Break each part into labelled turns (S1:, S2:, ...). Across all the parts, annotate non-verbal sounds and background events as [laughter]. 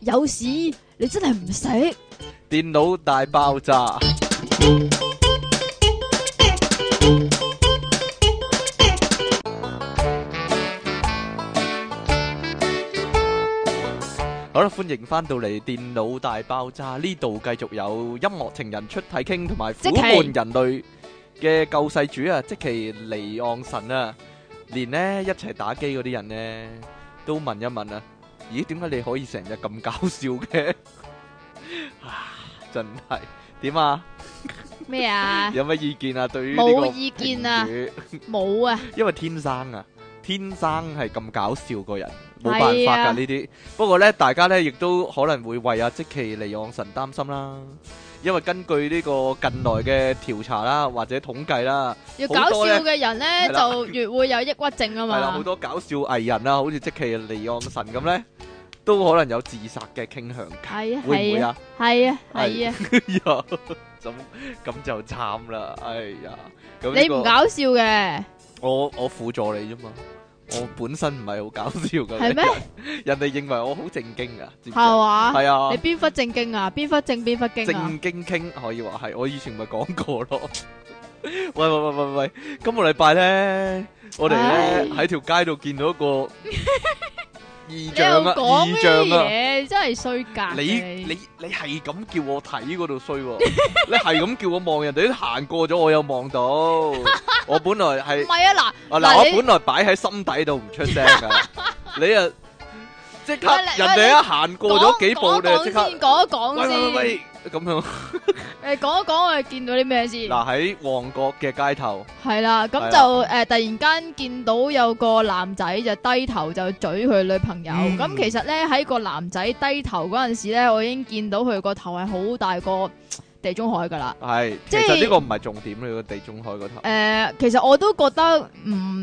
S1: 有屎，你真係唔食。
S2: 電腦大爆炸，好啦，歡迎翻到嚟《電腦大爆炸》呢度，繼續有音樂情人出體 king 同埋苦
S1: 即期
S2: 悶人類嘅救世主啊，即其離岸神啊，連呢一齊打機嗰啲人呢，都問一問啊，咦，點解你可以成日咁搞笑嘅？真係點啊？
S1: 咩啊？
S2: 有咩意見啊？對於呢個
S1: 冇意見啊
S2: 評語
S1: 冇啊！
S2: 因為天生啊，天生係咁搞笑個人，冇辦
S1: 係
S2: 法
S1: 啊
S2: 㗎呢啲。不過呢，大家呢亦都可能會為阿即其尼昂神擔心啦，因為根據呢個近來嘅調查啦，或者統計啦，
S1: 越
S2: 好
S1: 搞
S2: 多
S1: 笑
S2: 呢
S1: 嘅人咧，
S2: 係啦
S1: 就越會有抑鬱症啊
S2: 係啦，好
S1: 嘛。
S2: 多搞笑藝人啊啦，好似即其尼昂神咁呢，都可能有自殺嘅傾向㗎，
S1: 係啊，
S2: 會唔會
S1: 係
S2: 啊 [laughs]
S1: 啊，？係啊，
S2: 係
S1: 係啊。
S2: 哎呀，咁咁就慘啦，哎呀，咁呢
S1: 你
S2: 個
S1: 唔搞笑嘅
S2: 我我輔助你啫嘛，我本身唔係好搞笑噶，
S1: [laughs] 係咩？
S2: 人哋認為我好正經啊，知唔知
S1: 係
S2: 啊？
S1: 嘛？
S2: 係啊
S1: 你，邊忽正經啊？邊忽正邊忽經啊？
S2: 正經傾可以話係，我以前咪講過咯。 [laughs] 喂喂喂喂喂，今個禮拜咧，我哋
S1: 唉
S2: 咧喺條街度見到一
S1: [laughs]
S2: 個異
S1: 你又
S2: 象啊，
S1: 講咩
S2: 異象啊！
S1: 嘢？啊真係衰格嘅
S2: 你你你係咁叫我睇嗰度衰喎，你係咁叫我望人哋都行過咗，我又望
S1: [laughs]
S2: 到。我本來
S1: 唔
S2: 係
S1: 係啊
S2: 啊
S1: 嗱
S2: 嗱，我
S1: 你
S2: 本來擺喺心底度唔出聲
S1: [laughs]
S2: 噶，你啊即刻
S1: 喂你
S2: 人哋一行
S1: 嗱，
S2: 過咗幾步，
S1: 講
S2: 你就
S1: 講
S2: 即
S1: 先，
S2: 刻
S1: 講一講
S2: 喂
S1: 先。
S2: 喂喂咁樣。
S1: 誒，講一講我哋見到啲咩 [laughs] 先？
S2: 嗱喺旺角嘅街頭，
S1: 係啦，咁就誒、呃突然間見到有個男仔就低頭就嘴佢女朋友，
S2: 嗯
S1: 咁、其實咧喺個男仔低頭嗰陣時咧，我已經見到佢個頭係好大個地中海噶啦。
S2: 係其
S1: 即係
S2: 實呢個唔係重點，你個地中海嗰頭
S1: 誒、其實我都覺得唔、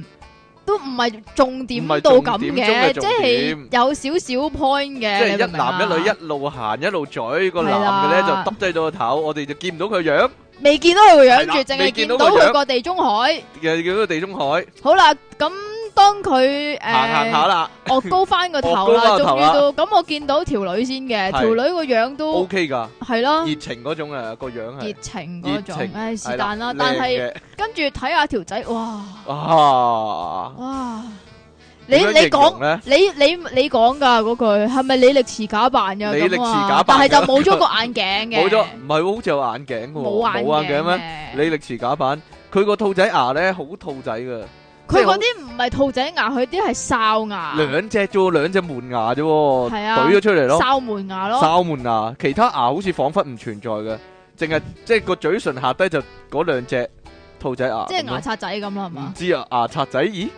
S1: 都唔係重點
S2: 唔係
S1: 到
S2: 重
S1: 咁
S2: 點中嘅
S1: 嘅，
S2: 重
S1: 即係有少少 point
S2: 即
S1: 嘅，
S2: 係
S1: 你明
S2: 一
S1: 唔明啊
S2: 男一女一路行一路嘴，個
S1: 係
S2: 男嘅咧就
S1: 啦
S2: 耷低咗個頭，我哋就見唔到佢樣，
S1: 未見到佢個
S2: 係
S1: 樣
S2: 啦
S1: 住，淨
S2: 未
S1: 係
S2: 見
S1: 見
S2: 到
S1: 到
S2: 個樣
S1: 佢個地中海。
S2: 又見到地中海
S1: 好啦，咁當佢誒。
S2: 行行下啦
S1: 我高翻個頭啦，
S2: 昂高返個頭
S1: 終
S2: 啦
S1: 於都咁我見到條女先嘅，
S2: 係
S1: 條女個樣都
S2: ，OK 㗎。
S1: 係咯，
S2: 熱情嗰種啊，個樣
S1: 熱
S2: 係
S1: 情嗰
S2: 熱
S1: 種
S2: 情，
S1: 唉是
S2: 係
S1: 但啦。但係
S2: 靚
S1: 跟住睇下條仔，哇
S2: 嘅啊，
S1: 哇，你
S2: 點樣
S1: 你
S2: 形容
S1: 講
S2: 咧，
S1: 你你你講㗎嗰句係咪李力持假扮㗎
S2: 李力
S1: 咁
S2: 持
S1: 啊
S2: 假扮㗎
S1: 但係就冇咗個眼鏡嘅，
S2: 冇咗唔係喎好似有眼鏡嘅
S1: 冇
S2: 喎，冇
S1: 眼
S2: 眼鏡咩？
S1: 咩？
S2: 李力持假版，佢個兔仔牙咧好兔仔嘅，
S1: 佢嗰啲唔係兔仔牙，佢啲係哨牙，
S2: 兩隻啫喎，兩隻門牙啫喎，
S1: 係啊
S2: 懟咗出嚟咯，
S1: 哨門牙咯，
S2: 哨門牙，其他牙好似彷彿唔存在嘅，淨係即係個嘴唇下低就嗰兩隻兔仔牙，
S1: 即係
S2: 咁
S1: 牙
S2: 咯
S1: 刷仔咁啦，係
S2: 唔
S1: 嘛？
S2: 知啊，牙刷仔，咦？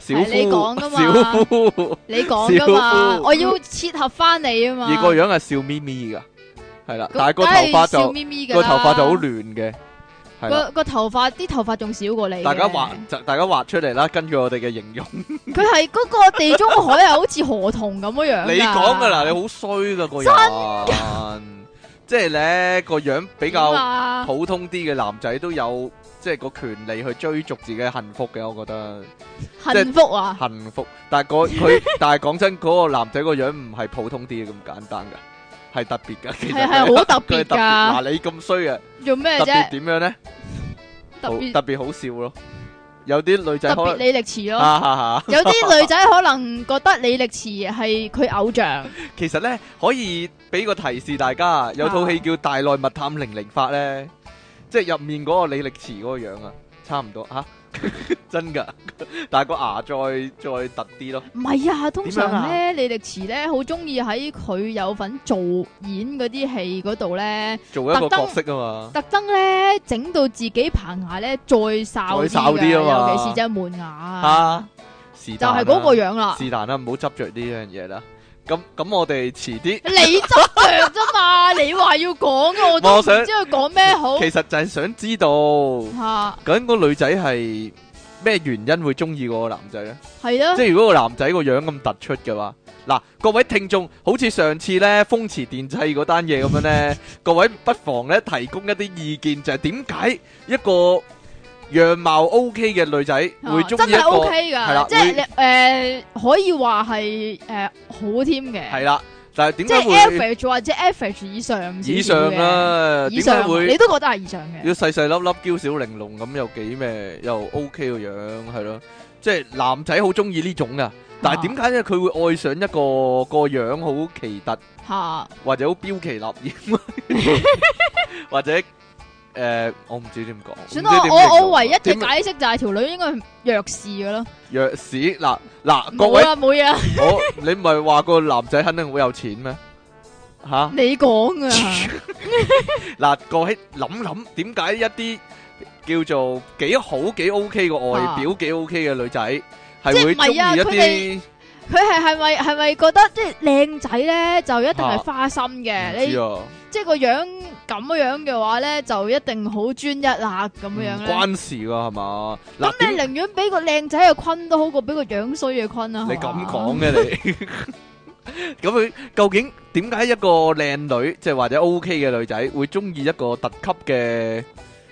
S2: 小
S1: 係你講㗎 [laughs] 嘛
S2: 夫，小夫。
S1: 你講㗎
S2: 小
S1: 嘛
S2: 夫，
S1: 我要切合翻你啊嘛。
S2: 而個樣係笑眯眯噶，係啦，但係個
S1: 梗
S2: 頭
S1: 係
S2: 髮
S1: 笑
S2: 就
S1: 眯眯㗎
S2: 個
S1: 啦
S2: 頭髮就好亂嘅，係啦，
S1: 個個頭髮啲頭髮仲少過你。
S2: 大家畫，就大家畫出嚟啦，根據我哋嘅形容，
S1: 佢係嗰個地中海係好似河童咁樣樣㗎。
S2: 你講噶啦，你好衰噶個人，即係咧個樣比
S1: 點
S2: 較
S1: 啊
S2: 普通啲嘅男仔都有，即係個權利去追逐自己嘅幸福嘅，我覺得係
S1: 幸福啊，
S2: 幸福。但係
S1: [laughs]
S2: 個佢，但係講真，嗰個男仔個樣唔係普通啲咁簡單噶，係特別噶，其實
S1: 係係好特
S2: 佢
S1: 別
S2: 係特別。嗱
S1: 㗎。
S2: 你咁衰啊，
S1: 做咩
S2: 特別
S1: 啫？
S2: 點樣咧？
S1: 特
S2: 好
S1: 別
S2: 特別好笑咯。有啲女
S1: 特
S2: 仔可
S1: 別
S2: 能
S1: 李力持咯。
S2: 啊哈哈，
S1: 有啲女仔可能覺得李力持係佢偶像，
S2: 其實咧可以俾個提示大家，有套
S1: 啊
S2: 戲叫《大內密探零零發》咧，即係入面嗰個李力持嗰個樣啊， [laughs] 差唔多吓，真噶，但係個牙再再突啲咯，
S1: 唔
S2: [laughs]
S1: 係啊。通
S2: 點樣啊
S1: 常咧，李力持咧好中意喺佢有份做演嗰啲戲嗰度咧，
S2: 做一個
S1: 特登
S2: 角色啊嘛，
S1: 特登咧整到自己棚牙咧再哨
S2: 再哨啲
S1: 啲
S2: 啊嘛
S1: 㗎尤其是隻門牙。
S2: 啊，是
S1: 就係
S2: 但
S1: 嗰個
S2: 啦，
S1: 樣啊啦。
S2: 是但啦，唔好執着呢樣嘢啦。咁咁，我哋遲啲，
S1: 你執着
S2: [laughs]
S1: 啫嘛，你話要講嘅，我都
S2: 啊我
S1: 唔知
S2: 想
S1: 佢講咩好
S2: 其實就係想知道。
S1: 吓，
S2: 究竟個女仔係咩原因會中意個男仔呢？
S1: 係啊 [laughs]
S2: 即，係如果個男仔個樣咁突出嘅話，嗱，各位聽眾，好似上次呢風池電掣嗰單嘢咁樣呢， [laughs] 各位不妨呢提供一啲意見，就係點解一個樣貌 OK 嘅女仔
S1: 啊
S2: 會中
S1: 真
S2: 意一
S1: 係
S2: 個
S1: OK
S2: 係啦
S1: 噶，即係
S2: 會
S1: 你诶可以話係诶好添嘅，
S2: 係啦，但係點
S1: 即
S2: 解
S1: 係
S2: 會
S1: average 或者 average 以上
S2: 以上
S1: 啦，
S2: 啦？
S1: 以
S2: 點
S1: 上
S2: 解
S1: 啊
S2: 會
S1: 你都覺得係以上嘅，
S2: 要細細粒粒、嬌小玲瓏咁，又幾咩，又 OK 個樣，係咯。即係男仔好中意呢種噶，但係點解咧？佢會愛上一個個樣好奇特
S1: 嚇
S2: 或者好標奇立異， [laughs] 或者誒、呃我唔知點講。
S1: 算
S2: 唔知
S1: 啦，
S2: 點形
S1: 我
S2: 容啊
S1: 我唯一嘅
S2: 點
S1: 解釋就係條女應該係弱視嘅咯，
S2: 弱屎嗱嗱，各
S1: 冇
S2: 位，
S1: 啦冇嘢啦，啊
S2: 我你唔係話個男仔肯定好有錢咩？吓、
S1: 你講啊，
S2: 嗱，各位諗諗，點解一啲叫做幾好幾 OK 個外表幾 OK 嘅女仔，係會
S1: 即係唔
S2: 中意
S1: 係啊佢
S2: 一啲
S1: 哋佢係係咪係咪覺得即係靚仔咧就一定係
S2: 嚇
S1: 花心嘅？
S2: 啊唔
S1: 你
S2: 知啊，
S1: 即係個樣咁樣嘅話咧，就一定好專一啦咁
S2: 唔
S1: 樣咧。
S2: 嗯關事噶係嘛？嗱
S1: 咁，你
S2: 點
S1: 寧願俾個靚仔嘅坤都好過俾個樣衰嘅坤啊！
S2: 你
S1: 係嘛
S2: 咁講嘅你，咁佢究竟點解一個靚女，即係或者 OK 嘅女仔，會中意一個特級嘅？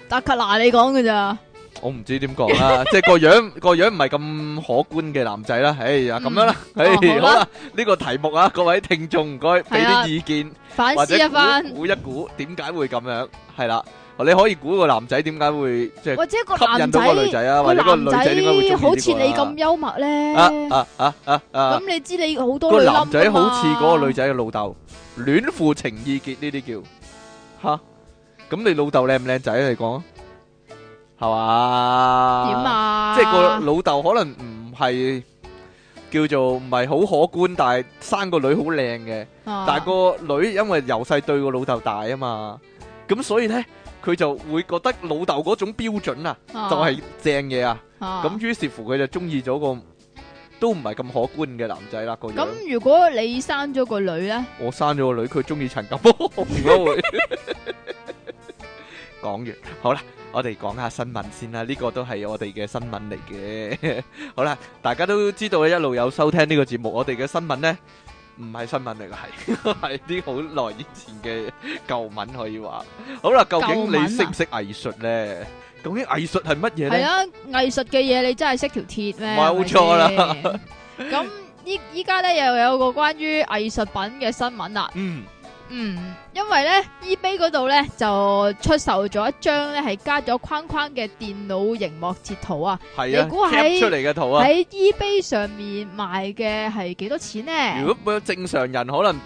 S1: 達克拿你講嘅咋？
S2: 我唔知點講啦，即係個樣個樣唔係咁可觀嘅男仔啦，唉呀咁樣啦，唉
S1: 哦好啦
S2: 好啦，呢個題目啊，各位聽眾唔該俾
S1: 係
S2: 啲
S1: 啊
S2: 意見。
S1: 反
S2: 或者
S1: 思一番，
S2: 估估一估點解會咁樣，係啦，你可以估個男仔點解會即係
S1: 或者個
S2: 吸
S1: 男
S2: 引到個女
S1: 仔，
S2: 仔啊，
S1: 個
S2: 或者個女
S1: 男
S2: 仔點解會中意
S1: 仔
S2: 呢個啊
S1: 好似你咁幽默咧，
S2: 啊啊啊啊啊！
S1: 咁你知你好多
S2: 個
S1: 女
S2: 男仔
S1: 冧㗎嘛
S2: 好似嗰個女，仔嘅老豆，戀父情意結呢啲叫吓，咁你老豆靚唔靚仔啊你講啊，係嘛？
S1: 點？啊？
S2: 即係個老豆可能唔係叫做唔係好可觀，但係生個女好靚嘅。
S1: 啊，
S2: 但係個女因為由細對個老豆大啊嘛，咁所以咧佢就會覺得老豆嗰種標準啊，
S1: 啊
S2: 就係正嘢啊，
S1: 啊
S2: 咁於是乎佢就中意咗個都唔係咁可觀嘅男仔啦個樣。
S1: 咁如果你生咗個女咧，
S2: 我生咗個女，佢中意陳錦
S1: [laughs]
S2: 波，我點解會？講完，好啦，我哋講下新聞先啦，呢個都係我哋嘅 [laughs] 新聞嚟嘅。好啦，大家都知道一路有收聽呢個節目，我哋嘅新聞呢，唔係新聞嚟嘅，係係啲好耐以前嘅舊聞可以話。好啦， [laughs] 究竟
S1: 舊聞
S2: 你
S1: 啊
S2: 識唔識藝術呢？究竟藝術係乜嘢
S1: 係
S2: 呢？
S1: 啊，藝術嘅嘢你真係識條鐵咩？
S2: 冇錯啦
S1: 係咪先。 [laughs] 咁依依家咧又有個關於藝術品嘅新聞啦。
S2: 嗯，
S1: 嗯，因為咧 eBay 嗰度咧就出售咗一張咧係加咗框框嘅電腦熒幕截圖啊，
S2: 係啊
S1: 你估喺
S2: ，cap 出嚟嘅圖啊。
S1: 喺 eBay 上面賣嘅係幾多錢呢？
S2: 如果正常人可能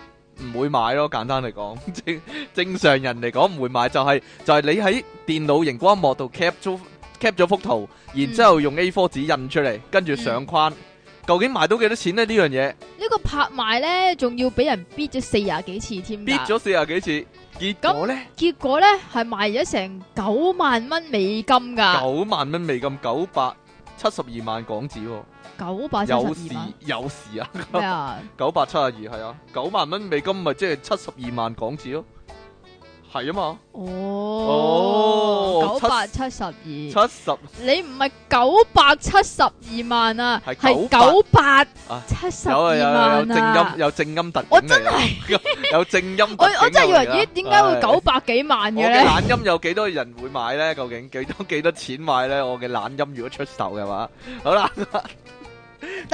S2: 唔會買咯，簡單嚟講， [laughs] 正正常人嚟講唔會買，就係、就係、你喺電腦熒光幕度 cap 咗 cap 咗幅圖，然之後用 A4 紙印出嚟，跟住上框。究竟賣到幾多錢呢？呢樣嘢
S1: 呢個拍賣咧仲要俾人 bid 咗四廿幾次添
S2: 跌
S1: 㗎，
S2: 咗四十幾次，結果呢，
S1: 結果咧係賣咗成九萬蚊美金㗎，
S2: 九萬蚊未咁九百七十二萬港紙喎，
S1: 九百七十
S2: 有時
S1: 二萬
S2: 有時啊， [laughs]
S1: 咩啊？
S2: 九百七十二係啊，九萬蚊美金咪即係七十二萬港紙咯，係啊嘛，
S1: 哦，九百七十二，
S2: 七十。
S1: 你唔係九百七十二萬啊，
S2: 係900
S1: 係九百
S2: 啊
S1: 七十
S2: 有啊
S1: 二
S2: 有啊有
S1: 萬
S2: 正音
S1: 啊！
S2: 有正音特警
S1: 我
S2: 嚟
S1: 真
S2: 啊， [laughs] 有正音特警
S1: 我
S2: 啊
S1: 我真係以為，
S2: 而家，
S1: 咦點解
S2: 唉
S1: 會九百幾萬
S2: 我
S1: 嘅
S2: 嘅
S1: 咧？
S2: 懶音有幾多人會買咧？究竟幾多 [laughs] 幾多錢買咧？我嘅懶音如果出售嘅話，好啦，
S1: 得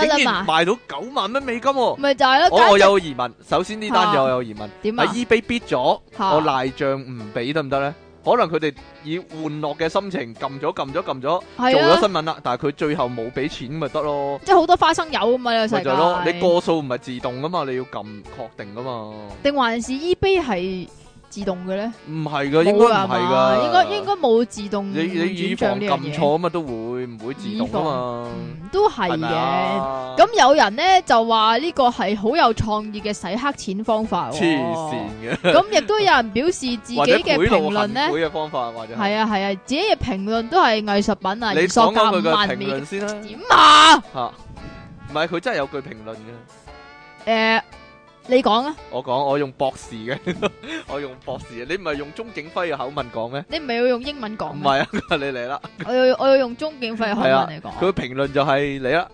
S2: 竟
S1: 啦
S2: 然
S1: 嘛，
S2: 賣到九萬蚊美金喎！
S1: 咪就係咯，
S2: 我我
S1: 簡直
S2: 有疑問，首先呢單嘢
S1: 嚇
S2: 我有疑問，
S1: 點
S2: 喺
S1: 啊？
S2: eBay 逼咗，
S1: 嚇
S2: 我賴帳唔俾得唔得咧？可能佢哋以玩樂嘅心情撳咗撳咗撳咗，做
S1: 係
S2: 咗
S1: 啊，
S2: 新聞啦，但係佢最後冇俾錢咪得咯，
S1: 即係好多花生油啊嘛，呢個
S2: 咪
S1: 世
S2: 就係咯，
S1: 界。
S2: 你個數唔係自動噶嘛，你要撳確定噶嘛。
S1: 定還是 eBay 係自動嘅咧？啊
S2: 唔係噶，應該唔係噶，
S1: 應該應該冇自動
S2: 你你以
S1: 轉
S2: 防
S1: 帳呢樣
S2: 撳
S1: 嘢。
S2: 錯啊嘛，都會唔會自動啊嘛，
S1: 嗯都係
S2: 係咪
S1: 嘅。
S2: 啊？
S1: 咁有人咧就話呢個係好有創意嘅洗黑錢方法喎。
S2: 黐線嘅，
S1: 咁亦都有人表示自己
S2: [laughs] 或者
S1: 嘅
S2: 賄
S1: 評
S2: 賂
S1: 論
S2: 行
S1: 咧，
S2: 賄嘅方法或者
S1: 係啊係啊，自己嘅評論都係藝術品啊，
S2: 你
S1: 而
S2: 講
S1: 索價
S2: 講佢
S1: 五
S2: 嘅
S1: 萬
S2: 評
S1: 美金
S2: 論先啦
S1: 點啊？
S2: 嚇，唔係佢真係有句評論嘅， [laughs]
S1: 誒，你講啊，
S2: 我講我用博士嘅，我用博士嘅，你唔係用鐘景輝嘅口吻講咩？
S1: 你唔係要用英文講
S2: 唔
S1: 咩？
S2: 係啊，你嚟啦，
S1: 我要我要用中景輝嘅口
S2: 係啊
S1: 吻嚟講。
S2: 佢評論就係你啦，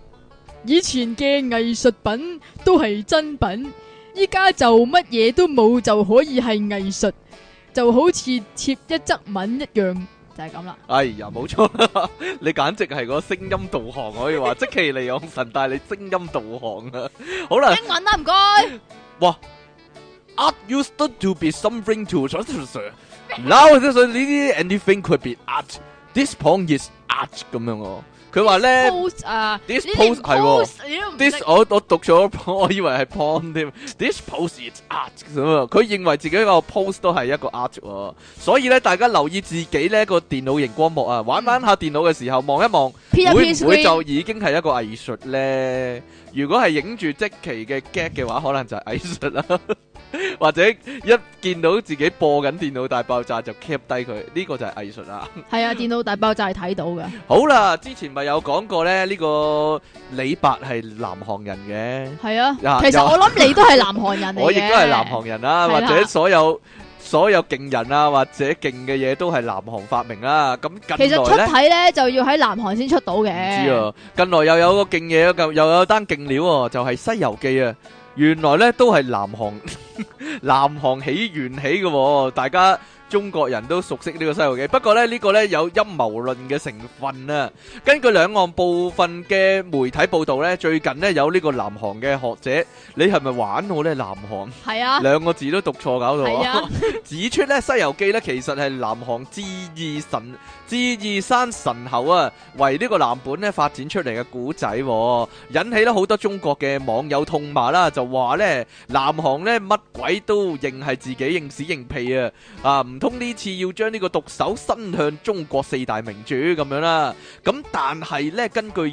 S1: 以前嘅藝術品都係真品，依家就乜嘢都冇就可以係藝術，就好似貼一則文一樣，就係咁啦。
S2: 哎呀冇錯 [laughs] 啦，你簡直係個聲音導航可以話，即其利昂神帶你聲音導航啊，好啦。 [laughs]
S1: 英文啦，唔該。
S2: Wow, Art used to be something to [laughs] now 呢啲 anything could be art. This poem is art 咁樣喎。佢話咧。
S1: post 啊
S2: this
S1: 你連
S2: post- 係喎
S1: post 你都唔
S2: this
S1: 識
S2: 我我讀咗 po- 我以為係 porn 添，this post is art 咁啊！佢認為自己個 post 都係一個 art 喎，所以咧大家留意自己呢個電腦熒光幕啊，玩玩下電腦嘅時候望一望，
S1: P 一 P
S2: 會唔會
S1: screen
S2: 就已經係一個藝術呢？如果係影住即期嘅 get 嘅話，可能就係藝術啦。 [laughs] 或者一見到自己播緊電腦大爆炸就 cap 低佢，呢、個就係藝
S1: [laughs]
S2: 術啦。
S1: 係啊，電腦大爆炸係睇到㗎。
S2: 好啦，之前咪有講過咧，呢、個李白係南韓人嘅。
S1: 係啊
S2: 啊，
S1: 其實
S2: 又
S1: 我諗你都係南韓人嚟嘅。
S2: [laughs] 我亦都係南韓人啦，
S1: 係
S2: 或
S1: 啦
S2: 者所有所有勁人啊，或者勁嘅嘢都係南韓發明啦。咁
S1: 其
S2: 近
S1: 實
S2: 來
S1: 出
S2: 咧，
S1: 體咧就要喺南韓先出到嘅。
S2: 唔知啊，近來又有個勁嘢，又又有單勁料喎，就係《西遊記》啊。原來咧都係南韓 [laughs] 南韓起源起嘅喎，大家中國人都熟悉呢個《西遊記》。不過咧呢個咧有陰謀論嘅成分啊。根據兩岸部分嘅媒體報導咧，最近咧有呢個南韓嘅學者，你係咪玩我咧？南韓？[laughs]
S1: 係啊，
S2: 兩個字都讀錯，搞到
S1: 係
S2: 我
S1: 啊
S2: 指出咧《西遊記》咧其實係南韓智異神智異山神后啊，為呢個藍本咧發展出嚟嘅古仔喎，引起咧好多中國嘅網友痛罵啦，就話咧南韓咧乜鬼都認係自己認屎認屁啊！啊，唔通呢次要將呢個毒手伸向中國四大名著咁樣啦？咁但係咧，根據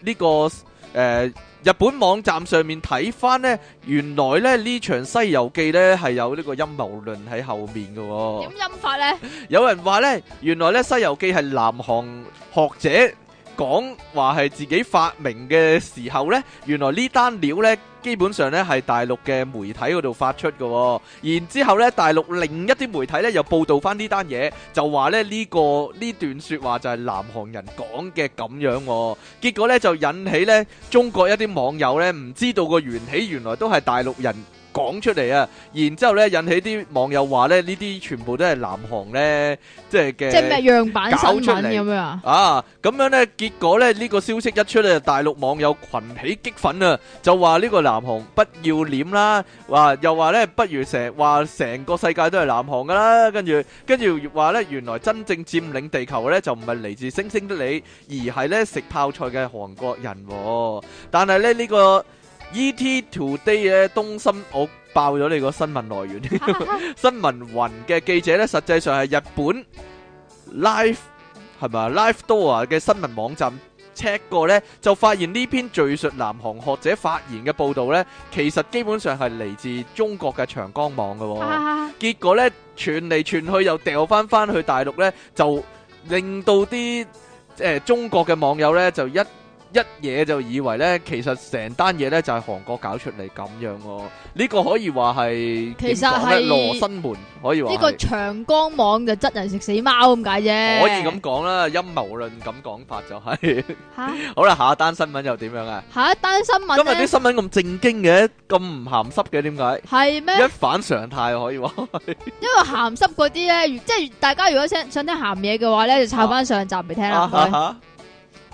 S2: 呢、個誒、呃日本網站上面睇翻咧，原來咧呢場《西遊記》咧係有呢個陰謀論喺後面嘅、喎。
S1: 點音
S2: [laughs]
S1: 法咧？
S2: 有人話呢，原來呢《西遊記》係南韓學者講話係自己發明嘅時候呢，原來呢單料呢，基本上呢係大陸嘅媒體嗰度發出嘅、喎。然之後呢，大陸另一啲媒體呢又報導翻呢單嘢，就話呢呢、個呢段説話就係南韓人講嘅咁樣、喎。結果呢，就引起呢中國一啲網友呢唔知道個緣起，原來都係大陸人講出嚟啊！然之後咧，引起啲網友話咧，呢啲全部都係南韓咧，即係
S1: 即係咩
S2: 嘅
S1: 樣板新
S2: 搞
S1: 聞
S2: 出嚟
S1: 咁樣啊？
S2: 啊，咁樣咧，結果咧，呢、個消息一出咧，大陸網友群起激憤啊，就話呢個南韓不要臉啦，話又話咧，不如成話成個世界都係南韓噶啦，跟住跟住話咧，原來真正佔領地球咧，就唔係嚟自星星的你，而係咧食泡菜嘅韓國人、喎。但係咧呢、個 E.T. Today 咧，東森我爆咗你個新聞來源。新聞雲嘅記者咧，實際上係日本 Life 係咪啊 Life Door 嘅新聞網站 check 過咧，就發現呢篇敘述南韓學者發言嘅報導咧，其實基本上係嚟自中國嘅長江網嘅喎、結果咧傳嚟傳去又掉翻翻去大陸咧，就令到啲誒、呃中國嘅網友咧就一一嘢就以為咧，其實成單嘢咧就係韓國搞出嚟咁樣喎、呢、個可以話係
S1: 其實
S2: 點講咧
S1: 係
S2: 羅生門，可以話
S1: 呢個
S2: 係
S1: 長江網就執人食死貓咁解啫。
S2: 可以咁講啦，陰謀論咁講法就係、
S1: 嚇
S2: [laughs] 好啦，下一單新聞又點樣啊？
S1: 下一單新
S2: 今
S1: 聞
S2: 日啲
S1: 咧
S2: 新聞咁正經嘅，咁唔鹹濕嘅，點解？
S1: 係咩？
S2: 一反常態可以話。
S1: 因為鹹濕嗰啲咧，如即係大家如果想想聽鹹嘢嘅話咧，就抄
S2: 啊
S1: 翻上集嚟
S2: [laughs]
S1: 聽啦。唔該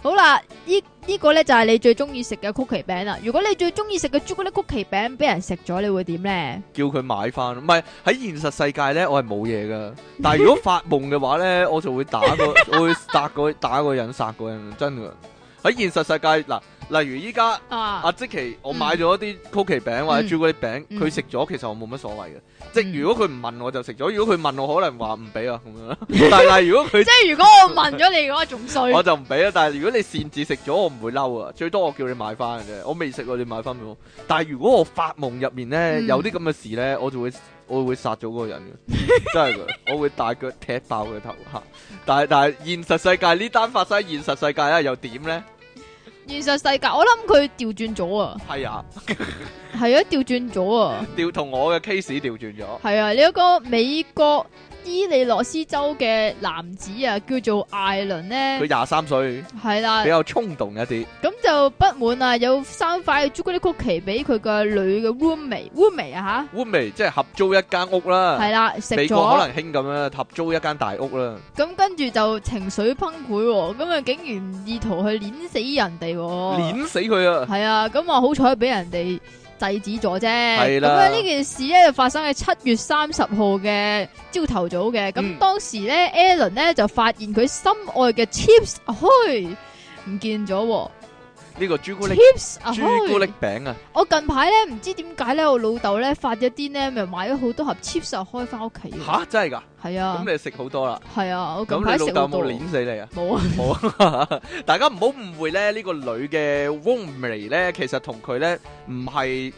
S1: 好啦，呢呢個咧就係你最中意食嘅曲奇餅啦。如果你最中意食嘅朱古力曲奇餅俾人食咗，你會點咧？
S2: 叫佢買翻，唔係喺現實世界咧，我係冇嘢噶。但係如果發夢嘅話
S1: [laughs]
S2: 咧，我就會打個，我會殺個打個人，殺個人，真噶。喺現實世界嗱，例如依家
S1: 啊
S2: 阿，即奇，我買咗啲曲奇餅或者
S1: 嗯
S2: 朱古力餅，
S1: 嗯
S2: 佢食咗，其實我冇乜所謂嘅。即
S1: 嗯
S2: 係如果佢唔問我就食咗，如果佢問我可能話唔俾啊咁樣啦。但係但係如果佢
S1: 即係如果我問咗你嘅話，仲
S2: [laughs]
S1: 衰
S2: 我。就唔俾啊，但係如果你擅自食咗，我唔會嬲啊，最多我叫你買翻嘅啫。我未食過，你買翻俾我。但係如果我發夢入面咧、
S1: 嗯
S2: 有啲咁嘅事咧，我就會我會殺咗嗰個人
S1: [laughs]
S2: 嘅，真係嘅，我會大腳踢爆佢頭嚇。但係但係現實世界呢單發生喺現實世界咧，又點咧？
S1: 現實世界，我諗佢調轉咗啊，
S2: 係啊，
S1: 係啊，調轉咗啊。
S2: 調同我嘅 case 調轉咗。
S1: 系啊，呢、一個美國伊利諾斯州嘅男子啊，叫做艾
S2: 佢
S1: 倫呢，
S2: 廿三歲，
S1: 係啦
S2: 比，較衝動一啲。
S1: 咁就不滿啊，有三塊朱古力曲奇俾佢個女嘅 roommate，roommate 啊
S2: Woman 即係合租一間屋
S1: 吓，
S2: 啦，
S1: 係啦，食
S2: 啊美國可
S1: 咗，
S2: 能興咁啦，合租一間大屋啦。
S1: 咁跟住就情緒崩潰喎，咁啊竟然意圖去碾死人哋喎，
S2: 碾死佢啊！
S1: 係啊，咁啊好彩俾人哋。制止咗啫。
S2: 係
S1: 咁
S2: 啦
S1: 啊呢件事咧就發生喺七月三十號嘅朝頭早嘅。
S2: 嗯
S1: 咁當時咧 a l a n 咧就發現佢心愛嘅 Chips 啊虛唔見咗喎
S2: 呢個朱古力
S1: ，Chips 啊
S2: 朱古力
S1: 虛。
S2: 餅啊，
S1: 我近排咧唔知點解咧，我老豆咧發咗啲咧，咪買咗好多盒 Chips 啊開翻屋企。
S2: 吓真係㗎？
S1: 係啊
S2: 咁，你食好多啦，
S1: 係啊，我
S2: 咁
S1: 近排
S2: 你
S1: 食
S2: 老
S1: 好
S2: 豆
S1: 多
S2: 有冇。碾死你啊？
S1: 冇啊，
S2: 冇啊！ [laughs] 大家唔好誤會咧，呢、個女嘅翁眉咧，其實同佢咧唔係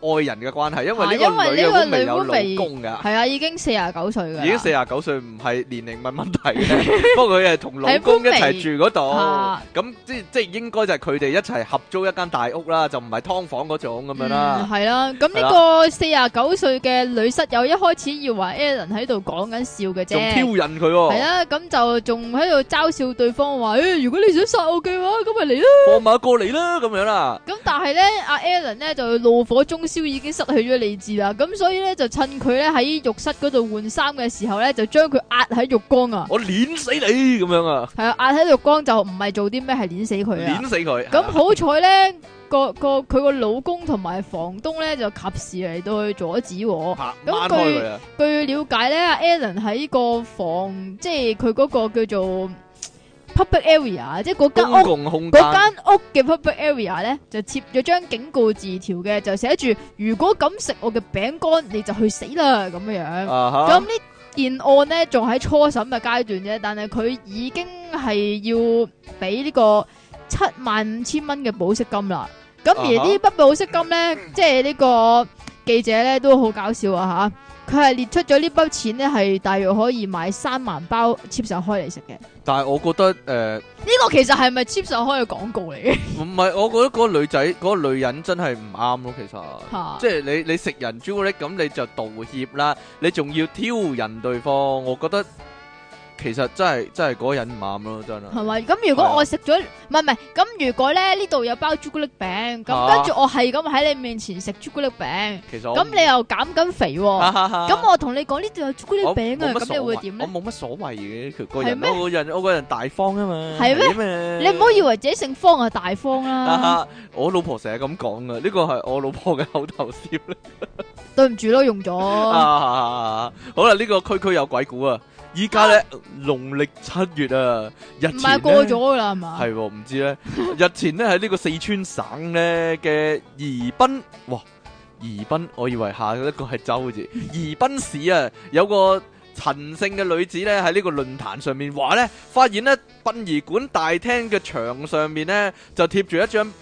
S2: 愛人嘅關係，因為呢
S1: 啊
S2: 個
S1: 因
S2: 女
S1: 為
S2: 嘅
S1: 呢個
S2: 翁眉有
S1: 女翁眉
S2: 老公噶，
S1: 係啊，已經四廿九歲噶。
S2: 已經四廿九歲，唔係年齡問問題
S1: [laughs]
S2: 嘅。不過佢係同老公一齊住嗰
S1: 啊
S2: 度，咁即即應該就係佢哋一齊合租一間大屋啦，就唔係劏房嗰種咁樣啦
S1: 嗯，。系啦。咁呢個四廿九歲嘅女室友一開始以為 Alan 喺度講緊笑嘅
S2: 仲挑
S1: 啫。
S2: 釁佢喎，
S1: 係啦，咁就仲喺度嘲笑對方話：，诶、如果你想殺我嘅話，咁咪嚟啦。
S2: 放馬過嚟啦，咁樣啦。
S1: 咁但係咧，阿 Alan 咧就怒火中燒，已經失去咗理智啦。咁所以咧，就趁佢咧喺浴室嗰度換衫嘅時候咧，就將佢壓喺浴缸啊。
S2: 我碾死你咁樣啊，
S1: 係啊，壓喺浴缸就唔係做啲咩，係碾死佢啊
S2: 碾。死佢。
S1: 咁好彩咧，個個佢個老公同埋房東咧就及時嚟到去阻止我。
S2: 嚇
S1: 咁
S2: 掹開佢啊！
S1: 據了解咧，Alan 喺個房，即係佢嗰個叫做 public area，即係嗰間
S2: 公
S1: 屋
S2: 共空間。
S1: 嗰間屋嘅 public area 咧，就貼咗張警告字條嘅，就寫住如果敢食我嘅餅乾，你就去死啦咁樣樣。
S2: 啊哈
S1: 咁呢件案呢，仲喺初審嘅階段啫，但係佢已經係要俾呢個七萬五千蚊嘅保釋金啦。咁而
S2: 啊哈
S1: 呢筆保釋金呢，即係呢個記者呢都好搞笑啊吓，佢係列出咗呢筆錢呢，係大約可以買三萬包 cheap 手開嚟食嘅。呢
S2: 但係我覺得誒，呃
S1: 個其實係咪 cheap 手開嘅廣告嚟 [laughs] 嘅？
S2: 唔、係，我覺得嗰個女仔嗰、個女人真係唔啱咯，其實。
S1: 吓
S2: 即係你你食人朱古力咁你就道歉啦，你仲要挑人對方，我覺得其實真係真係嗰個人唔啱咯，真係。
S1: 係咪？咁如
S2: 係啊
S1: 果我食咗，唔係唔係，咁如果咧呢度有包朱古力餅，咁
S2: 啊
S1: 跟住我係咁喺你面前食朱古力餅，
S2: 其實我
S1: 咁
S2: [laughs]
S1: 你又減緊肥喎。
S2: 咁
S1: 咁我同你講呢度有朱古力
S2: 我
S1: 餅啊，
S2: 啊冇乜
S1: 咁你
S2: 所
S1: 會
S2: 謂
S1: 點咧？
S2: 我冇乜所謂嘅，佢個人
S1: 係咩
S2: 我個人我個人大方啊嘛。
S1: 係咩
S2: 咩
S1: 你唔好以為自己姓方啊大方啦，
S2: 我老婆成日咁講噶，呢個係我老婆嘅口頭禪
S1: 對唔住咯，用咗
S2: 啊，好啦，呢、個區區有鬼故啊！依家咧農曆七月啊，日
S1: 唔
S2: 前
S1: 係過咗噶啦係嘛
S2: 系？唔知咧，日前咧喺呢個四川省咧嘅宜賓，哇，宜賓，我以為下一個係州字，宜賓市啊，有個陳姓嘅女子咧喺呢個論壇上面話咧，發現咧殯儀館大廳嘅牆上面咧就貼住一張。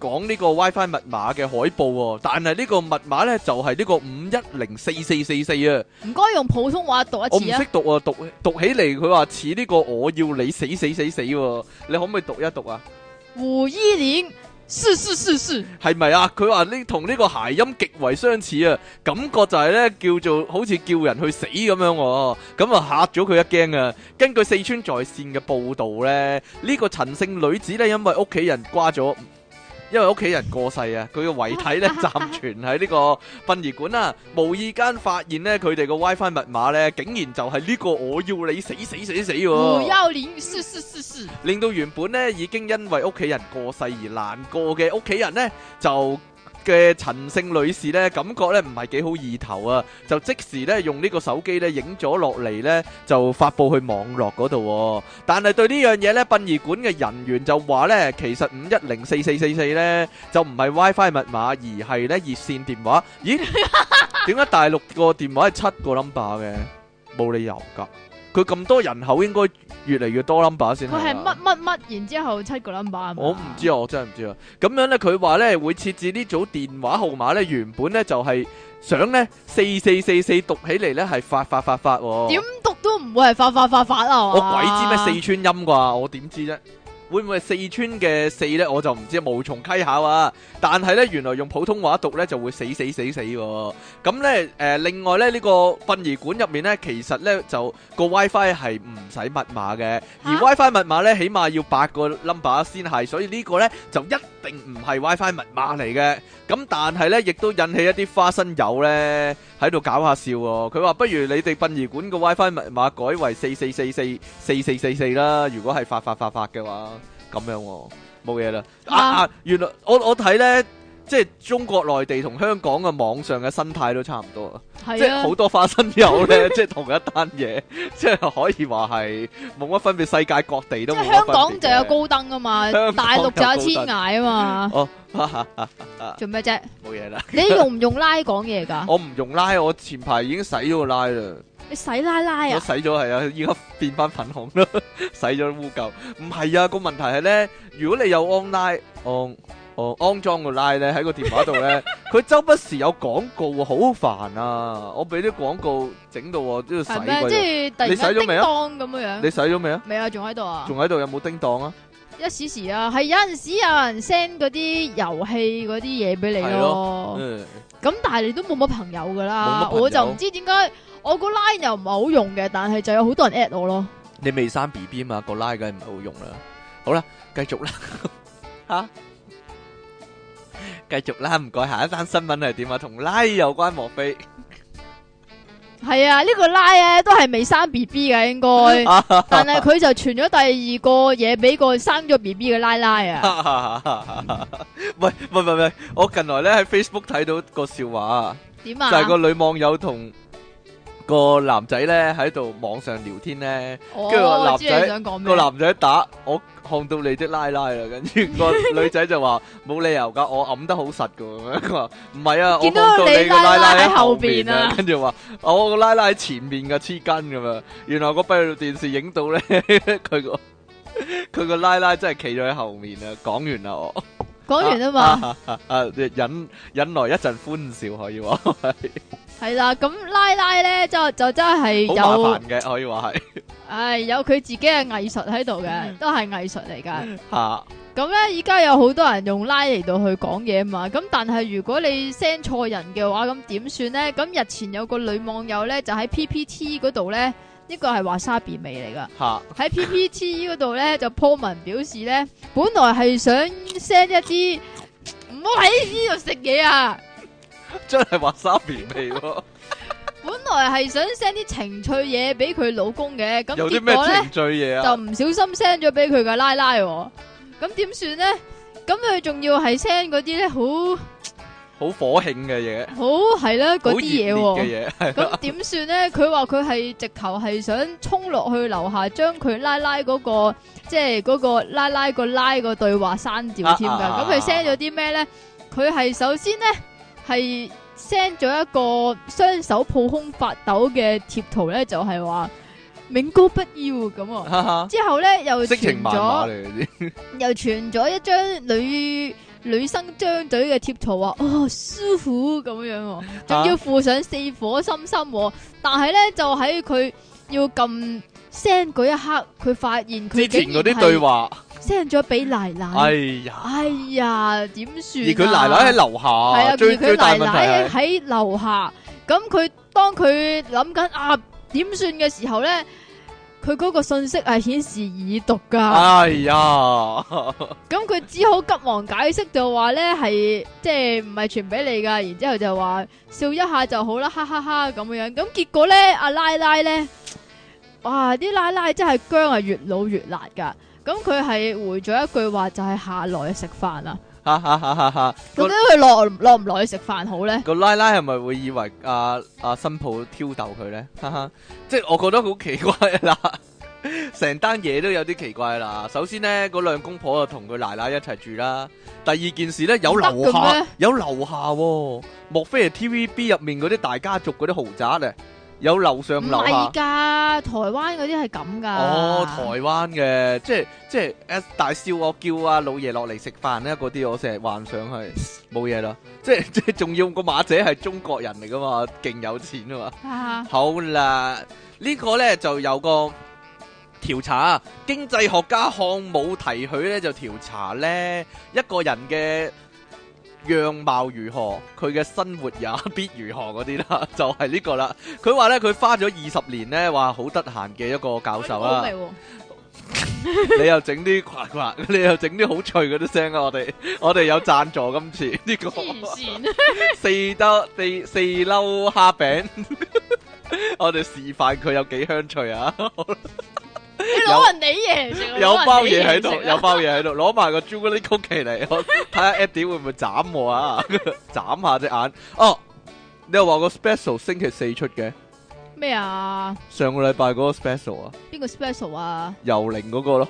S2: 講呢個 WiFi 密碼嘅海報喎、但係呢個密碼呢，就係、呢個五一零四四四四啊！
S1: 唔該用普通話讀
S2: 我
S1: 一
S2: 唔
S1: 次啊
S2: 識！讀啊，讀讀起嚟佢話似呢個我要你死死死死喎、你可唔可以讀一讀啊？
S1: 胡依蓮，是是是是，
S2: 係咪啊？佢話呢同呢個諧音極為相似啊，感覺就係呢叫做好似叫人去死咁樣喎、咁啊嚇咗佢一驚啊！根據四川在線嘅報導呢，呢、個陳姓女子呢，因為屋企人瓜咗。因為屋企人過世啊，佢嘅遺體呢暫存喺呢個殯儀館啦、無意間發現呢，佢哋個 WiFi 密碼呢，竟然就係呢個我要你死死死死喎、
S1: 胡幺蓮，是是是是，
S2: 令到原本咧已經因為屋企人過世而難過嘅屋企人呢，就嘅陳姓女士呢，感覺呢唔係幾好意頭啊，就即時呢用呢個手機呢影咗落嚟呢，就發布去網絡嗰度喎。但係對呢樣嘢呢，殯儀館嘅人員就話呢，其實五一零四四四四呢，就唔係 WiFi 密碼，而係呢熱線電話。
S1: [laughs]
S2: 咦？點解大陸個電話係七個 number 嘅？冇理由㗎。佢咁多人口應該越嚟越多 number 先
S1: 佢
S2: 係啊。
S1: 係乜乜乜，然之後七個 number 啊嘛
S2: 我唔知啊，我真係唔知啊。咁樣呢，佢話呢會設置呢組電話號碼呢，原本呢就係想呢四四四四讀起嚟呢係發發發發喎。
S1: 點啊讀都唔會係發發發發啊！
S2: 我鬼知咩四川音啩？我點知啫？會唔會係四川嘅四呢？我就唔知，無從稽考啊！但係呢，原來用普通話讀呢就會死死死死喎。咁呢，誒、另外呢，呢、個殯儀館入面呢，其實呢就個 WiFi 係唔使密碼嘅，而
S1: 嚇
S2: WiFi 密碼呢，起碼要八個 number 先係，所以呢個呢，就一定唔係 WiFi 密碼嚟嘅。咁但係呢，亦都引起一啲花生友呢喺度搞下笑喎。佢話不如你哋殯儀館個 WiFi 密碼改為四四四四四四四四啦，如果係發發發發嘅話，咁樣喎冇嘢啦。啊
S1: 啊
S2: 啊，原來我我睇呢。即係中國內地同香港嘅網上嘅生態都差唔多啊！即
S1: 係
S2: 係
S1: 啊
S2: 好，多花生油咧， [laughs] 即係同一單嘢，即係可以話係冇乜分別，世界各地
S1: 即
S2: 都冇
S1: 係
S2: 乜
S1: 香
S2: 分別
S1: 港就有
S2: 嘅。
S1: 高登啊嘛，
S2: 香港
S1: 大陸就
S2: 有高
S1: 有千崖啊嘛，
S2: 哦，
S1: 做咩啫？
S2: 冇嘢啦，
S1: 你用唔用拉講嘢㗎？
S2: 我唔用拉，我前排已經洗咗個拉啦。
S1: 你使拉拉
S2: 我
S1: 啊？
S2: 洗咗係啊，依家變翻粉紅啦， [laughs] 洗咗污垢。唔係啊，個問題係咧，如果你有 online 安安安裝個 line 咧喺個電話度
S1: [laughs]
S2: 咧，佢周不時有廣告，好煩啊！我俾啲廣告整到我都要洗
S1: 係
S2: 鬼
S1: 咩？即
S2: 咗。
S1: 係突然
S2: 你洗
S1: 間
S2: 咗
S1: 叮
S2: 未啊
S1: 當咁樣樣
S2: 你。洗咗未啊？
S1: 未啊，仲喺度啊！
S2: 仲喺度有冇叮當啊？
S1: 一時時啊，係有陣時有人 send 嗰啲遊戲嗰啲嘢俾你
S2: 係
S1: 咯。
S2: 嗯，
S1: 咁但係你都冇乜朋友噶
S2: 冇
S1: 啦
S2: 乜，朋友
S1: 我就唔知點解我個 line 又唔係好用嘅，但係就有好多人 at 我咯。
S2: 你未生 B B 嘛？個 line 梗係唔好用啦。好啦，繼續啦， [laughs] 吓，繼續啦，唔該。下一單新聞係點啊？同 line 有關，莫非？ [laughs]
S1: 係啊，呢個 line 咧都係未生 B B
S2: [laughs]
S1: 嘅應該，但係佢就傳咗第二個嘢俾個生咗 B B 嘅
S2: [laughs]
S1: 奶奶啊。
S2: 喂喂喂喂！我近來咧喺 Facebook 睇到個笑話，
S1: 點
S2: 就係個
S1: 啊？
S2: 女網友同個男仔咧喺度網上聊天咧，
S1: 我
S2: 跟住個男
S1: 知你想講
S2: 個
S1: 咩？
S2: 男仔打我看到你的奶奶啦，跟住
S1: [laughs]
S2: 個女仔就話冇理由噶，我揞得好實噶咁樣，佢話唔係啊，我看
S1: 見到
S2: 到
S1: 你
S2: 你個奶
S1: 奶奶
S2: 奶
S1: 喺
S2: 喺
S1: 後
S2: 後
S1: 邊
S2: 邊
S1: 啊
S2: 啊，跟住話我個奶奶喺前面噶黐筋咁樣，原來個閉路電視影到咧 [laughs] 佢個佢個奶奶真係企咗喺後面啊！講完啦我。
S1: 講完啊嘛。
S2: 啊，啊忍忍耐一陣歡笑可以
S1: [laughs]
S2: 話，
S1: 係啦，咁奶奶咧就就真係
S2: 好
S1: 有
S2: 麻。煩嘅可以話係
S1: 唉，有佢自己嘅藝術喺度嘅，都係藝術嚟噶。
S2: 吓
S1: 咁咧，依家有好多人用拉嚟到去講嘢嘛。咁但係如果你 send 錯人嘅話，咁點算呢？咁日前有個女網友咧，就喺 PPT 嗰度咧，呢個係華沙比味嚟噶。
S2: 吓
S1: 喺 PPT 嗰度咧就 po 文表示咧，本來係想 send 一啲唔好喺呢度食嘢啊，
S2: 真係話沙皮味喎，
S1: 本來係想 send 啲情趣嘢俾佢老公嘅。咁
S2: 有啲
S1: 結
S2: 咩
S1: 果咧
S2: 情。趣嘢
S1: 就
S2: 啊？
S1: 唔小心 send 咗俾佢嘅奶奶喎，咁點算呢？咁佢仲要係 send 嗰啲咧，好
S2: 好火慶嘅嘢，
S1: 好係啦
S2: 好
S1: 嗰啲嘢
S2: 熱
S1: 喎。
S2: 烈嘅嘢，
S1: 咁點算呢？佢話佢係直頭係想衝落去樓下，將佢奶奶嗰個即係嗰個奶奶個奶個對話刪掉添㗎。
S2: 啊啊
S1: 咁佢 send 咗啲咩呢？佢係首先呢，係 send 咗一個雙手抱胸發抖嘅貼圖呢，就係話冥高不要咁啊。
S2: 哈哈
S1: 之後呢，又
S2: 色情
S1: 傳
S2: 漫
S1: 咗
S2: 畫。嚟嘅啲，
S1: 又傳咗一張女女生張嘴嘅貼圖啊，哦舒服咁樣喎，仲要附上四顆心心喎。但係咧就喺佢要撳 send 嗰一刻，佢發現佢
S2: 之前
S1: 竟
S2: 嗰
S1: 然
S2: 啲對話，
S1: send 咗俾
S2: 哎
S1: 奶奶。
S2: 呀，
S1: 哎呀，點算
S2: 而
S1: 啊？
S2: 佢奶奶喺
S1: 係
S2: 樓下，
S1: 啊，
S2: 最
S1: 而佢
S2: 最大
S1: 奶
S2: 問題
S1: 奶
S2: 係
S1: 喺樓下，咁佢當佢諗緊啊點算嘅時候咧，佢嗰個信息係顯示已讀㗎。
S2: 哎呀，
S1: 咁佢只好急忙解釋就話咧係即係唔係傳俾你噶，然之後就話笑一下就好啦，哈哈哈咁樣。咁結果咧，阿奶奶咧，哇！啲奶奶真係姜係越老越辣噶。咁佢係回咗一句話就係下來食飯啊。
S2: 哈哈哈哈哈！
S1: 究
S2: 個
S1: 竟佢落落唔落去食飯好咧？
S2: 個奶奶係咪會以為阿阿新抱挑逗佢咧？哈哈，即係我覺得好奇怪啦，成單嘢都有啲奇怪啦。首先咧，嗰兩公婆就同佢奶奶一齊住啦。第二件事咧，有樓
S1: 得嘅咩
S2: 下，有樓下、喎，莫非係 TVB 入面嗰啲大家族嗰啲豪宅咧？有樓
S1: 唔
S2: 上樓
S1: 係
S2: 下。
S1: 噶，台灣嗰啲係咁噶。
S2: 啊哦，台灣嘅，即係即係誒大少我叫阿老爺落嚟食飯咧，嗰啲我成日幻想係冇嘢啦，即係 [laughs] 即係仲要個馬姐係中國人嚟噶嘛，勁有錢啊嘛。
S1: 哈哈
S2: 好啦，呢、個呢就有個調查啊，經濟學家漢姆提許呢就調查呢一個人嘅樣貌如何，佢嘅生活也必如何嗰啲啦，就係、呢個啦。佢話呢，佢花咗二十年呢，話好得閒嘅一個教授
S1: 好
S2: 啦
S1: 味。喎 [laughs]
S2: 你又整啲呱呱，你又整啲好脆嗰啲聲啊！我
S1: [laughs]
S2: 哋我哋有贊助今次呢、個。
S1: 黐線。
S2: 四兜四四溜 [laughs] 蝦餅，我哋示範佢有幾香脆啊！
S1: 你攞人哋嘢嚟食，
S2: 有包嘢喺度，
S1: 攞人哋嚟食啊
S2: 有包嘢喺度，攞埋個朱古力曲奇嚟， [laughs] 我睇下 Eddie 會唔會斬我啊？ [laughs] 斬下隻眼。哦，你又話個 special 星期四出嘅，
S1: 咩啊？
S2: 上個禮拜嗰個 special 啊，
S1: 邊個 special 啊？
S2: 游靈嗰個咯。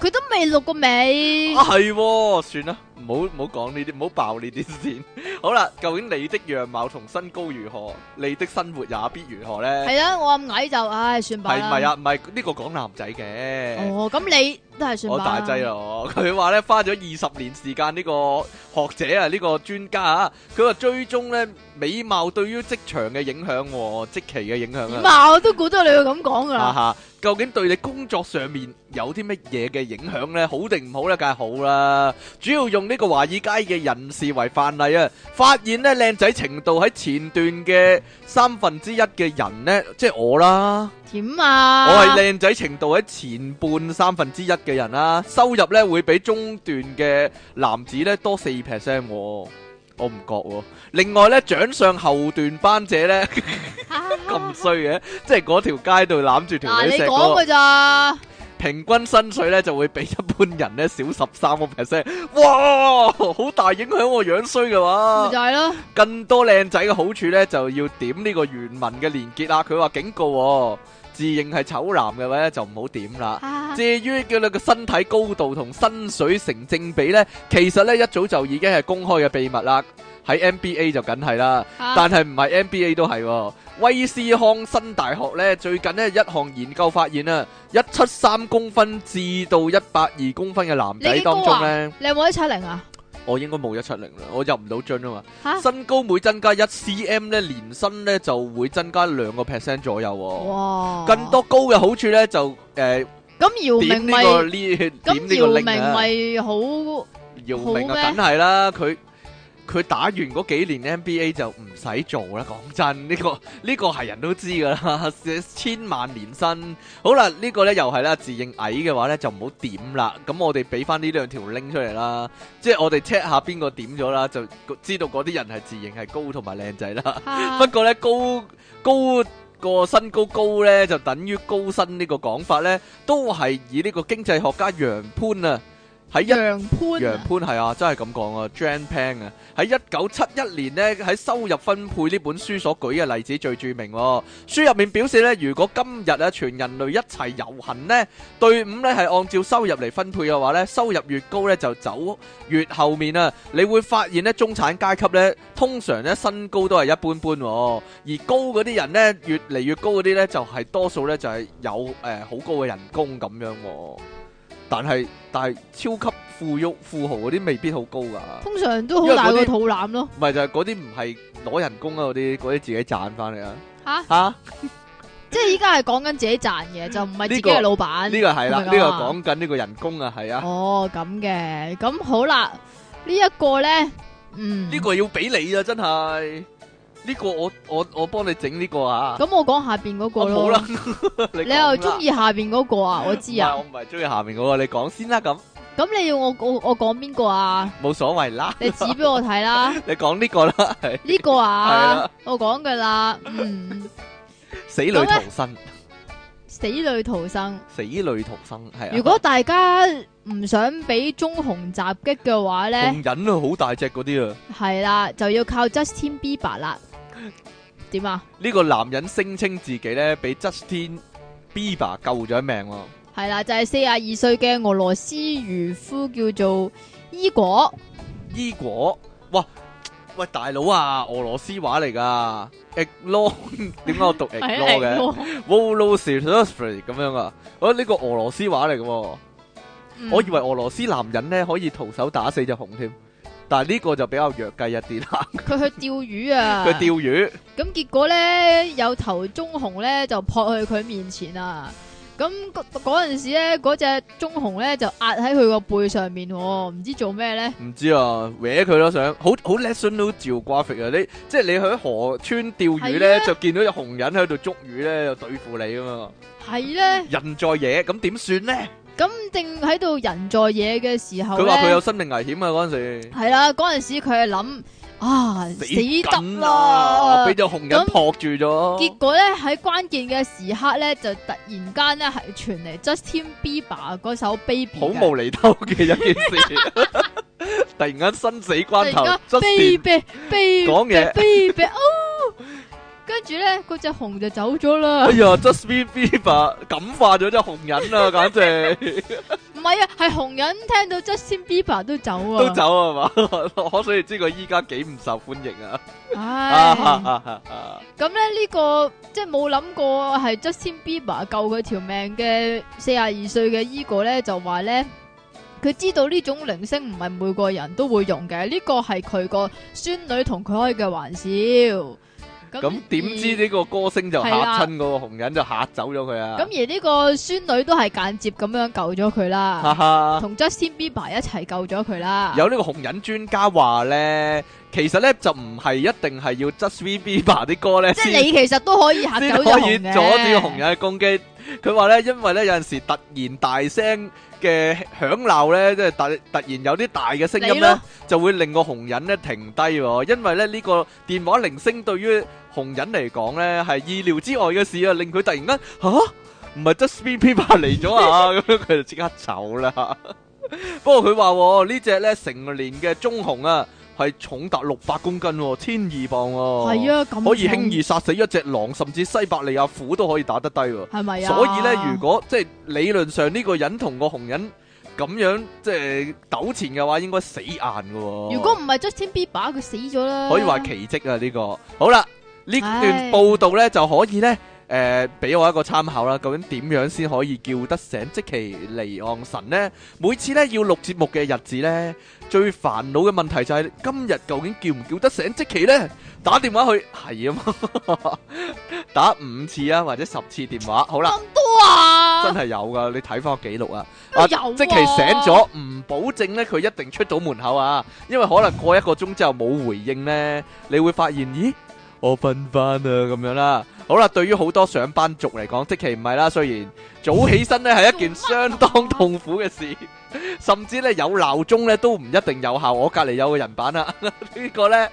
S1: 佢都未錄過尾，
S2: 啊係喎，算啦，唔好唔好講呢啲，唔好爆呢啲先。 [laughs] 好啦，究竟你的樣貌同身高如何，你的生活也必如何呢？
S1: 係啦，我咁矮就唉，算吧
S2: 係
S1: 啦。
S2: 咪？啊？唔係呢個講男仔嘅。
S1: 哦，咁你都係算吧。
S2: 我大劑啦！我 [laughs] 佢話咧花咗二十年時間呢個學者啊，呢、個專家啊，佢話追蹤咧美貌對於職場嘅影響、喎，職期嘅影響
S1: 點
S2: 啊，
S1: 啊？我都估到你會咁講 [laughs] 噶
S2: 啊
S1: 啦。
S2: 哈！究竟對你工作上面有啲乜嘢嘅影響咧？好定唔好咧？梗係好啦！主要用呢個華爾街嘅人士為範例啊，發現咧靚仔程度喺前段嘅三分之一嘅人咧，即係我啦。
S1: 點啊？
S2: 我
S1: [laughs]
S2: 係靚仔程度喺前半三分之一嘅人啦、收入咧會比中段嘅男子咧多四 percent 喎，我唔覺喎、另外咧，掌上後段班者咧 [laughs] 咁衰嘅，即係嗰條街度攬住條女
S1: 嗱，啊你
S2: 石
S1: 講
S2: 嗰個
S1: 噶咋？
S2: 平均薪水咧就會比一般人咧少十三個 percent，哇，好大影響我樣衰嘅話
S1: 咪就。係咯，
S2: 更多靚仔嘅好處呢，就要點呢個原文嘅連結啊啦。佢話警告、喎，自認係醜男嘅話咧，就唔好點啦。
S1: 啊
S2: 至於叫你個身體高度同薪水成正比呢，其實呢一早就已經係公開嘅秘密啦。喺 NBA 就梗係啦，但係唔係 NBA 都係、喎。威斯康辛大學呢，最近呢一項研究發現啊，一七三公分至到一百二公分嘅男
S1: 你
S2: 仔
S1: 幾高
S2: 當
S1: 啊
S2: 中呢，
S1: 你有冇一七零啊？
S2: 我應該冇一七零啦，我入唔到樽啊嘛。
S1: 吓，
S2: 身高每增加一 cm 咧，年薪咧就會增加兩個 percent 左右、喎。
S1: 哇！
S2: 更多高嘅好處咧就誒、呃、
S1: 咁姚
S2: 點
S1: 明
S2: 呢、
S1: 咪
S2: 個呢點
S1: 咁
S2: 呢個
S1: 姚
S2: link 啊！
S1: 明咪好
S2: 姚明
S1: 好
S2: 啊，
S1: 咩
S2: 梗係啦，佢佢打完嗰幾年 NBA 就唔使做啦。講真，呢、個 [laughs] 呢、個係人都知㗎啦， [laughs] 千萬年薪。好啦，呢個咧又係啦，自認矮嘅話咧就唔好點啦。咁我哋俾翻呢兩條 link 出嚟啦，即係我哋 check 下邊個點咗啦，就知道嗰啲人係自認係高同埋靚仔啦。
S1: 吓
S2: 不過咧，高高個身高高咧，就等於高薪呢個講法咧，都係以呢個經濟學家楊潘啊喺一。
S1: 楊潘
S2: 楊
S1: 啊
S2: 潘係啊，真係咁講啊，Jan Pang 啊，喺一九七一年呢，喺收入分配呢本書所舉嘅例子最著名、喎。書入面表示呢，如果今日啊全人類一齊遊行呢，隊伍呢係按照收入嚟分配嘅話呢，收入越高呢就走越後面啊。你會發現呢，中產階級呢通常呢身高都係一般般、喎，而高嗰啲人呢，越嚟越高嗰啲呢，就係、多數呢就係、有誒好、高嘅人工咁樣、喎。但係但係超級富翁富豪嗰啲未必好高噶，
S1: 通常都好大個肚腩咯，
S2: 咪就係嗰啲唔係攞人工啊嗰啲，嗰啲自己賺翻嚟啊
S1: 吓，
S2: 吓，
S1: 即係依家係講緊自己賺嘅，就唔係自己
S2: 呢個
S1: 係老闆。
S2: 呢個係啦，
S1: 係咪咁
S2: 呢
S1: 啊
S2: 個講緊呢個人工啊係啊，
S1: 哦，咁嘅，咁好啦，呢一個咧，嗯，
S2: 呢個要俾你啊真係，呢個我我我幫你整呢個啊，
S1: 咁我講下邊嗰個
S2: 我冇
S1: 咯
S2: 啦，， [laughs]
S1: 你
S2: 講
S1: 又
S2: 啦
S1: 中意下邊嗰個啊？我知
S2: 唔係
S1: 啊，
S2: 我唔係中意下面嗰個，你講先啦咁，
S1: [laughs] 咁你要我我我講邊個啊？
S2: 冇所謂啦，
S1: 你指俾我
S2: [laughs]
S1: 睇啦，
S2: 你講呢個啦，係
S1: 呢個
S2: 啊係啦
S1: 啊，我講噶啦，嗯，
S2: 死裏
S1: 咁咧
S2: 逃生，
S1: 死裏逃
S2: [laughs]
S1: 生。
S2: 死裏逃生係啊，
S1: 如果大家唔想俾棕熊襲擊嘅話咧，
S2: 紅人啊好大隻嗰啲啊。
S1: 係啦，就要靠 Justin Bieber 啦。點啊？
S2: 呢個男人聲稱自己咧俾 Justin Bieber 救咗一命喎，
S1: 係啦，就係四廿二歲嘅俄羅斯漁夫叫做伊果，
S2: 伊果，哇！喂，大佬啊，俄羅斯話嚟噶 i g n o [laughs] 點解我讀 i
S1: [laughs] 係
S2: g n
S1: 啊
S2: o 嘅
S1: Igor
S2: v o l o s i t o s r y 咁樣啊？哦，呢個俄羅斯話嚟嘅喎，
S1: 嗯
S2: 我以為俄羅斯男人咧可以徒手打死隻熊添，但係呢個就比較弱雞一啲啦。
S1: 佢去釣魚啊，
S2: 佢釣魚，
S1: 咁結果咧，有頭棕熊咧就撲去佢面前啊！咁嗰嗰陣時咧，嗰只棕熊咧就壓喺佢個背上面、喎，唔知做咩咧？
S2: 唔知啊，搲佢咯想，好好 national geographic 啊！你即係你喺河川釣魚咧，
S1: 係啊
S2: 就見到隻熊人喺度捉魚咧，就對付你啊嘛。
S1: 係咧，
S2: 人在野，咁點算呢？
S1: 咁正喺度人在野嘅時候
S2: 佢話佢有
S1: 咧，
S2: 生命危險啊！嗰陣時
S1: 係啦，嗰陣時佢係諗啊
S2: 死
S1: 死得
S2: 緊啦，
S1: 啦
S2: 俾！只紅人
S1: 咁
S2: 撲住咗。
S1: 結果咧喺關鍵嘅時刻咧，就突然間咧係傳嚟 Justin Bieber 嗰首 Baby
S2: 好
S1: 嘅
S2: 無厘頭嘅一件
S1: [laughs]
S2: 事，突然間生死
S1: 突
S2: 關
S1: 然
S2: 頭
S1: 間，
S2: Justin
S1: Baby Baby
S2: 講嘢
S1: Baby 哦，跟住咧嗰只熊就走咗啦
S2: 哎。呀，Justin Bieber 感化咗只紅人啊，
S1: [laughs]
S2: 簡直
S1: 唔係啊，係紅人聽到 Justin Bieber à. 都走啊，
S2: 都走啊嘛， [laughs] 可想而知佢依家幾唔受歡迎啊！À,
S1: 唉。
S2: 啊
S1: 咁咧呢個即係冇諗過係 Justin Bieber 救佢條命嘅四廿二歲嘅 Ego 咧，就話咧佢知道呢種鈴聲唔係每個人都會用嘅，呢個係佢個孫女同佢開嘅玩笑。
S2: 咁點知
S1: 而
S2: 呢個歌星就嚇
S1: 係啦
S2: 親嗰個紅人，就嚇走咗佢啊！
S1: 咁而呢個孫女都係間接咁樣救咗佢
S2: 哈
S1: 啦，
S2: 哈。
S1: 同 Justin Bieber 一齊救咗佢啦。
S2: 有呢個紅人專家話咧，其實咧就唔係一定係要 Justin Bieber 啲歌咧
S1: 即係
S2: 先
S1: 你其實都可以嚇
S2: 先
S1: 走
S2: 可
S1: 咗
S2: 以阻
S1: 紅嘅
S2: 止個紅人嘅攻擊。佢話咧，因為咧有陣時突然大聲嘅響鬧咧，即係突突然有啲大嘅聲音
S1: 你
S2: 咧
S1: 咯，
S2: 就會令個紅人咧停低喎。因為咧呢個電話鈴聲對於紅人嚟講咧係意料之外嘅事啊，令佢突然間吓，唔係 Justin Bieber 嚟咗啊，
S1: [laughs]
S2: 咁樣佢就即刻走啦。不過佢話喎呢只咧成年嘅棕熊啊，係重達六百公斤喎，千二磅喎。
S1: 係啊，咁
S2: 可以
S1: 重
S2: 輕易殺死一隻狼，甚至西伯利亞虎都可以打得低喎。
S1: 係咪啊？
S2: 所以咧，如果即係理論上呢個人同個紅人咁樣即係糾纏嘅話，應該死硬嘅喎。
S1: 如果唔係 Justin Bieber，佢死咗啦。
S2: 可以話奇蹟啊！呢、個好啦，呢段
S1: 唉
S2: 報道咧就可以咧誒俾我一個參考啦。究竟點樣先可以叫得醒即其離岸神呢？每次咧要錄節目嘅日子咧，最煩惱嘅問題就係今日究竟叫唔叫得醒即其呢？打電話去係啊嘛， [laughs] 打五次啊或者十次電話，好啦，
S1: 咁多啊，
S2: 真係有噶，你睇翻個記錄啊！
S1: 啊
S2: 啊即其醒咗，唔保證咧佢一定出到門口啊，因為可能過一個鐘之後冇回應咧，你會發現，咦，我瞓翻啊咁樣啦。好啦，對於好多上班族嚟講，即其唔係啦，雖然早起身咧係一件相當痛苦嘅事，甚至咧有鬧鐘咧都唔一定有效。我隔離有個人 [laughs] 版啦，呢個咧。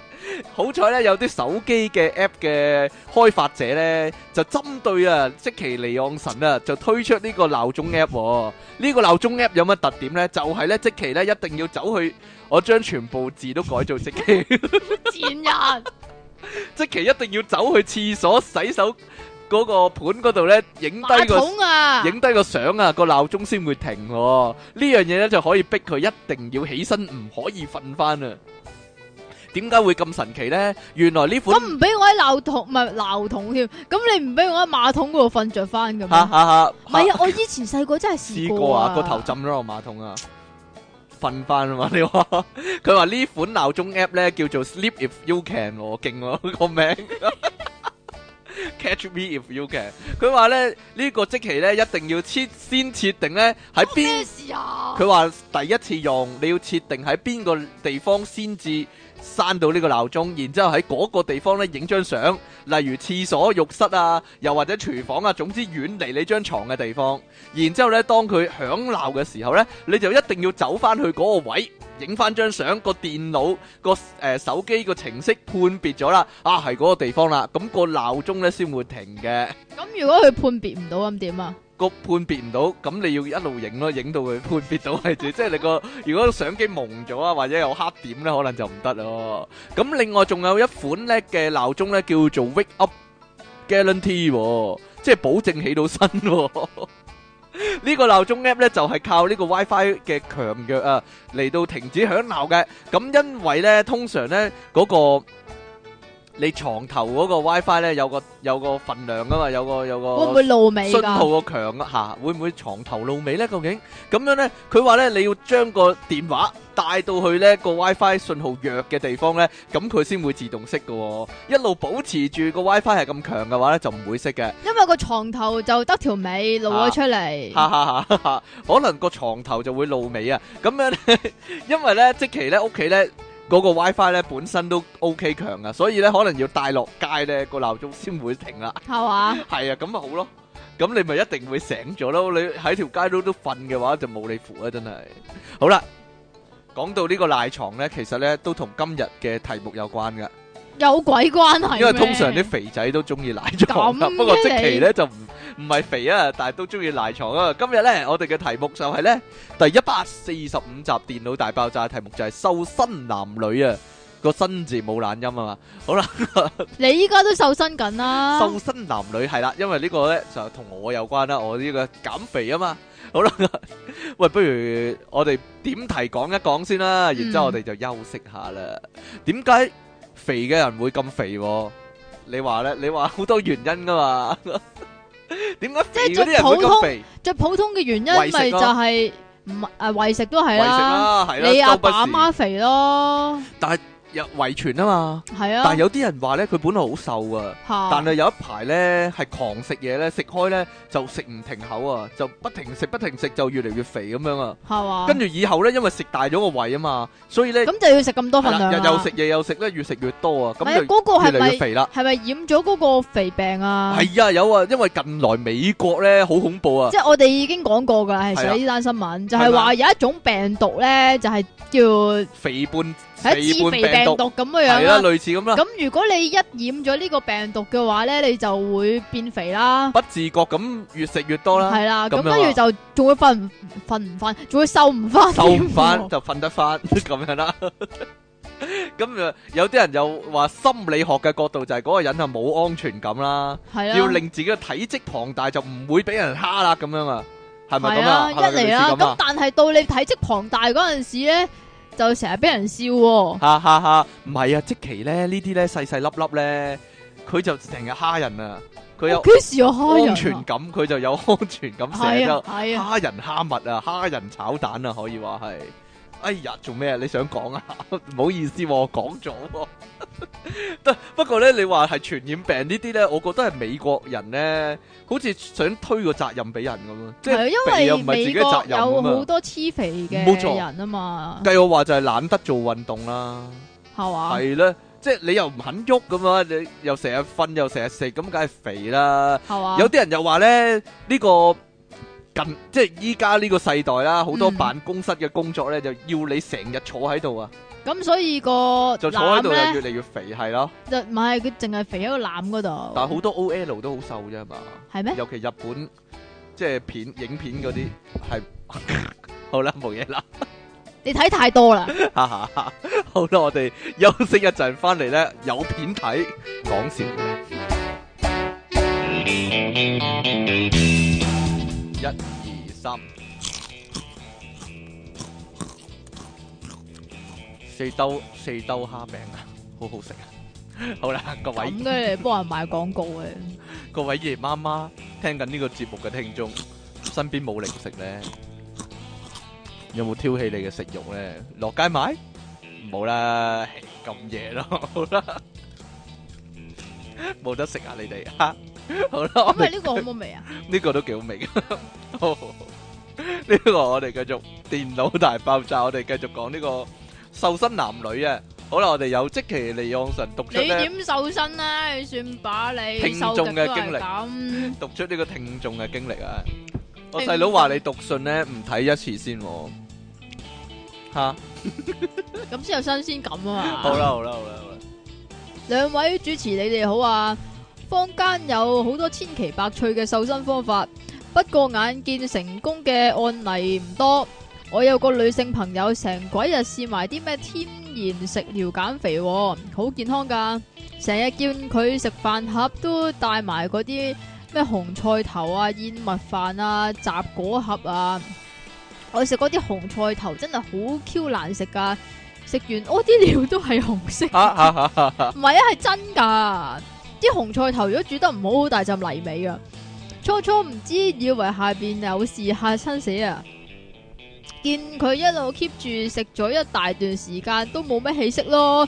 S2: 好彩咧，有啲手機嘅 app 嘅開發者咧，就針對啊，即其尼昂神啊，就推出呢個鬧鐘 app、喎。呢個鬧鐘 app 有乜特點咧？就係、呢，咧，即其咧一定要走去，我將全部字都改做即其，
S1: 賤人，
S2: [laughs] 即其一定要走去廁所洗手嗰個盤嗰度咧，影低
S1: 馬
S2: 個。
S1: 桶啊，
S2: 影低個相啊，個鬧鐘先會停喎、呢樣嘢咧就可以逼佢一定要起身，唔可以瞓翻啊！點解會咁神奇呢？原來呢款
S1: 咁唔俾我喺鬧桶，唔係鬧桶添，咁你唔俾我喺馬桶嗰度瞓着翻咁
S2: 哈
S1: 樣。
S2: 哈哈，
S1: 唔係啊，我以前細個真係
S2: 試
S1: 過
S2: 過啊，個頭浸咗落馬桶啊，瞓翻啊嘛！你話 [laughs] 佢話呢款鬧鐘 app 咧叫做 Sleep If You Can，喎勁喎個名。Catch me if you can。佢話咧呢個即期咧一定要設先設定咧喺邊
S1: 咩事啊？
S2: 佢話第一次用你要設定喺邊個地方先至閂到呢個鬧鐘，然之後喺嗰個地方咧影張相，例如廁所、浴室啊，又或者廚房啊，總之遠離你張床嘅地方。然之後咧，當佢響鬧嘅時候咧，你就一定要走翻去嗰個位。影翻張相，個電腦個誒呃手機個程式判別咗啦，啊係嗰個地方啦，咁、個鬧鐘咧先會停嘅。
S1: 咁如果佢判別唔到咁點啊？
S2: 個判別唔到，咁你要一路影咯，影到佢判別到為止。即係你個如果相機蒙咗啊，或者有黑點咧，可能就唔得咯。咁另外仲有一款咧嘅鬧鐘咧，叫做 Wake Up Guarantee，喎即係保證起到身喎。呢個鬧鐘 app 咧就係靠呢個 WiFi 嘅強弱啊嚟到停止響鬧嘅。咁因為咧通常咧嗰個你床頭嗰個 WiFi 咧有個有個份量噶嘛，有個有個。
S1: 會唔會露尾
S2: 哦信
S1: 㗎？
S2: 號個強啊嚇，會唔會床頭露尾呢？究竟咁樣呢？佢話呢，你要將個電話帶到去呢個 WiFi 信號弱嘅地方呢，咁佢先會自動熄嘅、喎。一路保持住個 WiFi 係咁強嘅話呢，就唔會熄嘅。
S1: 因為個床頭就得條尾露咗出嚟，
S2: 哈哈哈哈！可能個床頭就會露尾啊。咁樣咧， [laughs] 因為咧，即期咧屋企咧嗰個 WiFi 咧本身都 OK 強啊，所以咧可能要帶落街咧個鬧鐘先會停啦。
S1: 係嘛？
S2: 係啊，咁咪好咯。咁你咪一定會醒咗咯。你喺條街度都瞓嘅話，就冇你符啊！真係。好啦，講到呢個賴床呢，其實呢都同今日嘅題目有關噶，
S1: 有鬼關係咩？
S2: 因為通常啲肥仔都中意賴床
S1: 咁
S2: 噶，
S1: 嘅
S2: 不過即期
S1: 你
S2: 呢就唔唔係肥啊，但係都中意賴床啊。今日呢，我哋嘅題目就係呢第一百四十五集《電腦大爆炸》，題目就係瘦身男女啊，個身字冇懶音啊嘛。
S1: 你依家都瘦身緊啦，
S2: 瘦身男女係啦，因為呢個咧就同我有關啦，我呢個減肥啊嘛。好啦， [laughs] 喂，不如我哋點題講一講先啦，然之後
S1: 嗯
S2: 我哋就休息下啦。點解肥嘅人會咁肥喎？你話咧？你話好多原因噶嘛？ [laughs] 點解肥嗰啲人會咁肥？
S1: 最普通嘅原因
S2: 為
S1: 咪
S2: 食
S1: 就
S2: 咯
S1: 係唔係誒為食都係
S2: 為食
S1: 啦，
S2: 啦，係啦，
S1: 你阿
S2: 周不
S1: 爸阿
S2: 時
S1: 媽肥咯，
S2: 有遺傳啊嘛。
S1: 係
S2: 但係
S1: 啊，
S2: 有啲人話咧，佢本來好瘦啊。但
S1: 嚇
S2: 係有一排咧係狂食嘢咧，食開咧就食唔停口啊，就不停食不停食就越嚟越肥咁樣啊。
S1: 係嘛？
S2: 跟住以後咧，因為食大咗個胃啊嘛，所以咧
S1: 哦咁就要食咁多
S2: 係
S1: 份
S2: 啦
S1: 量
S2: 又
S1: 啦
S2: 又食嘢又食咧，越食越多啊，咁
S1: 係啊
S2: 就
S1: 嗰個係
S2: 越嚟越
S1: 咪
S2: 肥啦。
S1: 係咪染咗嗰個肥病啊？
S2: 係啊，有啊，因為近來美國咧好恐怖啊，
S1: 即係我哋已經講過㗎啦，其
S2: 係啊
S1: 實呢單新聞就
S2: 係
S1: 係
S2: 嘛
S1: 話有一種病毒咧，就係叫
S2: 肥胖
S1: 係一
S2: 肥
S1: 支
S2: 胖
S1: 肥病
S2: 病毒
S1: 毒咁樣
S2: 係
S1: 樣
S2: 啦，
S1: 啦。
S2: 類似咁啦，
S1: 咁如果你一染咗呢個病毒嘅話咧，你就會變肥啦，
S2: 不自覺咁越食越多啦，
S1: 係啦。
S2: 咁
S1: 咁
S2: 樣啊
S1: 跟住就仲會瞓唔瞓唔翻，仲會瘦唔 [laughs] 翻，
S2: 瘦唔翻
S1: 啊
S2: 就瞓得翻 [laughs] 咁樣啦。咁啊，有啲人又話心理學嘅角度就係嗰個人啊冇安全感啦。
S1: 係啊，
S2: 要令自己嘅體積龐大就唔會俾人蝦啦，咁樣啊，係咪
S1: 係
S2: 咁啊？
S1: 一
S2: 係咪類
S1: 嚟
S2: 似
S1: 啦。
S2: 咁
S1: 咁
S2: 啊，
S1: 但係到你體積龐大嗰陣時咧，就成日俾人笑喎。
S2: 哈哈哈！唔係啊，即期咧呢啲咧細細粒粒咧，佢就成日蝦人啊，佢有
S1: 我幾時有開人
S2: 安
S1: 啊？
S2: 全感，佢就有安全感，成日
S1: 係
S2: 就
S1: 啊係啊，
S2: 蝦人蝦物啊，蝦人炒蛋啊，可以話係。哎呀，做咩啊？你想講啊？ [laughs] 唔好意思喎、我講咗喎。 [laughs] 得不過咧，你話係傳染病呢啲咧，我覺得係美國人咧，好似想推個責任俾人咁啊，即係
S1: 係啊
S2: 肥又
S1: 因
S2: 唔
S1: 為
S2: 係自己嘅
S1: 美國
S2: 責任
S1: 有
S2: 咁
S1: 好
S2: 啊。
S1: 多黐肥
S2: 冇錯
S1: 嘅人啊嘛，
S2: 計我話就係懶得做運動啦，
S1: 係嘛？
S2: 係啦、即係你又唔肯喐咁啊，你又成日瞓又成日食，咁梗係肥啦。
S1: 係嘛？
S2: 有啲人又話咧，呢、個近即係依家呢個世代啦，好多
S1: 嗯
S2: 辦公室嘅工作咧，就要你成日坐喺度啊，
S1: 咁所以個
S2: 就坐喺
S1: 腩
S2: 度就
S1: 咧，
S2: 越嚟越肥係咯。
S1: 就唔係佢淨係肥喺個腩嗰度。
S2: 但係好多 OL 都好瘦啫嘛，
S1: 係咩？
S2: 尤其日本即係片影片嗰啲係。 [laughs] 好啦，冇嘢啦，
S1: 你睇太多
S2: [laughs]
S1: 啦，
S2: 哈哈哈好啦，我哋休息一陣，翻嚟咧有片睇，講笑。一二三，四兜四兜蝦餅啊，好好食啊！好啦，各位
S1: 咁嘅你幫人賣
S2: [laughs]
S1: 廣告嘅，
S2: 各位夜媽媽聽緊呢個節目嘅聽眾，身邊冇零食呢？有冇挑起你嘅食慾呢？落街買？冇啦，唉咁夜咯，好啦，冇得食啊你哋哈好啦，我哋
S1: 咁咪呢個好冇味啊？
S2: 呢個都幾好味。好呢個我哋繼續電腦大爆炸，我哋繼續講呢個瘦身男女啊。好啦，我哋有即其利昂神讀
S1: 你
S2: 出咧，
S1: 點瘦身啊？你算把你
S2: 聽
S1: 瘦
S2: 眾
S1: 極
S2: 嘅
S1: 都
S2: 經歷
S1: 係咁，
S2: 讀出呢個聽眾嘅經歷啊。我
S1: 聽眾
S2: 細佬話你讀信咧唔睇一次先喎，吓
S1: 咁先有新鮮感啊
S2: 好
S1: 嘛。
S2: 啦好啦好啦好啦，
S1: 兩位主持你哋好啊！坊間有好多千奇百趣嘅瘦身方法，不過眼見成功嘅案例唔多。我有個女性朋友成鬼日試埋啲咩天然食療減肥、喎，好健康噶。成日見佢食飯盒都帶埋嗰啲咩紅菜頭啊、燕麥飯啊、雜果盒啊。我食嗰啲紅菜頭真係好 Q 難食噶，食完屙啲尿都係紅色。
S2: 吓吓吓吓吓，
S1: 唔係啊，係真噶。啲紅菜頭如果煮得唔好，好大陣泥味啊。初初唔知，以為下邊有事嚇親死啊！見佢一路 keep 住食咗一大段時間，都冇咩氣息咯。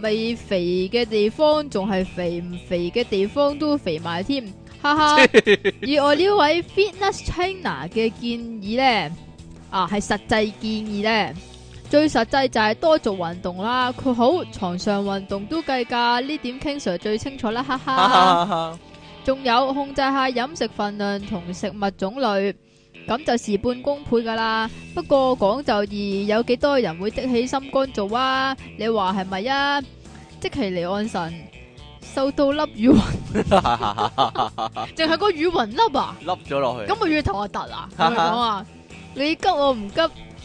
S1: 未肥嘅地方仲係肥，唔肥嘅地方都肥埋添，哈哈！ [laughs] 以我呢位 Fitness China 嘅建議呢，啊係實際建議呢。最實際就係多做運動啦。括好床上運動都計㗎，呢點 King Sir 最清楚啦，哈哈。
S2: 哈哈
S1: 仲有控制下飲食份量同食物種類。咁就事半功倍噶啦。不過講就易，有幾多人會的起心肝做啊？你話係咪啊？即其離岸神瘦到粒
S2: [laughs]
S1: 雨雲，淨係個雨雲粒啊！
S2: 凹咗落去
S1: 咁。個月頭啊突啊，咁樣講啊，你急我唔急，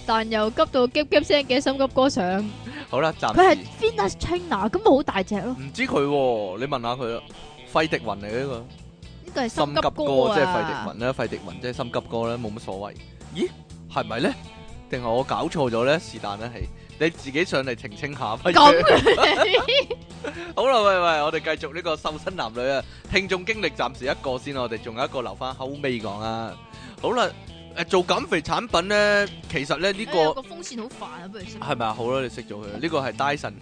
S1: 但又急到急急聲嘅心急歌上，
S2: 好啦，暫
S1: 佢係
S2: 時
S1: Venus China，咁咪好大隻咯，
S2: 唔知佢喎，你問下佢啦。費迪雲嚟嘅呢個。
S1: 呢個係
S2: 心
S1: 心
S2: 急
S1: 急
S2: 歌
S1: 歌
S2: 即係費迪
S1: 啊，
S2: 雲啦，費迪雲即係心急歌啦，冇乜所謂。咦，係咪咧？定係我搞錯咗咧？是但啦，係你自己上嚟澄清下。不如 [laughs]
S1: 咁嘅
S2: 好啦，喂喂，我哋繼續呢個瘦身男女啊，聽眾經歷暫時一個先啦，我哋仲有一個留翻後尾講啊。好啦，誒做減肥產品咧，其實咧呢
S1: [laughs] 哎呀
S2: 個
S1: 個風扇好煩啊，不如先
S2: 係咪啊？好啦，你識咗佢啦，呢個係 Dyson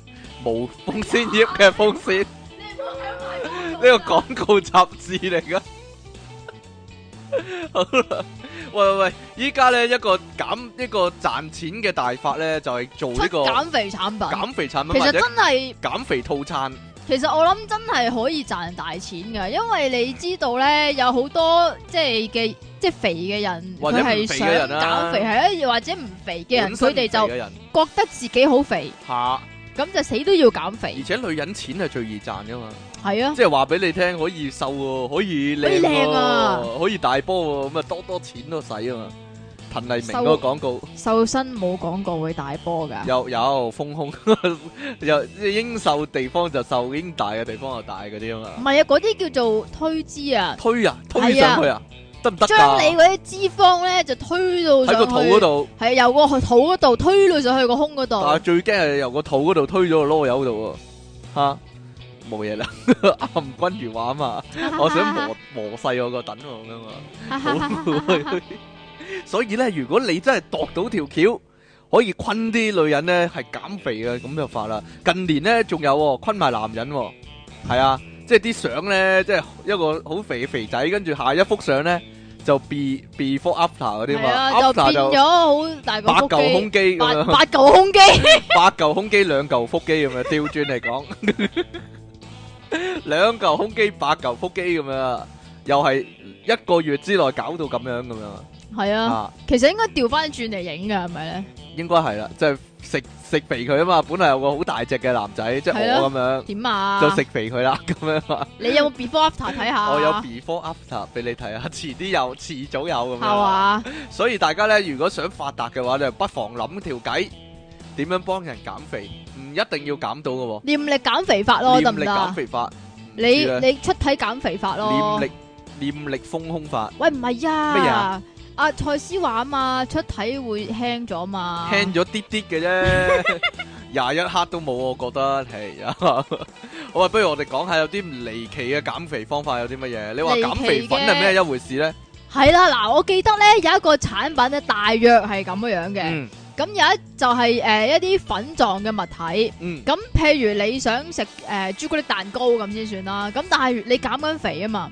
S2: 無風扇葉嘅風扇，呢個廣告雜誌嚟 [laughs] 噶。好啦，喂喂喂，依家咧一個減一個賺錢嘅大法咧，就係做呢
S1: 出
S2: 個
S1: 減肥產品，
S2: 減肥產
S1: 其
S2: 品或
S1: 實
S2: 者
S1: 真係。
S2: 減肥套餐。
S1: 其實我諗真係可以賺大錢嘅，因為你知道咧，有好多即係嘅即係肥嘅人，
S2: 或者
S1: 佢
S2: 唔肥嘅
S1: 係想
S2: 人啊
S1: 減肥，係啊，又或者唔肥嘅人，
S2: 本身
S1: 佢哋就
S2: 肥嘅人
S1: 覺得自己好肥，
S2: 嚇。
S1: 咁就死都要減
S2: 而
S1: 肥，
S2: 且女人錢係最易賺噶嘛，
S1: 係啊，
S2: 即係話俾你聽可以瘦喎，可以
S1: 可以
S2: 靚
S1: 靚啊
S2: 喎，可以大波喎，咁啊多多錢都使啊嘛。滕麗明嗰個廣告
S1: 瘦身冇廣告會大波噶，
S2: 又有豐胸， [laughs] 又即係應瘦地方就瘦，應大嘅地方就大嗰啲啊
S1: 唔
S2: 嘛。
S1: 係啊，嗰啲叫做推脂啊，
S2: 推啊，推上去啊，得唔得
S1: 將你
S2: 㗎？
S1: 嗰啲脂肪咧就推到
S2: 喺
S1: 上
S2: 個肚嗰
S1: 去，
S2: 度，
S1: 係由個肚嗰度推到上去個胸嗰
S2: 但係
S1: 度，
S2: 最驚係由個肚嗰度推咗個籮柚度喎，嚇冇嘢啦。 [laughs] 吳君如話啊嘛，我想
S1: [laughs]
S2: 磨磨細我個等我咁啊嘛。好所以咧，如果你真係度到條橋，可以昆啲女人咧係減肥嘅，咁就發啦。近年咧仲有、喎，昆埋男人、喎，係啊，即係啲相咧，即係一個好肥嘅肥仔，跟住下一幅相咧就 be before after 嗰啲
S1: 係
S2: 嘛、
S1: 啊，就
S2: after
S1: 變
S2: 就
S1: 咗好大個
S2: 八
S1: 腹
S2: 嚿
S1: 肌
S2: 胸。肌咁
S1: 八
S2: 樣。
S1: 八嚿胸肌，
S2: [laughs] 八嚿胸肌兩嚿腹肌咁樣，調轉嚟講， [laughs] 兩嚿胸肌八嚿腹肌咁樣啊，又係一個月之內搞到咁樣咁樣啊
S1: 系啊，
S2: 啊，
S1: 其實應該調翻轉嚟影噶，係咪咧？
S2: 應該係啦，即係食食肥佢啊嘛，本來有個好大隻嘅男仔，即
S1: 係
S2: 係
S1: 啊
S2: 我咁
S1: 點
S2: 樣
S1: 啊？
S2: 就食肥佢啦，咁樣啊，
S1: 你有冇 before after 睇下？
S2: 我有 before after 俾你睇下，啊 [laughs] 遲啲有，遲早有咁
S1: 係
S2: 樣啊。
S1: 嘛？
S2: 所以大家咧，如果想發達嘅話，你就不妨諗條計點樣幫人減肥，唔一定要減到嘅喎。
S1: 念力減肥法咯，得唔
S2: 念力減
S1: 得啊？
S2: 肥法，
S1: 你
S2: 唔知咧
S1: 你哦出體減肥法咯
S2: 念？力念力豐胸法
S1: 喂，唔係
S2: 乜嘢
S1: 啊
S2: 啊？
S1: 阿蔡思話啊嘛，出體會輕咗嘛？
S2: 輕咗啲啲嘅
S1: [laughs]
S2: 啫，廿一克都冇，我覺得係啊。好啊，不如我哋講下有啲離奇嘅減肥方法有啲乜嘢？你話
S1: 離奇
S2: 減肥粉係咩一回事咧？
S1: 係啦，嗱，我記得咧有一個產品咧，大約係咁樣樣嘅。
S2: 嗯
S1: 咁有一就係诶一啲粉狀嘅物體。
S2: 嗯，
S1: 咁譬如你想食誒朱古力蛋糕咁先算啦，咁但係你減緊肥啊嘛，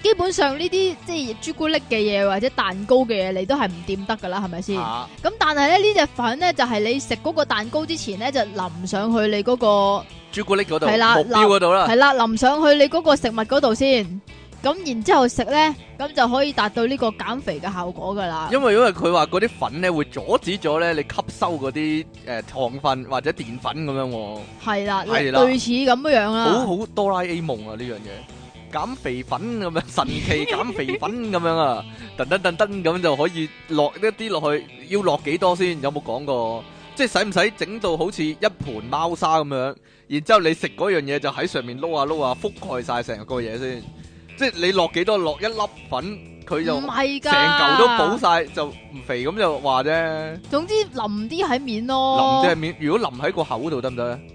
S1: 基本上呢啲即係朱古力嘅嘢或者蛋糕嘅嘢，你都係唔掂得噶啦，係咪先？咁、
S2: 嚇
S1: 但係咧呢只粉咧就係、你食嗰個蛋糕之前咧就淋上去你嗰、個
S2: 朱古力嗰度
S1: 係啦
S2: 目標嗰度啦
S1: 係，啦，淋上去你嗰個食物嗰度先，咁然之後食咧，咁就可以達到呢個減肥嘅效果噶啦。
S2: 因為因為佢話嗰啲粉咧會阻止咗咧你吸收嗰啲誒糖分或者澱粉咁樣喎。
S1: 係啦，
S2: 係啦
S1: 類似咁樣 [laughs] 啊樣
S2: 好
S1: 啦。
S2: 好哆啦 A 夢啊呢樣嘢，減肥粉咁樣，神奇減肥粉咁樣啊，噔噔噔噔咁就可以落一啲落去，要落幾多先？有冇講過？即係使唔使整到好似一盤貓砂咁樣？然之後你食嗰樣嘢就喺上面撈下撈下，覆蓋晒成個嘢先。即係你落幾多落一粒粉，佢就
S1: 唔係
S2: 成
S1: 㗎，
S2: 嚿都補晒，就唔肥咁就話啫。
S1: 總之淋啲喺面咯。
S2: 淋即係面，如果淋喺個口度得唔得咧？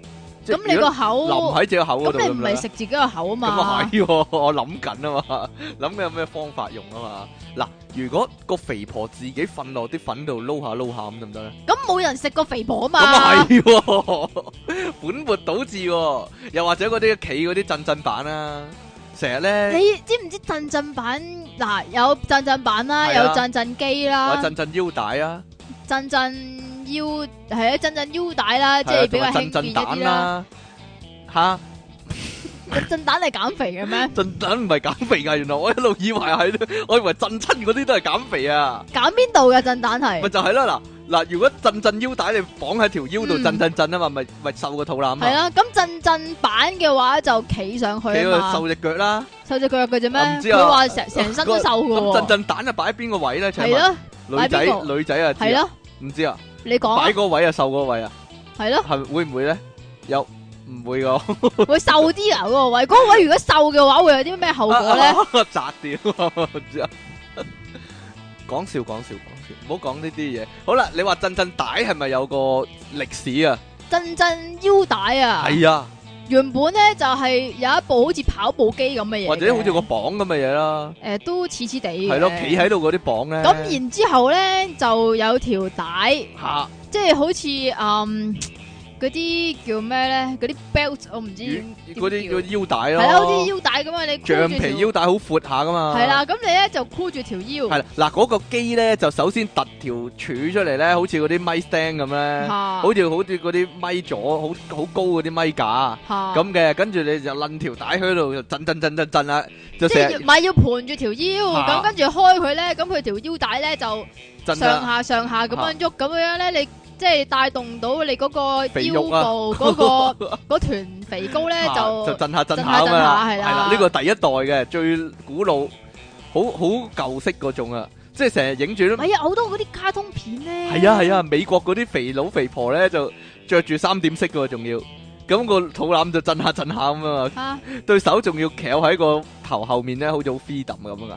S2: 即係
S1: 咁你
S2: 如
S1: 個
S2: 果
S1: 口
S2: 淋喺隻口嗰度
S1: 咁
S2: 得
S1: 你唔
S2: 唔得
S1: 係
S2: 呢
S1: 食自己個口
S2: 咁
S1: 啊
S2: 啊
S1: 嘛？
S2: 係喎，我諗緊啊嘛，諗緊有咩方法用啊嘛。嗱，如果個肥婆自己瞓落啲粉度撈下撈下咁得唔得咧？
S1: 咁冇人食過肥婆啊
S2: 咁啊
S1: 嘛？
S2: 係喎， [laughs] 本末倒置喎。又或者嗰啲企嗰啲震震板啦，成日咧
S1: 你知唔知震震板嗱有震震板啦，
S2: 係啊
S1: 有震震機
S2: 話
S1: 啦，
S2: 震震腰帶啊，
S1: 震震腰係啊，震震腰帶啦，即
S2: 係啊
S1: 係比
S2: 同
S1: 較
S2: 埋震
S1: 輕便
S2: 震
S1: 一啲
S2: 蛋
S1: 啦。
S2: 啦，吓
S1: 震蛋係減肥
S2: [laughs]
S1: 嘅咩？
S2: 震蛋唔係減肥㗎，原來我一路以為係，我以為震親嗰啲都係減肥啊，
S1: 減邊度嘅震蛋係
S2: 咪？就係啦嗱嗱，如果震震腰帶你綁喺條腰度
S1: 嗯
S2: 震震震啊嘛，咪咪瘦個肚腩
S1: 係
S2: 啊，
S1: 啦，咁震震板嘅話就企上去
S2: 企
S1: 啊
S2: 度
S1: 嘛，
S2: 瘦只腳啦，
S1: 瘦只腳嘅啫咩
S2: 啊唔？知啊
S1: 佢話成成身都瘦嘅
S2: 咁震
S1: 喎，
S2: 震蛋啊擺喺邊個位咧？請
S1: 係
S2: 問
S1: 咯
S2: 女仔
S1: 擺邊度
S2: 女仔啊知啊，
S1: 係咯，
S2: 唔知啊，
S1: 你講啊
S2: 擺個位啊瘦個位啊，
S1: 係咯，
S2: 係會唔會咧？有唔會㗎？
S1: 會瘦啲啊嗰個位，嗰個位如果瘦嘅話會有啲咩後果咧？
S2: [laughs] 砸掉，唔知啊！講笑講笑講笑，唔好講呢啲嘢。好啦，你話震震帶係咪有個歷史啊？
S1: 震震腰帶啊，
S2: 係啊，
S1: 原本咧就係有一部好似跑步機咁嘅嘢嘅，
S2: 或者好似個磅咁嘅嘢啦，
S1: 誒都似似地
S2: 係
S1: 係
S2: 咯，企喺度嗰啲磅咧。
S1: 咁然之後咧就有條帶，
S2: 嚇
S1: 即係好似嗯嗰啲叫咩咧？嗰啲 belt 我唔知
S2: 與
S1: 點
S2: 嗰啲
S1: 叫
S2: 個腰帶
S1: 係
S2: 咯，
S1: 啦，好似腰帶咁啊！你箍
S2: 橡
S1: 住
S2: 皮
S1: 條
S2: 腰帶好闊下噶嘛。
S1: 係啦，咁你咧就箍住條腰
S2: 係啦，嗱嗰個機咧就首先突條柱出嚟咧，好似嗰啲咪 stand 咁咧，
S1: 嚇
S2: 好似好似嗰啲咪座，好好高嗰啲咪架。
S1: 嚇
S2: 咁嘅，跟住你就攆條帶喺度就震震震震震啦，就
S1: 即
S2: 成
S1: 係要
S2: 日
S1: 唔係要盤住條腰，
S2: 嚇
S1: 咁跟住開佢咧，咁佢條腰帶咧就
S2: 震
S1: 上
S2: 啦，
S1: 下上下咁
S2: 啊
S1: 樣喐，咁樣咧你即係帶動到你嗰個
S2: 肥
S1: 腰
S2: 肉啊
S1: 部嗰
S2: [laughs]
S1: 個嗰團肥膏咧
S2: 啊
S1: 就
S2: 震下震
S1: 震
S2: 下
S1: 下
S2: 咁
S1: 震
S2: 啊，
S1: 下係啦
S2: 呢個第一代嘅最古老，好好舊式嗰種啊，即係成日影住都
S1: 唔係啊！好多嗰啲卡通片咧，
S2: 係啊係啊，美國嗰啲肥佬肥婆咧就着住三點式嘅喎，仲要咁個肚腩就震下震下咁啊，
S1: 啊，
S2: 對手仲要翹喺個頭後面咧，好似好 freedom 咁啊，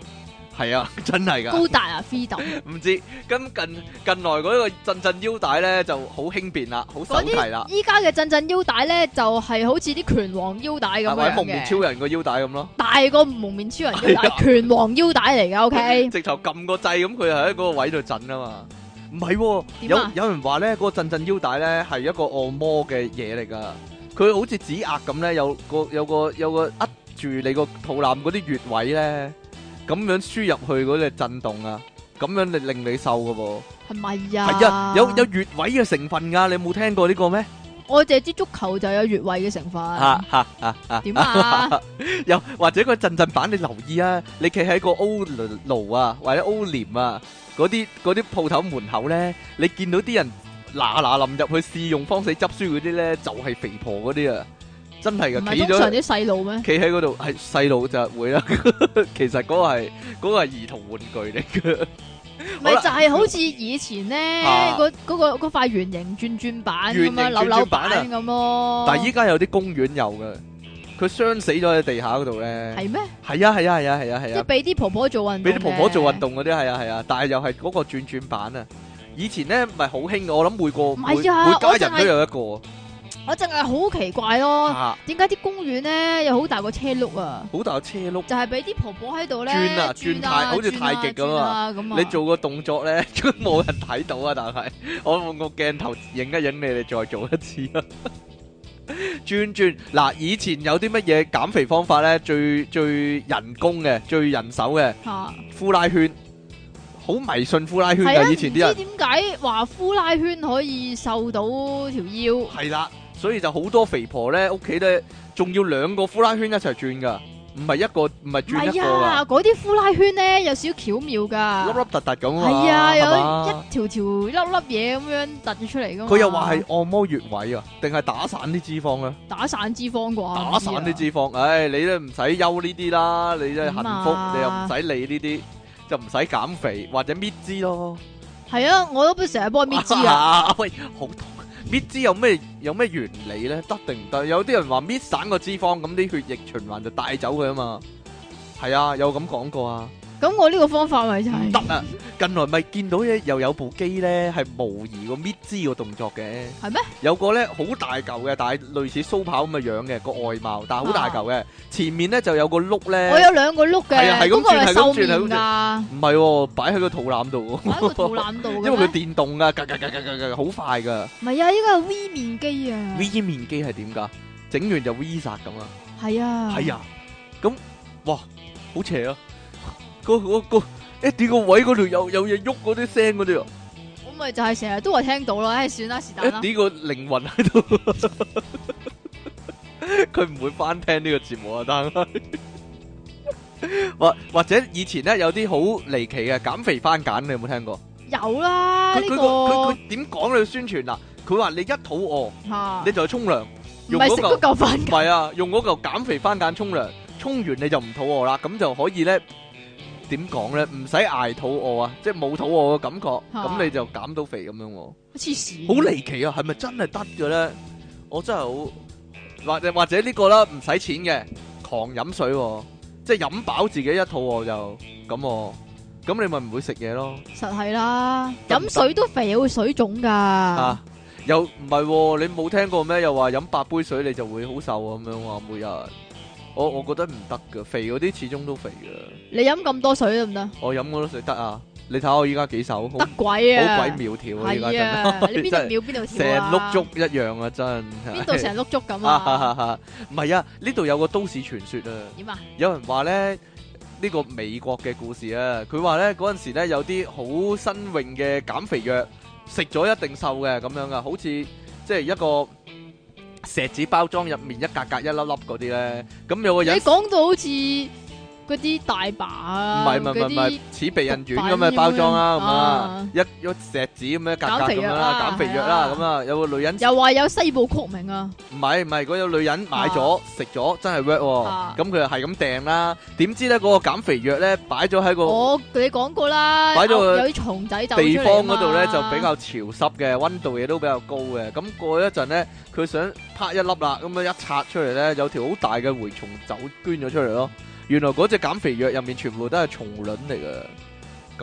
S2: 係
S1: [laughs]
S2: 啊，真係㗎。
S1: 高達啊 f r e e d o
S2: 唔知咁近近來嗰個震震腰帶咧就好輕便啦，好手
S1: 嗰
S2: 提啦
S1: 啲。依家嘅震震腰帶咧，就係好似啲拳王腰帶咁
S2: 或者
S1: 樣
S2: 蒙面
S1: 嘅，
S2: 超人個腰帶咁咯，
S1: 大過蒙面超人腰
S2: 係
S1: 帶
S2: 啊，
S1: 拳王腰帶嚟噶。OK，
S2: 直頭撳個掣咁，佢係喺嗰個位度震啊嘛。唔係喎，
S1: 點啊
S2: 有有人話咧，嗰個震震腰帶咧係一個按摩嘅嘢嚟㗎，佢好似指壓咁咧，有個有個有個扼住你個肚腩嗰啲穴位咧，咁樣輸入去嗰隻震動啊，咁樣令令你瘦㗎噃。
S1: 係咪啊？
S2: 係啊，有有，穴位嘅成分㗎，你有冇聽過呢個咩？
S1: 我淨係知足球就有越位嘅成分
S2: 啊。啊啊啊！[laughs]
S1: 點啊？
S2: 又或者個震震板，你留意啊！你企喺個 O 爐啊，或者 O 廉啊，嗰啲嗰啲鋪頭門口咧，你見到啲人嗱嗱臨入去試用方死執輸嗰啲咧，就係、肥婆嗰啲啊，真係
S1: 唔
S2: 噶，
S1: 係
S2: 企
S1: 通常
S2: 咗
S1: 啲細路咩？
S2: 企喺嗰度係細路就會啦。 [laughs] 其實嗰個係嗰、個係兒童玩具嚟嘅，
S1: 咪
S2: 好啦
S1: 就係好似以前咧，
S2: 啊
S1: 嗰嗰個嗰塊圓形轉轉板
S2: 圓形
S1: 咁樣，扭
S2: 轉
S1: 扭
S2: 轉板啊
S1: 板咁咯。
S2: 但係依家有啲公園有嘅，佢傷死咗喺地下嗰度咧。
S1: 係咩？
S2: 係啊係啊係啊係啊
S1: 即
S2: 係
S1: 係
S2: 啊！
S1: 俾啲婆婆做運動，
S2: 俾啲婆婆做運。動嗰啲係啊係啊，但係又係嗰個轉轉板啊！以前咧咪好興嘅，我諗每個
S1: 唔
S2: 每
S1: 係啊我
S2: 每家人
S1: 淨係
S2: 都有一個
S1: 我淨係好奇怪咯。
S2: 嚇，
S1: 點解啲公園咧有好大個車轆啊？
S2: 好大個車轆。
S1: 就係俾啲婆婆喺度咧
S2: 轉啊轉太好似
S1: 轉
S2: 太極咁啊
S1: 轉咁啊！
S2: 你做個動作咧，都 [laughs] 冇人睇到啊！但係我用個鏡頭影一影你，你再做一次啊！ [laughs] 轉轉嗱，以前有啲乜嘢減肥方法咧？最最人工嘅、最人手嘅，
S1: 嚇
S2: 呼拉圈，好迷信呼拉圈
S1: 係啊！
S2: 㗎。
S1: 唔
S2: 以
S1: 知
S2: 前啲人。
S1: 點解話呼拉圈可以瘦到條腰？
S2: 系啦，所以就好多肥婆咧，屋企咧仲要兩個呼拉圈一齊轉噶，唔係一個唔係
S1: 唔
S2: 轉一
S1: 係
S2: 個噶
S1: 啊！，嗰啲呼拉圈咧有少少巧妙
S2: 凹
S1: 㗎，
S2: 凹凸凸咁啊嘛，
S1: 係啊，有
S2: 係嘛
S1: 一條條粒粒嘢咁樣突咗出嚟㗎嘛。
S2: 佢又話係按摩穴位啊，定係打散啲脂肪啊？
S1: 打散脂肪啩？啊
S2: 打散啲
S1: 肪
S2: 脂肪，唉，你都唔使憂呢啲啦，你真係幸
S1: 點
S2: 福，
S1: 啊
S2: 你又唔使理呢啲，就唔使減肥或者搣脂咯。
S1: 係啊！我都成日幫佢搣脂啊！
S2: [laughs] 喂，好痛！搣脂有咩有咩原理咧？得定唔得？有啲人話搣散個脂肪，咁啲血液循環就帶走佢啊嘛。係啊，有咁講過啊。
S1: 咁我呢個方法咪就係
S2: 得啊！近來咪見到咧，又有部機咧係模擬個搣脂個動作嘅。
S1: 係咩？
S2: 有個咧好大嚿嘅，但係類似蘇跑咁嘅樣嘅個外貌，但係好大嚿嘅。前面咧就有個碌
S1: 我
S2: 咧，
S1: 有兩個碌
S2: 係啊係
S1: 嘅，
S2: 咁
S1: 嗰個
S2: 轉係
S1: 係
S2: 咁
S1: 瘦
S2: 轉
S1: 面
S2: 係咁轉
S1: 㗎，
S2: [laughs] 唔係喎，擺喺個肚腩度
S1: 擺喺個
S2: 喎。
S1: 肚腩度
S2: 因
S1: 嘅
S2: 為
S1: 咩
S2: 佢？電動㗎，嘎嘎嘎嘎嘎嘎，好快㗎。
S1: 唔係啊，依家係 V 面肌啊，
S2: V 面機係點㗎？整完就 V 殺咁啊！
S1: 係啊，
S2: 係啊，咁哇，好邪啊！個個個誒點個位嗰度有有嘢喐嗰啲聲嗰啲啊！
S1: 我咪就係
S2: [laughs]
S1: 成日都話聽到咯，唉，算啦，是但啦
S2: 誒，點個靈魂喺度，佢唔會翻聽呢個節目啊，但係或或者以前咧有啲好離奇嘅減肥番簡，你有冇聽過？
S1: 有啦
S2: 佢
S1: 呢
S2: 佢個佢
S1: 個
S2: 佢點講你宣傳啊？佢話你一肚餓，
S1: 吓，
S2: 你就去沖涼，
S1: 唔
S2: 用
S1: 係食
S2: 嗰
S1: 嗰
S2: 嚿
S1: 嚿飯
S2: 唔
S1: 㗎
S2: 係啊，用嗰嚿減肥番簡沖涼，沖完你就唔肚餓啦，咁就可以咧點講咧？唔使捱肚餓啊，即係冇肚餓嘅感覺，
S1: 嚇
S2: 咁你就減到肥咁樣喎。
S1: 黐線，
S2: 好離奇啊！係咪真係得嘅咧？我真係好或者或者呢個啦，唔使錢嘅，狂飲水、喎，即係飲飽自己一肚餓就咁、喎。咁你咪唔會食嘢咯？
S1: 實係啦，
S2: 得唔得
S1: 飲水都肥會水腫㗎，
S2: 啊，又唔係喎？你冇聽過咩？又話飲八杯水你就會好瘦啊咁樣喎，每日。我我覺得唔得噶，肥嗰啲始終都肥噶。
S1: 你飲咁多水得唔得？
S2: 我飲嗰啲水得啊！你睇下我依家幾瘦，好
S1: 得
S2: 好
S1: 鬼啊！
S2: 鬼苗條啊！依家
S1: 係
S2: 真
S1: 啊，你邊度
S2: [laughs] 真係
S1: 秒邊度
S2: 成
S1: 跳啊？
S2: 碌竹一樣啊！真係 [laughs]
S1: 邊度成碌竹咁啊？
S2: 唔係啊，呢度有個都市傳說啊，
S1: 點啊？
S2: 有人話咧呢個美國嘅故事啊，佢話咧嗰陣時咧有啲好新穎嘅減肥藥，食咗一定瘦嘅咁樣噶，好似即係一個錫紙包裝入面一格格一粒粒嗰啲咧，咁有個
S1: 你
S2: 人
S1: 講到好似嗰啲大把啊，
S2: 唔係唔係
S1: 嗰
S2: 唔
S1: 啲
S2: 係似避孕丸咁嘅包裝啦，咁啊
S1: 啊
S2: 一一錫紙咁樣一格
S1: 減
S2: 格
S1: 肥
S2: 咁樣
S1: 藥
S2: 啦，
S1: 啊
S2: 減肥
S1: 係
S2: 藥
S1: 啊
S2: 啦，咁啊有個女人
S1: 又話有西部曲名啊，
S2: 唔係唔係，嗰有女人買咗食咗，真係 work
S1: 啊
S2: 喎。咁佢就係咁訂啦。點知咧嗰個減肥藥咧擺咗喺個
S1: 我你講過啦，
S2: 哦擺咗
S1: 有
S2: 個
S1: 有啲蟲仔就
S2: 地方嗰度咧就比較潮濕嘅，温度亦都比較高嘅。咁過一陣咧，佢想拍一粒啦，咁樣一拆出嚟咧，有條好大嘅蛔蟲走捐咗出嚟咯。原來嗰只減肥藥入面全部都係蟲卵嚟嘅。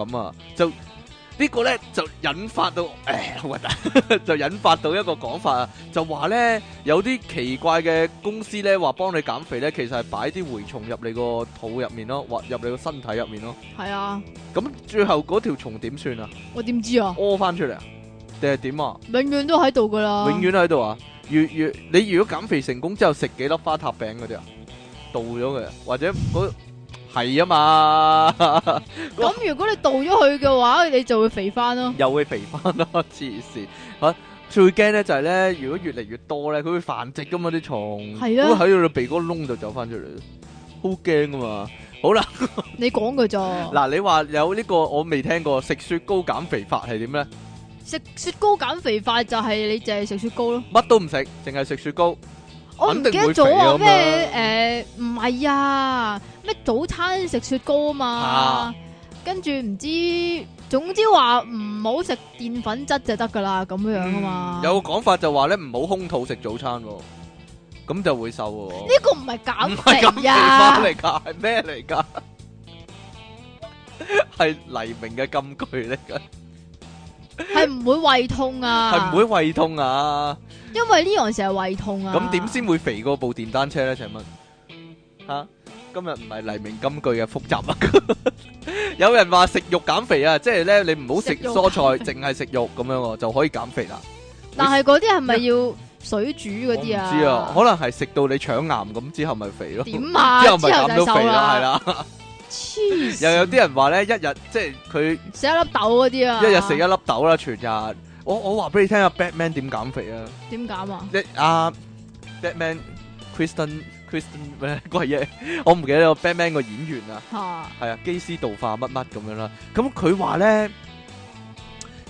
S2: 咁啊，就呢個咧就引發到，唉，好核突，就引發到一個講法啊，就話咧有啲奇怪嘅公司咧話幫你減肥咧，其實係擺啲蛔蟲入你個肚入面咯，或入你個身體入面咯。
S1: 係啊，
S2: 咁最後嗰條蟲點算啊？
S1: 我點知啊？
S2: 屙翻出嚟啊？定係點啊？
S1: 永遠都喺度噶啦，
S2: 永遠喺度啊？如如你如果減肥成功之後食幾粒花塔餅嗰啲啊，倒咗佢啊，或者嗰係啊嘛， [laughs]
S1: 咁如果你倒咗佢嘅話，你就會肥翻咯。
S2: 又會肥翻咯，黐線嚇！最驚咧就係咧，如果越嚟越多咧，佢會繁殖噶嘛啲蟲，
S1: 係啊
S2: 咁喺佢鼻哥窿度走翻出嚟，好驚噶嘛！好啦，
S1: 你講嘅咋？
S2: 嗱你話有呢個我未聽過食雪糕減肥法係點咧？
S1: 食雪糕減肥法就係你淨係食雪糕咯。
S2: 乜都唔食，淨係食雪糕。
S1: 我唔
S2: 肯
S1: 記
S2: 定
S1: 得
S2: 會
S1: 咗啊
S2: 肥㗎
S1: 咩誒唔係啊咩早餐食雪糕啊嘛
S2: 啊，
S1: 跟住唔知總之話唔好食澱粉質就得噶啦咁樣啊嘛。
S2: 嗯有個講法就話咧，唔好空肚食早餐喎，咁就會瘦喎。
S1: 呢個唔係
S2: 唔係咁
S1: 減肥
S2: 翻
S1: 啊，
S2: 嚟㗎，係咩嚟㗎？係黎明嘅金句嚟㗎，
S1: 係唔會胃痛啊，
S2: 係唔會，胃痛啊？
S1: 因為呢樣成日胃痛啊。
S2: 咁點先會肥過部電單車咧？請問嚇，今日唔係黎明金句嘅複雜啊！ [laughs] 有人話食肉減肥啊，即係咧你唔好食
S1: 食肉
S2: 蔬菜，淨係食肉咁樣喎，就可以減肥啦。
S1: 但係嗰啲係咪要水煮嗰啲啊？
S2: 我唔知啊，可能係食到你腸癌咁之後咪肥咯。
S1: 點啊？
S2: 之
S1: 之
S2: 後咪
S1: 後
S2: 減
S1: 就
S2: 到
S1: 瘦
S2: 肥啦，係
S1: [laughs]
S2: 啦。
S1: 黐線
S2: 又有啲人話咧，一日即係佢
S1: 食一粒豆嗰啲啊，
S2: 一日食一粒豆啦，全日。我我話俾你聽啊，Batman 點減肥啊？
S1: 點減啊？
S2: 即啊 Batman Kristen [laughs] Kristen 咩鬼嘢？我唔記得咗 Batman 個演員啊，
S1: 嚇
S2: 係啊，基斯道化乜乜咁樣啦。咁佢話咧，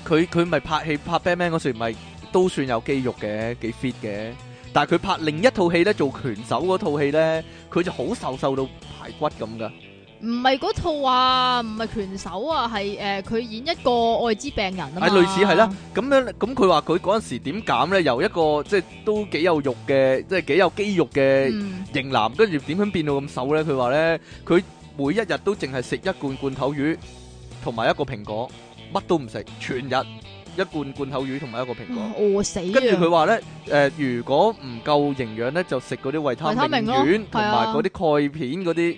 S2: 佢佢咪拍戲拍 Batman 嗰時咪都算有肌肉嘅，幾 fit 嘅。但係佢拍另一套戲咧，做拳手嗰套戲咧，佢就好瘦瘦到排骨咁噶。
S1: 唔係嗰套啊，唔係拳手啊，係誒佢演一個艾滋病人啊嘛，
S2: 係類似係啦，咁樣咁佢話佢嗰陣時點減咧？由一個即係都幾有肉嘅，即係幾有肌肉嘅
S1: 嗯，
S2: 型男，跟住點樣變到咁瘦咧？佢話咧，佢每一日都淨係食一罐罐頭魚同埋一個蘋果，乜都唔食，全日一罐罐頭魚同埋一個蘋果。
S1: 哇餓死啊！
S2: 跟住佢話咧，誒、如果唔夠營養咧，就食嗰啲維
S1: 維他
S2: 他
S1: 命
S2: 命
S1: 咯
S2: 丸同
S1: 係
S2: 埋
S1: 啊
S2: 嗰啲鈣片嗰啲，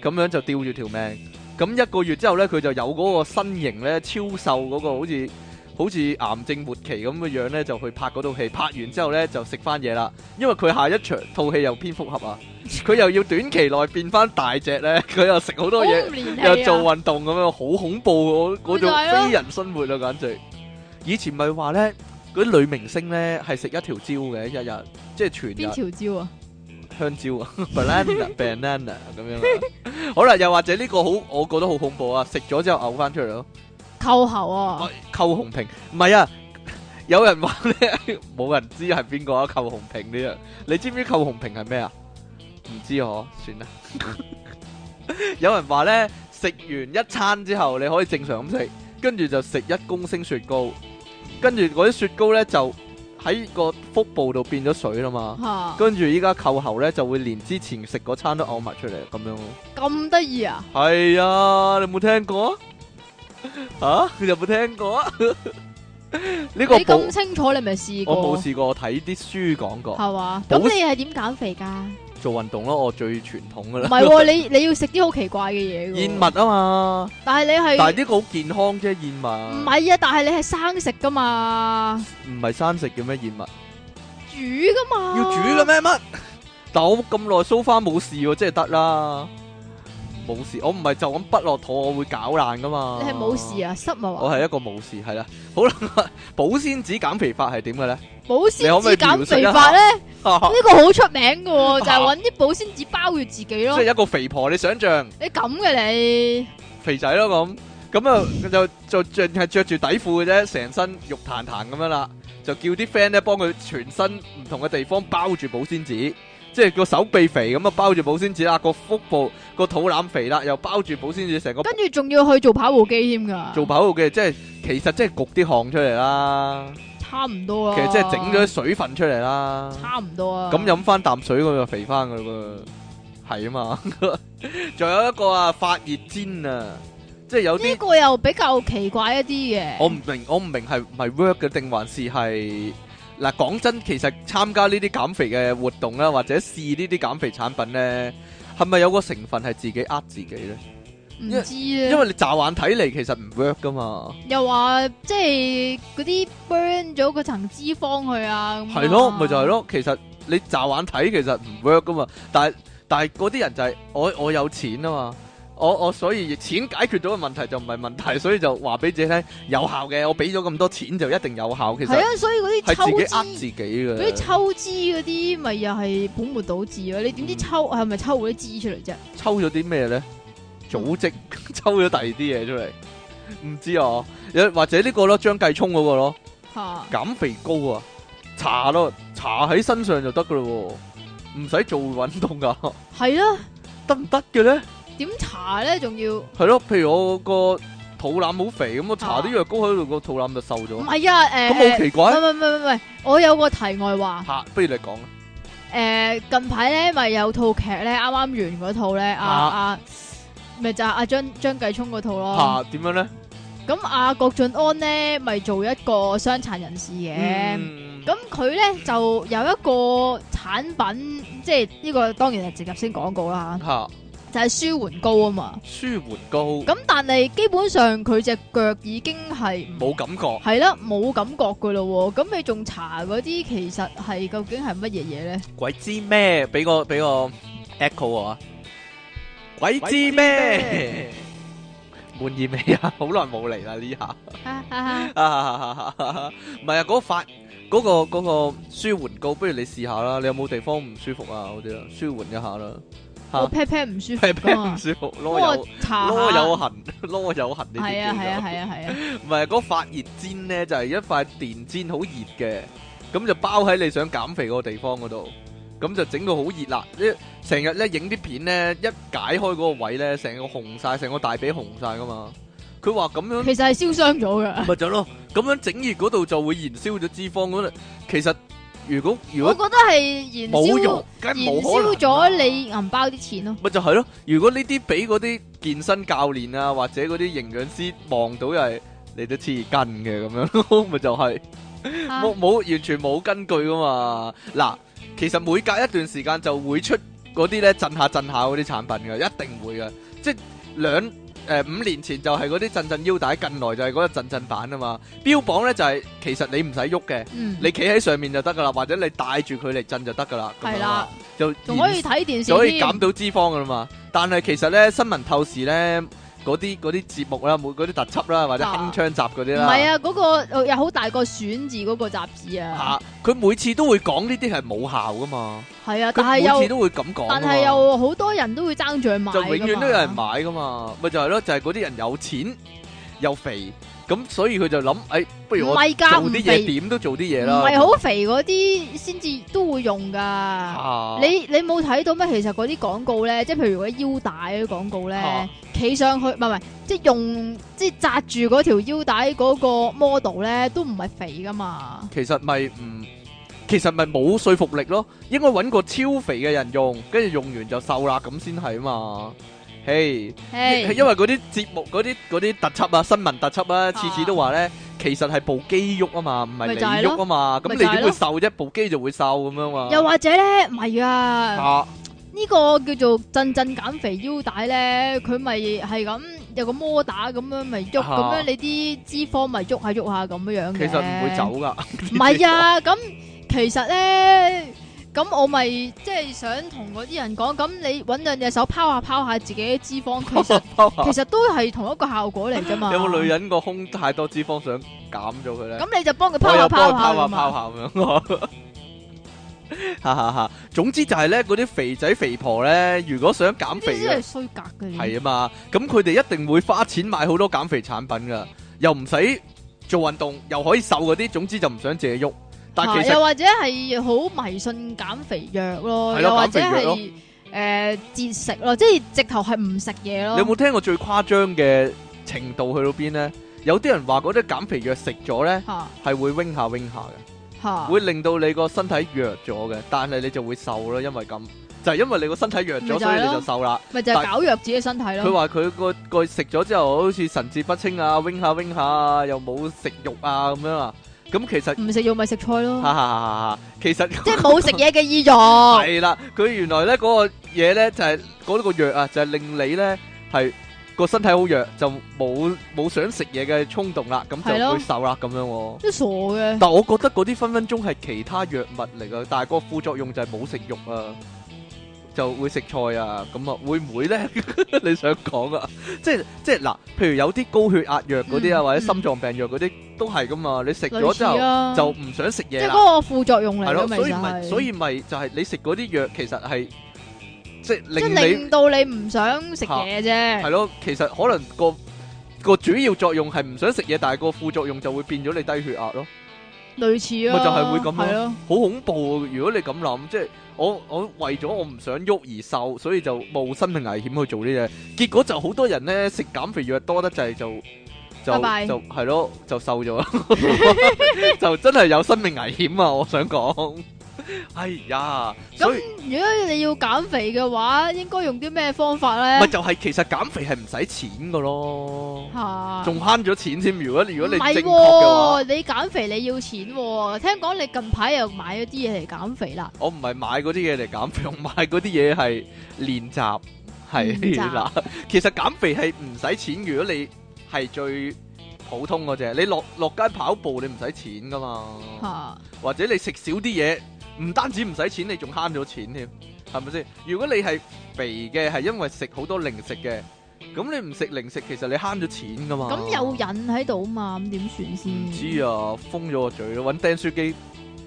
S2: 咁樣就吊住條命。咁一個月之後咧，佢就有嗰個身形咧，超瘦嗰、個好似好似癌症末期咁嘅樣咧，就去拍嗰套戲。拍完之後咧，就食翻嘢啦，因為佢下一場套戲又蝙蝠俠啊，佢又要短期內變翻大隻咧，佢又食好多嘢。
S1: 好唔連氣啊
S2: [laughs] 又做運動咁樣，好恐怖嗰嗰
S1: 咪就係咯
S2: 種非人生活啊，簡直！以前咪話咧，嗰啲女明星咧係食一條蕉嘅一日，即係全
S1: 邊
S2: 日
S1: 條蕉啊？
S2: 香蕉啊 [laughs] ，banana banana 咁樣啊。好啦，又或者呢個好，我覺得好恐怖啊！食咗之後嘔翻出嚟咯，
S1: 扣喉啊，
S2: 扣紅瓶。唔係啊，有人話咧， [laughs] 冇人知係邊個啊？扣紅瓶呢樣，你知唔知扣紅瓶係咩啊？唔知我，算啦。 [laughs] 有人話咧，食完一餐之後，你可以正常咁食，跟住就食一公升雪糕，跟住嗰啲雪糕咧就喺個腹部度變咗水啦嘛。
S1: 吓
S2: 跟住依家扣喉咧，就會連之前食嗰餐都嘔埋出嚟咁樣咯。
S1: 咁得意啊！
S2: 係啊，你有冇聽過啊？嚇，有冇聽過啊？呢個
S1: 你咁
S2: 冇，
S1: 清楚，你咪試過？
S2: 我冇試過，我睇啲書講過。
S1: 係嘛？
S2: 保
S1: 咁你係點減肥㗎？
S2: 做運動咯，我最傳統噶
S1: 唔
S2: 啦。[laughs]
S1: 係喎，你你要食啲好奇怪嘅嘢㗎喎。
S2: 燕麥啊嘛，
S1: 但係你係
S2: 但係呢個好健康啫，燕
S1: 唔
S2: 麥。
S1: 係啊？但係你係生食㗎嘛，
S2: 唔係生食嘅咩？燕麥
S1: 煮㗎嘛。
S2: 要煮嘅？咩乜？但我咁耐蘇花冇事喎，即係得啦，冇事。我唔係就咁筆落肚，我會搞爛噶嘛。
S1: 你係冇事
S2: 哦
S1: 啊？濕咪
S2: 我
S1: 話
S2: 係一個武士，係啦。好 [laughs] 啦，保鮮紙減肥法係點嘅咧？
S1: 保
S2: 你可
S1: 鮮
S2: 唔可以
S1: 紙
S2: 描述
S1: 減
S2: 一下
S1: 肥法咧，呢
S2: [laughs] 即
S1: 個好出名㗎喎，就係揾啲保鮮紙包住自己咯。
S2: 係一個肥婆，你想象
S1: 你咁嘅你。
S2: 肥仔咯咁，咁啊就就就淨係着住底褲嘅啫，成身肉彈彈咁樣啦，就叫啲 friend 咧幫佢全身唔同嘅地方包住保鮮紙。即係個手臂肥咁啊，包住保鮮紙啦；個腹部、個肚腩肥啦，又包住保鮮紙，成個
S1: 跟住仲要去做跑步機添噶，
S2: 做跑步嘅，即係其實即係焗啲汗出嚟啦，
S1: 差唔多啊。
S2: 其實即係整咗啲水分出嚟啦。
S1: 差唔多啊。
S2: 咁飲翻啖水佢就肥翻噶啦喎，係啊嘛。 [laughs] 仲有一個啊，發熱煎啊，即係有
S1: 呢
S2: 啲
S1: 個又比較奇怪一啲嘅。
S2: 我唔明，我唔明係唔係 work 嘅定還是係嗱講真，其實參加呢啲減肥嘅活動啦，或者試呢啲減肥產品咧，係咪有個成分係自己呃自己咧？
S1: 唔
S2: 因
S1: 知啊，
S2: 因為你乍眼睇嚟其實唔 work 噶嘛，
S1: 又話即係嗰啲 burn 咗嗰層脂肪去啊，咁啊
S2: 係咯，咪就係。咯。其實你乍眼睇其實唔 work 噶嘛，但係但係嗰啲人就係、我我有錢啊嘛。我我所以錢解決到嘅問題就唔係問題，所以就話俾自己聽有效嘅，我俾咗咁多錢就一定有效。其
S1: 係
S2: 實
S1: 啊，所以嗰
S2: 係自己
S1: 啲
S2: 呃
S1: 抽
S2: 自
S1: 脂，
S2: 己
S1: 嗰啲
S2: 嘅。
S1: 抽脂嗰啲咪又係本末倒置咯。你點知抽係咪抽嗰啲脂出嚟啫？
S2: 抽咗啲咩呢？組織 [laughs] 抽咗第二啲嘢出嚟，唔知啊。有或者呢個咯，張繼聰嗰個咯，
S1: 吓，
S2: 減肥膏啊，搽咯，搽喺身上就得噶咯喎，唔使做運動噶，
S1: 係啊，
S2: [laughs] 得唔得嘅呢？
S1: 點查咧？仲要唔
S2: 係咯，譬如我個肚腩好肥，咁我搽啲藥膏喺度，個肚腩就瘦咗，
S1: 啊係啊？
S2: 咁好
S1: 誒，
S2: 奇
S1: 唔
S2: 怪。
S1: 係唔係唔係唔係，我有個題外話。
S2: 吓，不如你講啦。
S1: 诶、近排咧咪有套劇咧，啱啱完嗰套咧，阿
S2: 啊
S1: 阿咪就係阿張張繼聰嗰套咯。
S2: 吓，點樣呢？
S1: 咁阿、郭晉安咧咪做一個傷殘人士嘅，
S2: 嗯
S1: 咁佢咧就有一個產品，即係呢個當然係植入先廣告啦，
S2: 吓，
S1: 就係舒緩膏啊嘛。
S2: 舒緩膏
S1: 咁但係基本上佢只腳已經係唔
S2: 冇感覺。
S1: 係啦，冇感覺噶咯喎，咁你仲搽嗰啲其實係究竟係乜嘢嘢咧？
S2: 鬼知咩？俾個俾個 echo 我啊！鬼知 [laughs] 咩？滿意未 [laughs] 啊？好耐冇嚟啦呢下。
S1: 哈哈
S2: [laughs]
S1: 哈
S2: 唔係啊，嗰、個發嗰、個嗰、個舒緩膏，不如你試下啦。你有冇地方唔舒服啊？嗰啲啦，舒緩一下啦。嚇
S1: 我 pat pat 唔舒服
S2: 咩
S1: 㗎
S2: 咩
S1: 嘛
S2: 唔。舒服？哦啊 [laughs]
S1: 幫
S2: 攞
S1: 我
S2: 有
S1: 查
S2: 攞
S1: 下
S2: 有痕， [laughs] 攞有痕呢
S1: 係啊係啊
S2: 啲
S1: 係啊係啊，
S2: 叫做。唔係嗰個發熱氈咧，就係、一塊電氈，好熱嘅，咁就包喺你想減肥嗰個地方嗰度。咁就整到好熱辣，一成日咧影啲片咧，一解開嗰個位咧，成個紅晒，成個大髀紅晒噶嘛。佢話咁樣
S1: 其實係燒傷咗噶。
S2: [laughs] 咪就咯，咁樣整熱嗰度就會燃燒咗脂肪嗰度。其實如果如
S1: 我
S2: 果
S1: 覺得係燃
S2: 冇用
S1: 燒，
S2: 梗係
S1: 燃
S2: 冇可能
S1: 燒
S2: 啦
S1: 咗你銀包啲錢咯。
S2: 咪就係咯。如果呢啲俾嗰啲健身教練啊，或者嗰啲營養師望到又係你都黐筋嘅咁樣咯， [laughs] 咪就係
S1: 啊
S2: 冇冇完全冇根據噶嘛。嗱，其實每隔一段時間就會出嗰啲咧震下震下嗰啲產品嘅，一定會嘅。即係兩誒、呃五年前就係嗰啲震震腰帶，近來就係嗰個震震板啊嘛。標榜咧就係、其實你唔使喐嘅。
S1: 嗯，
S2: 你企喺上面就得噶啦，或者你帶住佢嚟震就得噶啦，咁樣
S1: 係
S2: 啊
S1: 啦，，
S2: 就
S1: 仲可
S2: 燃
S1: 以睇電
S2: 就可
S1: 視
S2: 以
S1: 添
S2: 減。到脂肪噶啦嘛。但係其實咧，新聞透視咧嗰、嗰啲嗰啲節目啦，每嗰啲特輯啦，或者
S1: 啊
S2: 鏗鏘集嗰啲
S1: 唔
S2: 啦。
S1: 係啊，嗰個有好大個選字嗰個雜誌啊，
S2: 嚇，佢每次都會講呢啲係冇效噶嘛，
S1: 係啊，
S2: 佢
S1: 但係
S2: 每次
S1: 又
S2: 都會咁講。
S1: 但係。又好多人都會爭住去買㗎
S2: 就
S1: 嘛，
S2: 永遠都有人買噶嘛，咪就係咯，就係嗰啲人有錢又肥，咁所以佢就諗，誒，不如
S1: 唔
S2: 我
S1: 係
S2: 做
S1: 㗎，唔
S2: 啲嘢
S1: 肥
S2: 點都做啲嘢
S1: 唔
S2: 啦。
S1: 係好肥嗰啲先至都會用㗎。
S2: 好
S1: 你你冇睇到咩？其實嗰啲廣告咧，即係譬如嗰啲腰帶嗰啲廣
S2: 啊
S1: 告咧，企上去唔係唔係，即係用即係扎住嗰條腰帶嗰個 model 咧，都唔係肥㗎嘛。
S2: 其實咪唔，其實咪冇說服力咯，應該揾個超肥嘅人用，跟住用完就瘦啦，咁先係啊嘛。嘿，係因為嗰啲節目、嗰啲嗰啲特輯啊、新聞特輯啊，次次都話咧，其實係部機喐啊嘛，唔係
S1: 咪
S2: 你
S1: 就係咯
S2: 喐啊嘛，咁
S1: 咪
S2: 你
S1: 就係
S2: 點會
S1: 咯
S2: 瘦啫？部機就會瘦咁樣嘛。
S1: 又或者咧，唔係啊。
S2: 啊
S1: 呢個叫做陣陣減肥腰帶咧，佢咪係咁有個摩打咁樣咪喐，咁、
S2: 啊
S1: 樣你啲脂肪咪喐下喐下咁樣嘅。
S2: 其實唔會
S1: [laughs]
S2: 走噶。
S1: 唔
S2: [laughs]
S1: 係啊，咁其實咧，咁我咪即係想同嗰啲人講，咁你揾兩隻手拋下拋下自己啲脂肪，
S2: [laughs]
S1: 其實其實都係同一個效果嚟啫嘛。
S2: 有冇女？啊人個胸太多脂肪想減咗佢咧？
S1: 咁你就幫佢
S2: 我
S1: 拋
S2: 又
S1: 下
S2: 幫佢
S1: 拋下啊
S2: 下
S1: 㗎嘛
S2: 拋下咁樣。 [laughs] 哈哈哈！總之就係咧，嗰啲肥仔肥婆咧，如果想減
S1: 呢
S2: 肥
S1: 啲真
S2: 嘅
S1: 係衰格嘅。
S2: 係啊嘛，咁佢哋一定會花錢買好多減肥產品噶，又唔使做運動，又可以瘦嗰啲，總之就唔想借喐。但
S1: 啊
S2: 其實
S1: 又或者係好迷信減肥藥咯，
S2: 係咯
S1: 又或者
S2: 減肥藥咯
S1: 係誒節食咯，即係直頭係唔食嘢
S2: 你
S1: 咯。
S2: 有冇聽過最誇張嘅程度去到邊咧？有啲人話嗰啲減肥藥食咗咧，
S1: 嚇
S2: 係會 wing 下 wing 下嘅。
S1: 嚇？
S2: 會令到你個身體弱咗嘅，但係你就會瘦咯，因為咁就係因為你個身體弱
S1: 咪就
S2: 咗，
S1: 係
S2: 所以你
S1: 咯
S2: 就瘦啦。
S1: 咪就係搞弱自己身體
S2: 佢
S1: 咯。
S2: 話佢個個食咗之後好似神志不清啊，wing 下 wing 下，又冇食肉啊咁樣啊。咁其實
S1: 唔食肉咪食菜
S2: 哈
S1: 咯，
S2: 哈哈哈，其實
S1: 嗯即係冇食嘢嘅意
S2: [laughs]
S1: 欲。
S2: 係啦，佢原來咧嗰個嘢咧就係嗰個藥啊，就係令你咧係個身體好弱，就冇冇想食嘢嘅衝動啦，咁
S1: 係
S2: 就
S1: 咯
S2: 會瘦啦咁樣喎。
S1: 都傻嘅，
S2: 但我覺得嗰啲分分鐘係其他藥物嚟噶，但係個副作用就係冇食肉啊，就會食菜啊，咁啊會唔會呢？ [laughs] 你想講啊？即係即係嗱，譬如有啲高血壓藥嗰啲啊，
S1: 嗯
S2: 或者心臟病藥嗰啲都係噶嘛，你食咗
S1: 類
S2: 之
S1: 似
S2: 後
S1: 啊，
S2: 就唔想食
S1: 即
S2: 嘢
S1: 係
S2: 啦，
S1: 嗰個副作用嚟
S2: 係
S1: 咯，
S2: 咯，
S1: 咪
S2: 所
S1: 就
S2: 以咪
S1: 係。
S2: 所以咪就係你食嗰啲藥其實係即係
S1: 即係
S2: 令你
S1: 令到你唔想食
S2: 係
S1: 嘢啫，
S2: 咯，其實可能個個主要作用係唔想食嘢，但係個副作用就會變咗你低血壓咯。
S1: 類似咯，
S2: 咪就係會咁咯
S1: 係咯，
S2: 好恐怖啊！如果你咁諗，即係我我為咗我唔想喐而瘦，所以就冒生命危險去做呢嘢，結果就好多人咧食減肥藥多得滯就就
S1: 拜拜
S2: 就係咯，就瘦咗， [laughs] 就真係有生命危險啊！我想講，哎呀，所以
S1: 如果你要減肥嘅話，應該用啲咩方法
S2: 咪
S1: 咧？
S2: 就係其實減肥係唔使錢噶咯，
S1: 吓，
S2: 仲慳咗錢添。如果如果你
S1: 唔係
S2: 正確嘅話，
S1: 喎你減肥你要錢喎。聽講你近排又買咗啲嘢嚟減肥啦，
S2: 我唔係買嗰啲嘢嚟減肥，我買嗰啲嘢係練習，
S1: 練
S2: 係
S1: 習
S2: 啦。其實減肥係唔使錢，如果你係最普通嗰只，你落落街跑步你唔使錢噶嘛，
S1: 吓，
S2: 或者你食少啲嘢，唔單止唔使錢，你仲慳咗錢添，係咪先？如果你係肥嘅，係因為食好多零食嘅，咁你唔食零食，其實你慳咗錢噶嘛。
S1: 咁有癮喺度嘛，咁點算先？
S2: 唔知啊，封咗個嘴咯，揾釘書機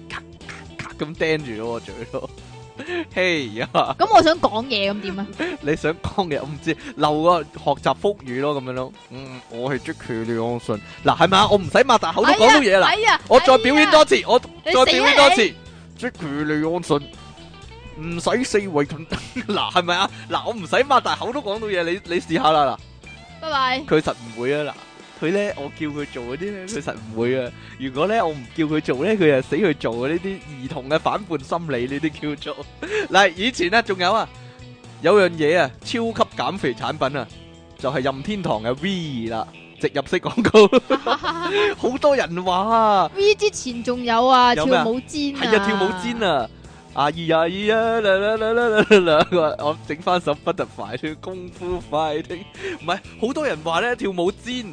S2: 咔咔咔咁釘住咗個嘴咯。 [laughs] 嘿呀，
S1: 咁我想講嘢咁點啊？
S2: 你想講嘅我唔知，留個學習福語咯，咁樣咯。嗯，我係捉佢你安信。嗱，係咪啊？我唔使擘大口都
S1: 哎呀
S2: 講到嘢啦。
S1: 哎呀，
S2: 我再表演多次，我
S1: 哎呀，
S2: 再表演
S1: 你死
S2: 多
S1: 啦你
S2: 次，捉佢你安信。唔使四圍咁， [laughs] 嗱係咪啊？嗱，我唔使擘大口都講到嘢，你你試下啦嗱。
S1: 拜拜。
S2: 佢實唔會啊嗱，佢咧我叫佢做嗰啲咧，佢實唔會啊。如果咧我唔叫佢做咧，佢就死去做呢啲兒童嘅反叛心理呢啲叫做。 [laughs] 嗱，以前咧仲有啊，有樣嘢啊，超級減肥產品啊，就係、任天堂嘅 V 啦，植入式廣告，好多人話啊。
S1: V 之前仲有啊，
S2: 有
S1: 跳
S2: 咩啊
S1: 舞毡
S2: 係啊，跳舞毡啊！阿姨阿姨啊，啦啦啦啦啦啦啦！我整翻首 Butterfly 啲功夫快啲，唔係好多人話咧跳舞毡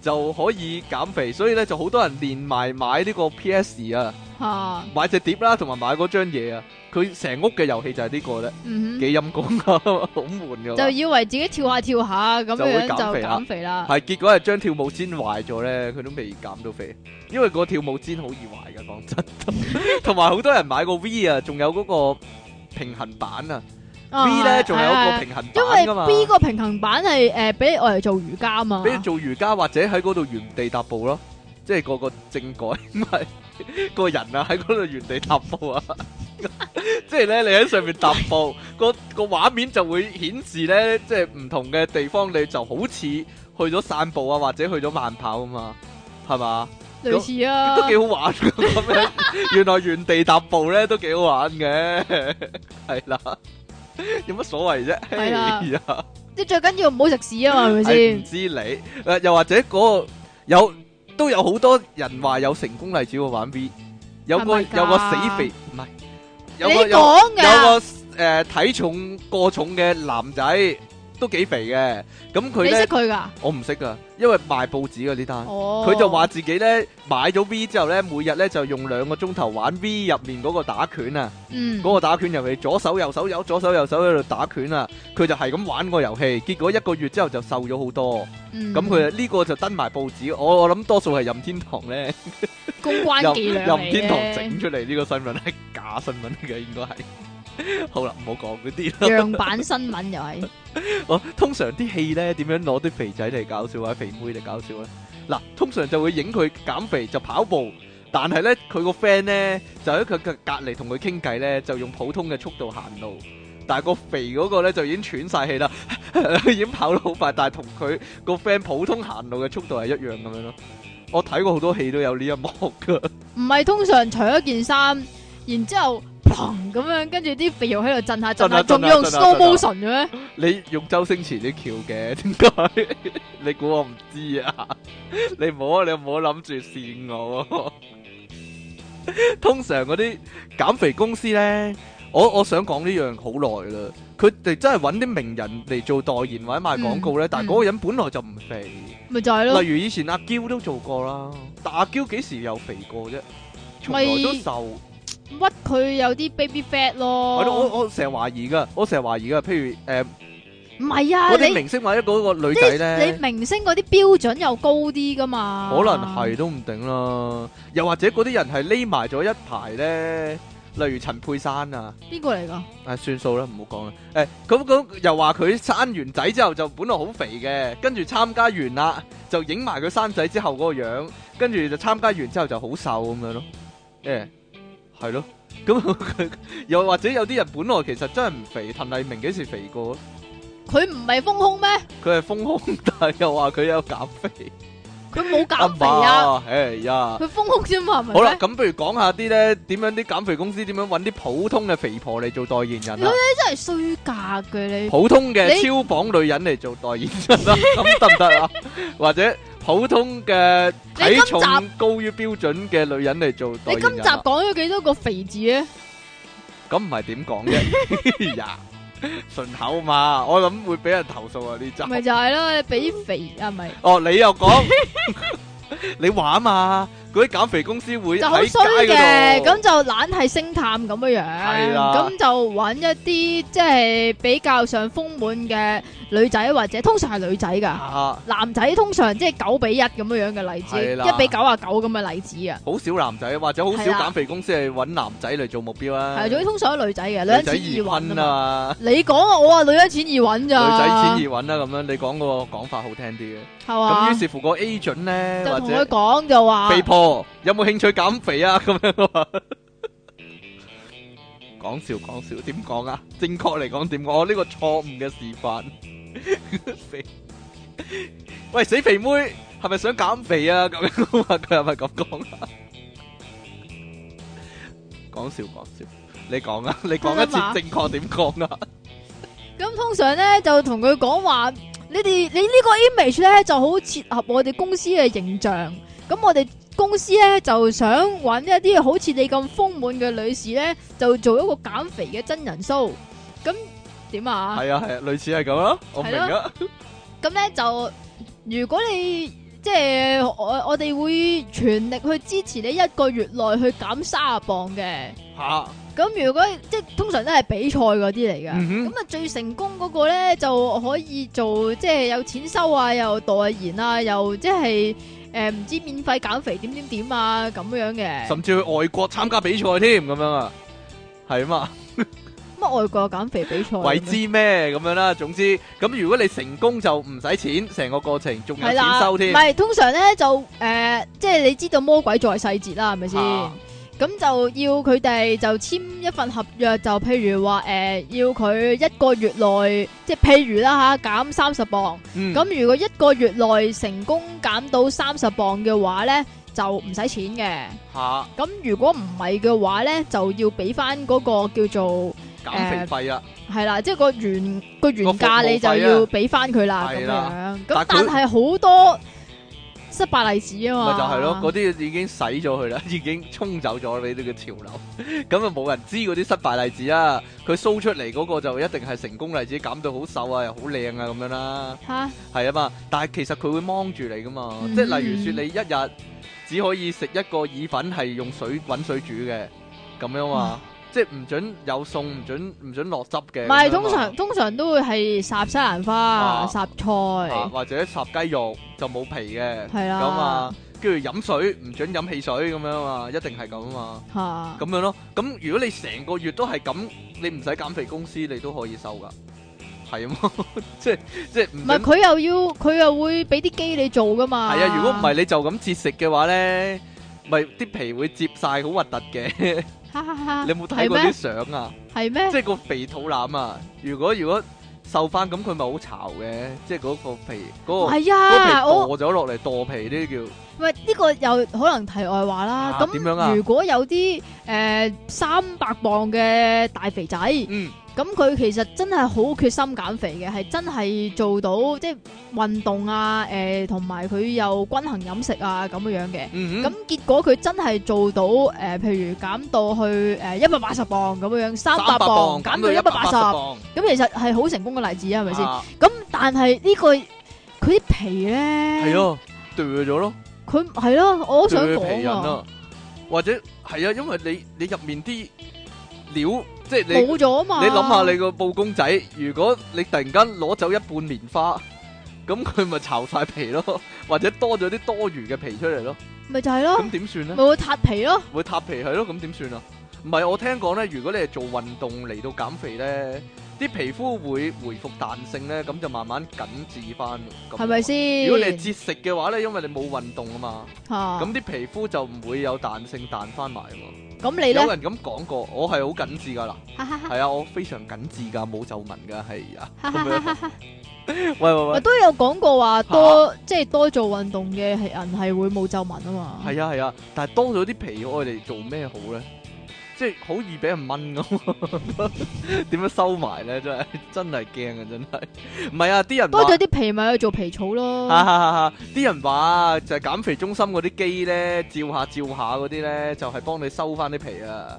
S2: 就可以減肥，所以咧就好多人連埋買呢個 PS 啊，
S1: 吓，
S2: 買隻碟啦，同埋買嗰張嘢啊，佢成屋嘅遊戲就係呢個咧，
S1: 嗯
S2: 幾陰公啊， [laughs] 好悶
S1: 哼，
S2: 㗎
S1: 就
S2: 喎。
S1: 以為自己跳下跳下咁
S2: 就會
S1: 樣
S2: 減肥
S1: 就
S2: 啦
S1: 減肥啦。
S2: 係結果係將跳舞氈壞咗咧，佢都未減到肥，因為個跳舞氈好易壞嘅，講真。同埋好多人買個 V 啊，仲有嗰個平衡板啊
S1: 啊
S2: ，V 咧仲有一個
S1: 係
S2: 平衡板
S1: 因
S2: 㗎嘛
S1: 為。B 個平衡板係誒俾你愛嚟做瑜伽嘛，
S2: 俾你做瑜伽或者喺嗰度原地踏步咯，即係個個政改 [laughs] 唔係個人啊喺嗰度原地踏步啊， [laughs] 即係咧你喺上面踏步，個個畫面就會顯示咧，即係唔同嘅地方你就好似去咗散步啊，或者去咗慢跑啊嘛，係嘛？
S1: 類似啊，
S2: 都幾好玩㗎咁
S1: [laughs]
S2: 樣，原來原地踏步咧都幾好玩嘅，係啦，有乜所謂啫？
S1: 係啊啦
S2: 哎呀
S1: 即係最緊要唔好食屎啊嘛，係咪
S2: 係唔
S1: 先？
S2: 知你诶，又或者嗰、個有都有好多人話有成功例子喎玩 V，有個
S1: 係咪㗎
S2: 有個死肥唔係，有
S1: 你
S2: 個有
S1: 講
S2: 有個
S1: 嘅，
S2: 诶、呃體重過重嘅男仔都幾肥嘅，咁佢
S1: 你識
S2: 咧
S1: 佢㗎？
S2: 我唔識噶，因為賣報紙嘅呢單。
S1: 哦，
S2: 佢就話自己咧買咗 V 之後咧，每日咧就用兩個鐘頭玩 V 入面嗰個打拳啊，
S1: 嗯，
S2: 嗰個打拳遊戲左手右手有左手右手喺度打拳啊，佢就係咁玩個遊戲，結果一個月之後就瘦咗好多。
S1: 嗯
S2: 咁佢呢個就登埋報紙，我我諗多數係任天堂咧，
S1: 公關
S2: 任
S1: 伎倆
S2: 任天堂
S1: 嚟
S2: 整出嚟呢個新聞係假新聞嚟嘅，應該係。 [laughs] 好啦，唔好講嗰啲啦。
S1: 嘅樣板新聞又係，
S2: [laughs] 我通常啲戲咧點樣攞啲肥仔嚟搞笑或者肥妹嚟搞笑咧？嗱，通常就會影佢減肥就跑步，但係咧佢個 friend 咧就喺佢嘅隔離同佢傾偈咧，就用普通嘅速度行路。但係個肥嗰個咧就已經喘晒氣啦，已經跑得好快，但係同佢個 friend 普通行路嘅速度係一樣咁樣咯。我睇過好多戲都有呢一幕噶，
S1: 唔係通常除咗件衫，然之後砰咁樣，跟住啲肥肉喺度震下震下，
S2: 震
S1: 仲
S2: 下
S1: 要用
S2: 震下
S1: slow
S2: 震
S1: motion 嘅咩？
S2: 你用周星馳啲橋嘅，點解？ [laughs] 你估我唔知啊？你唔好啊，你唔好諗住跣我啊。 [laughs] 通常嗰啲減肥公司咧，我我想講呢樣好耐啦。佢哋真係揾啲名人嚟做代言或者賣廣告咧，
S1: 嗯
S2: 但係嗰個人本來就唔肥。
S1: 咪就係咯
S2: 例。如以前阿嬌都做過啦，但阿嬌幾時又肥過啫？從來都
S1: 咪
S2: 瘦。
S1: 屈佢有啲 baby fat
S2: 係咯我
S1: 咯，
S2: 我成日懷疑噶，我成日懷疑噶。譬如誒，呃
S1: 唔係啊，
S2: 嗰啲
S1: 你
S2: 明星或者嗰個女
S1: 即
S2: 仔
S1: 係
S2: 咧
S1: 你。明星嗰啲標準又高啲噶嘛，
S2: 可能係都唔定啦，又或者嗰啲人係匿埋咗一排咧，例如陳佩珊啊，
S1: 邊個嚟㗎？
S2: 啊算數啦，唔好講啦。誒、咁咁又話佢生完仔之後就本來好肥嘅，跟住參加完啦，就影埋佢生仔之後嗰個樣，跟住就參加完之後就好瘦咁樣咯。誒、係咯，咁 [laughs] 佢又或者有啲人本來其實真係唔肥，滕麗明幾時肥過？
S1: 佢唔係豐胸咩？
S2: 佢係豐胸，但係又話佢有減肥，
S1: 佢冇減肥啊，
S2: 媽，哎呀！
S1: 佢豐胸啫嘛，係咪
S2: 好啦，
S1: 咩？
S2: 咁不如講下啲咧，點樣啲減肥公司點樣揾啲普通嘅肥婆嚟做代言人啦，
S1: 你真係衰格嘅你，
S2: 普通嘅
S1: 你
S2: 超磅女人嚟做代言人
S1: [laughs]
S2: 啦，咁得唔得啊？或者普通嘅體重
S1: 你今
S2: 高於標準嘅女人嚟做代
S1: 你
S2: 言
S1: 今
S2: 人
S1: 集
S2: 啦，
S1: 講咗幾多個肥字咧？
S2: 咁唔係點
S1: [laughs]
S2: 講啫？呀，順口嘛，我諗會俾人投訴啊呢集。
S1: 咪就係咯，你俾肥啊，咪
S2: 哦，你又講， [laughs] 你話啊嘛，嗰啲減肥公司會
S1: 就好
S2: 喺
S1: 衰
S2: 街
S1: 嘅，
S2: 嗰度
S1: 咁。就懶係星探咁樣樣，
S2: 係啦
S1: 咁就揾一啲即係比較上豐滿嘅女仔，或者通常係女仔㗎。
S2: 啊
S1: 男仔通常即係九比一咁樣樣嘅例子，
S2: 係啦
S1: 一比九啊九咁嘅例子啊，
S2: 好少男仔，或者好少
S1: 係啦
S2: 減肥公司係揾男仔嚟做目標啊。
S1: 係，總之通常都女仔嘅，女
S2: 女
S1: 人
S2: 仔
S1: 錢易
S2: 易
S1: 揾啊
S2: 揾
S1: 嘛。
S2: 啊嘛，
S1: 你講啊，我話女人錢易揾咋，
S2: 女仔錢易揾
S1: 啊
S2: 啊啦咁樣。你講個講法好聽啲嘅。
S1: 係
S2: 咁
S1: 嘛
S2: 於？是乎個 A 準咧，
S1: 就
S2: 或
S1: 同佢
S2: 者
S1: 講就話，
S2: 肥婆有冇興趣減肥啊？ [laughs] 咁樣啊嘛。講笑講笑，點講啊？正確嚟講點講？我呢個錯誤嘅示範。 [laughs] 肥喂死肥妹，係咪想減肥啊？咁樣啊嘛，佢係咪咁講啊？講笑講笑，你講
S1: [laughs]
S2: 啊，你講一
S1: 真啊嘛
S2: 次正確點講啊？
S1: 咁通常咧就同佢講話，你哋你呢個 image 咧就好切合我哋公司嘅形象。咁我哋公司咧就想揾一啲好似你咁豐滿嘅女士咧，就做一個減肥嘅真人 show。咁點啊？
S2: 係啊係啊，類似係咁啊，我明
S1: 係咯
S2: 啊，
S1: 咁咧就如果你即系我我哋會全力去支持你一個月內去減卅磅嘅，
S2: 吓
S1: 咁咁如果即係通常都係比賽嗰啲嚟噶。
S2: 嗯哼，
S1: 咁啊，最成功嗰個咧就可以做即係有錢收啊，又代言啊，又即係誒唔知免費減肥點點點啊咁樣嘅。
S2: 甚至去外國參加比賽添咁樣啊，係啊嘛。
S1: 乜啊外國減肥比賽？
S2: 鬼知咩咁樣啦，總之咁如果你成功就唔使錢，成個過程仲有
S1: 係
S2: 錢
S1: 啦，
S2: 收
S1: 唔
S2: 添。
S1: 係通常咧就誒、呃即係你知道魔鬼在細節啦，係咪先？
S2: 啊
S1: 咁就要佢哋就簽一份合約，就譬如話誒、呃要佢一個月內，即係譬如啦嚇減三十磅。
S2: 嗯
S1: 咁、如果一個月內成功減到三十磅嘅話咧，就唔使錢嘅。
S2: 吓
S1: 咁如果唔係嘅話咧，就要俾翻嗰個叫做
S2: 減肥費啊，
S1: 係啦，即係個原個原
S2: 個服務費
S1: 價
S2: 啊
S1: 你就要俾翻佢啦咁
S2: 係啦
S1: 樣。
S2: 但
S1: 咁
S2: 係
S1: 但
S2: 佢
S1: 係好多失敗例子啊
S2: 咪
S1: 嘛，
S2: 就係咯，嗰啲已經洗咗佢
S1: [laughs]
S2: 啦，已經沖走咗你呢個潮流，咁啊冇人知嗰啲失敗例子啊，佢 show 出嚟嗰個就一定係成功例子，減到好瘦啊，又好靚啊咁樣啦，
S1: 嚇
S2: 係啊嘛，但係其實佢會蒙住你噶嘛，
S1: 嗯
S2: 即係例如說你一日只可以食一個意粉係用水滾水煮嘅，咁樣嘛，即係唔准有餸，唔准唔准落汁嘅，咁樣
S1: 唔係
S2: 嘛
S1: 通常通常都會係烚西蘭
S2: 啊
S1: 花、烚
S2: 啊
S1: 菜，
S2: 或者烚雞肉就冇皮嘅，
S1: 係
S2: 咁
S1: 啦
S2: 啊，跟住飲水唔准飲汽水咁樣啊，一定係咁啊，
S1: 嚇
S2: 咁樣咯。咁如果你成個月都係咁，你唔使減肥公司你都可以收噶，係啊嘛， [laughs] 即係即係唔
S1: 唔係
S2: 准。
S1: 佢又要佢又會俾啲機你做噶嘛？
S2: 係啊，如果唔係你就咁節食嘅話咧，咪啲皮會接晒，好核突嘅。
S1: 哈哈哈，
S2: [laughs] 你有冇睇過
S1: 係
S2: 啲
S1: 咩
S2: 相啊？
S1: 啊係咩
S2: 即？係個肥肚腩啊！如果如果瘦翻咁，佢咪好巢嘅，即係嗰個皮嗰、個
S1: 係
S2: 嗰皮
S1: 啊，我
S2: 墮咗落嚟，墮皮呢啲叫。
S1: 喂，呢個又可能題外話啦。
S2: 啊點樣啊
S1: 咁如果有啲誒三百磅嘅大肥仔，咁
S2: 嗯。
S1: 佢其實真係好決心減肥嘅，係真係做到即係運動啊，誒同埋佢又均衡飲食啊咁樣樣嘅。
S2: 嗯
S1: 咁結果佢真係做到誒、呃譬如減到去誒一百八十磅咁樣樣，三百磅減到一百八十，咁
S2: 磅，
S1: 其實係好成功嘅例子啊，係咪先？
S2: 啊
S1: 咁但係呢、個佢啲皮咧，
S2: 係，咯，剁咗咯，
S1: 佢係咯，我好想
S2: 剁皮人
S1: 講啊，
S2: 啦，或者係啊，因為你你入面啲料，即係你
S1: 冇咗啊嘛。
S2: 你諗下你個布公仔，如果你突然間攞走一半棉花，咁佢咪巢晒皮咯， [laughs] 或者多咗啲多餘嘅皮出嚟咯，
S1: 咪就係咯，
S2: 咁點算
S1: 啊咪
S2: 咧？
S1: 會塌皮咯，
S2: 會塌皮係咯，咁點算啊？唔係我聽講咧，如果你係做運動嚟到減肥咧，啲皮膚會回復彈性咧，咁就慢慢緊緻翻，咁
S1: 係咪先？
S2: 如果你係節食嘅話咧，因為你冇運動啊嘛，
S1: 嚇
S2: 咁啲皮膚就唔會有彈性彈翻埋啊嘛。
S1: 咁你
S2: 有
S1: 咧，
S2: 人咁講過，我係好緊緻噶啦，
S1: 哈哈哈
S2: 係啊，我非常緊緻噶，冇皺紋噶，係啊。
S1: 哈哈哈哈哈
S2: [laughs] 喂喂
S1: 我
S2: 喂，
S1: 都有講過話多即係多做運動嘅係人係會冇皺紋啊嘛。
S2: 係啊係啊，但係多咗啲皮，我哋做咩好咧？即係好易俾人掹咁， [laughs] 點樣收埋咧？真係真係驚啊！真係，唔係啊！啲人
S1: 多
S2: 話
S1: 咗啲皮咪去做皮草
S2: [laughs]
S1: 咯。
S2: 哈哈哈！哈啲人話就係減肥中心嗰啲機咧，照下照下嗰啲咧，就係、幫你收翻啲皮啊，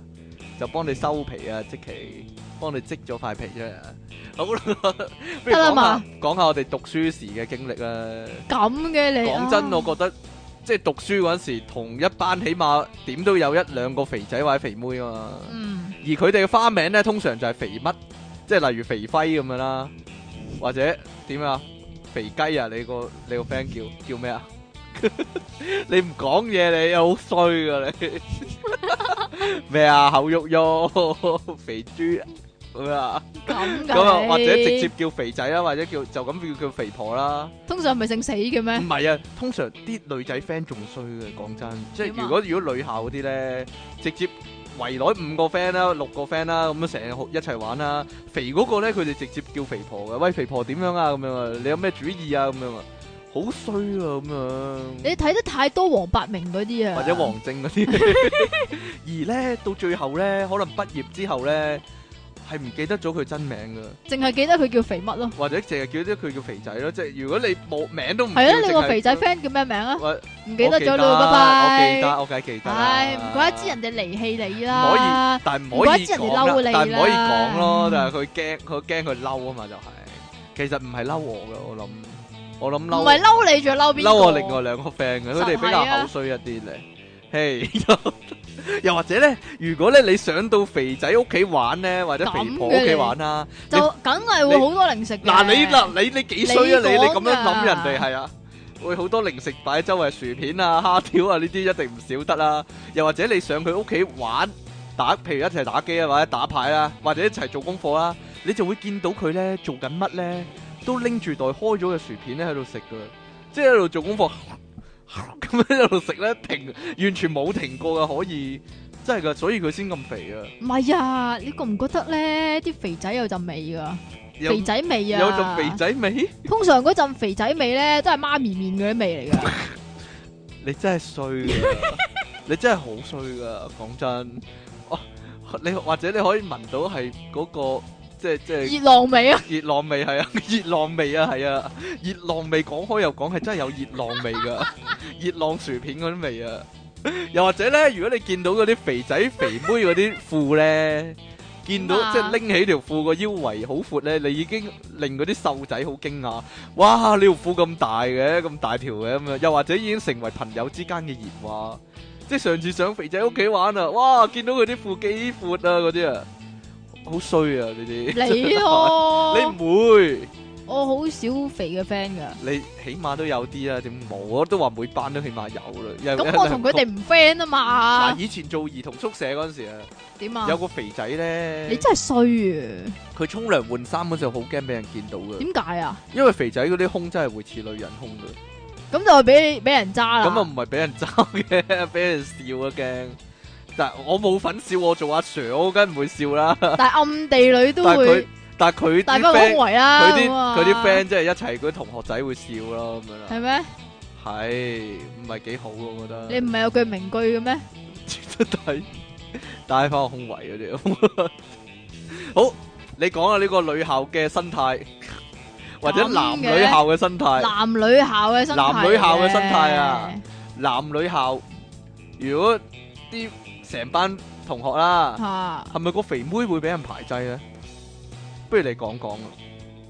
S2: 就幫你收皮啊，即期幫你積咗塊皮出嚟啊。好啦， [laughs] 不如
S1: 得
S2: 講
S1: 啦
S2: 下
S1: 嘛
S2: 講下我哋讀書時嘅經歷啦。
S1: 咁嘅你啊
S2: 講真，我覺得即係讀書嗰陣時，同一班起碼點都有一兩個肥仔或者肥妹啊嘛。
S1: 嗯
S2: 而佢哋嘅花名咧，通常就係肥乜，即係例如肥輝咁樣啦，或者點啊，肥雞啊，你個你個 friend 叫叫咩啊？ [laughs] 你唔講嘢，你好衰噶你 [laughs] 咩啊？口喐喐， [laughs] 肥豬咁樣啊？
S1: 咁
S2: 咁啊，
S1: 噶，
S2: 或者直接叫肥仔啦，或者叫就咁叫叫肥婆啦。
S1: 通常唔係姓死嘅咩 [laughs]
S2: 唔？係啊，通常啲女仔 friend 仲衰嘅，講真，即係
S1: 點啊
S2: 如果如果女校嗰啲咧，直接圍內五個 friend 啦，六個 friend 啊啦，咁樣成日好一齊玩啦。肥嗰個咧，佢哋直接叫肥婆嘅，喂肥婆點樣啊？咁樣啊，你有咩主意啊？咁樣啊，好衰啊咁樣，
S1: 你睇得太多黃百鳴嗰啲啊，
S2: 或者王晶嗰啲。 [laughs] 而咧到最後咧，可能畢業之後咧，係唔記得咗佢真名噶。
S1: 淨係記得佢叫肥乜咯。
S2: 或者淨係叫啲佢叫肥仔咯，即係如果你冇名都唔
S1: 係
S2: 叫
S1: 啊，你
S2: 淨
S1: 個
S2: 嗯係
S1: 肥仔
S2: 叫
S1: friend 叫咩名啊？
S2: 喂
S1: 唔記得咗
S2: 我
S1: 啦，
S2: 記得
S1: 拜
S2: 我
S1: 拜。
S2: 記得，我梗係記得啦。
S1: 唉，唔
S2: à,
S1: 怪得知人哋離棄你
S2: 唔可
S1: 啦。
S2: 以，但係唔
S1: 唔
S2: 可
S1: 怪
S2: 以
S1: 之人哋
S2: 講啦，
S1: 嬲你
S2: 但係唔可以講咯。
S1: 啦
S2: 但係佢驚，佢驚佢嬲啊嘛，就係。其實唔係嬲我嘅，我諗，我諗
S1: 唔係
S2: 嬲
S1: 嬲你，仲要嬲邊個？
S2: 嬲我另外兩個 friend 嘅，佢哋
S1: 實係
S2: 比較
S1: 啊
S2: 口衰一啲咧。 [laughs] 嘿，又又或者咧，如果咧你上到肥仔屋企玩咧，或者肥婆屋企玩啦，
S1: 就梗係會好多零食嘅
S2: 嗱你嗱你你幾衰啊你
S1: 你
S2: 你
S1: 講
S2: 咁樣諗
S1: 㗎
S2: 人哋係啊，會好多零食擺周圍薯片啊、蝦條啊呢啲一定唔少得啦。又或者你上佢屋企玩打，譬如一齊打機啊，或者打牌啊，或者一齊做功課啦，你就會見到佢咧做緊乜咧，都拎住袋開咗嘅薯片咧喺度食噶，即係喺度做功課。 [laughs] 咁樣一路食咧，停完全冇停過噶，可以真係噶，所以佢先咁肥啊！
S1: 唔係啊，你覺唔覺得咧啲肥仔有陣味㗎？
S2: 有
S1: 肥仔味啊！
S2: 有陣肥仔味，
S1: 通常嗰陣肥仔味咧，都係媽咪面嗰啲味嚟
S2: [laughs]
S1: 噶。
S2: 你真係衰噶，你真係好衰噶，講真，哦、你或者你可以聞到係嗰、個即係即係
S1: 熱浪味啊！
S2: 熱浪味係啊， [laughs] 熱浪味啊係啊，熱浪味講開又講係真係有熱浪味噶， [laughs] 熱浪薯片嗰啲味啊，又或者咧，如果你見到嗰啲肥仔肥妹嗰啲褲咧。見到
S1: 點啊
S2: 即係拎起條褲個腰圍好闊咧，你已經令嗰啲瘦仔好驚訝。哇！你條褲咁大嘅，咁大條嘅咁樣，又或者已經成為朋友之間嘅熱話。即係上次上肥仔屋企玩啊，哇！見到佢啲褲幾闊啊，嗰啲啊，好衰啊呢啲。
S1: 你咯，
S2: 你唔會，
S1: 我好少肥嘅 friend 噶。
S2: 你起碼都有啲啊，點冇？我都話每班都起碼有啦。又
S1: 咁我同佢哋唔 friend
S2: 嗱，
S1: 啊嘛？
S2: 以前做兒童宿舍嗰陣時啊，
S1: 點啊
S2: 有？個肥仔
S1: 你
S2: 咧，
S1: 真係衰啊！
S2: 佢沖涼換衫嗰時候好驚俾人見到嘅，
S1: 點解啊？
S2: 因為肥仔嗰啲胸真係會似女人胸嘅。
S1: 咁就俾俾人揸啦。
S2: 咁啊唔係俾人嘲嘅， [laughs] 俾人笑啊驚。但係我冇份笑，我做阿 Sir，我梗唔會笑啦。
S1: [laughs] 但係暗地裏都
S2: 但係佢
S1: 會，
S2: 但係佢
S1: 大
S2: 啲
S1: 不恭
S2: friend，
S1: 維啦。
S2: 佢啲
S1: 咁啊
S2: 佢啲 friend 即係一齊嗰啲同學仔會笑咯咁樣啦。
S1: 係咩？
S2: 係唔係幾好啊我覺得。
S1: 你唔係有句名句嘅咩？
S2: 真係帶翻個胸圍嗰啲。 [laughs] 好，你講下呢個女校嘅生態，或者
S1: 咁
S2: 男女
S1: 嘅
S2: 校嘅生態。
S1: 男女校嘅生態嚟嘅，
S2: 男女校嘅生態啊男女校，如果啲成班同學啦。
S1: 嚇
S2: 係咪個肥妹會俾人排擠咧？不如你講講啊，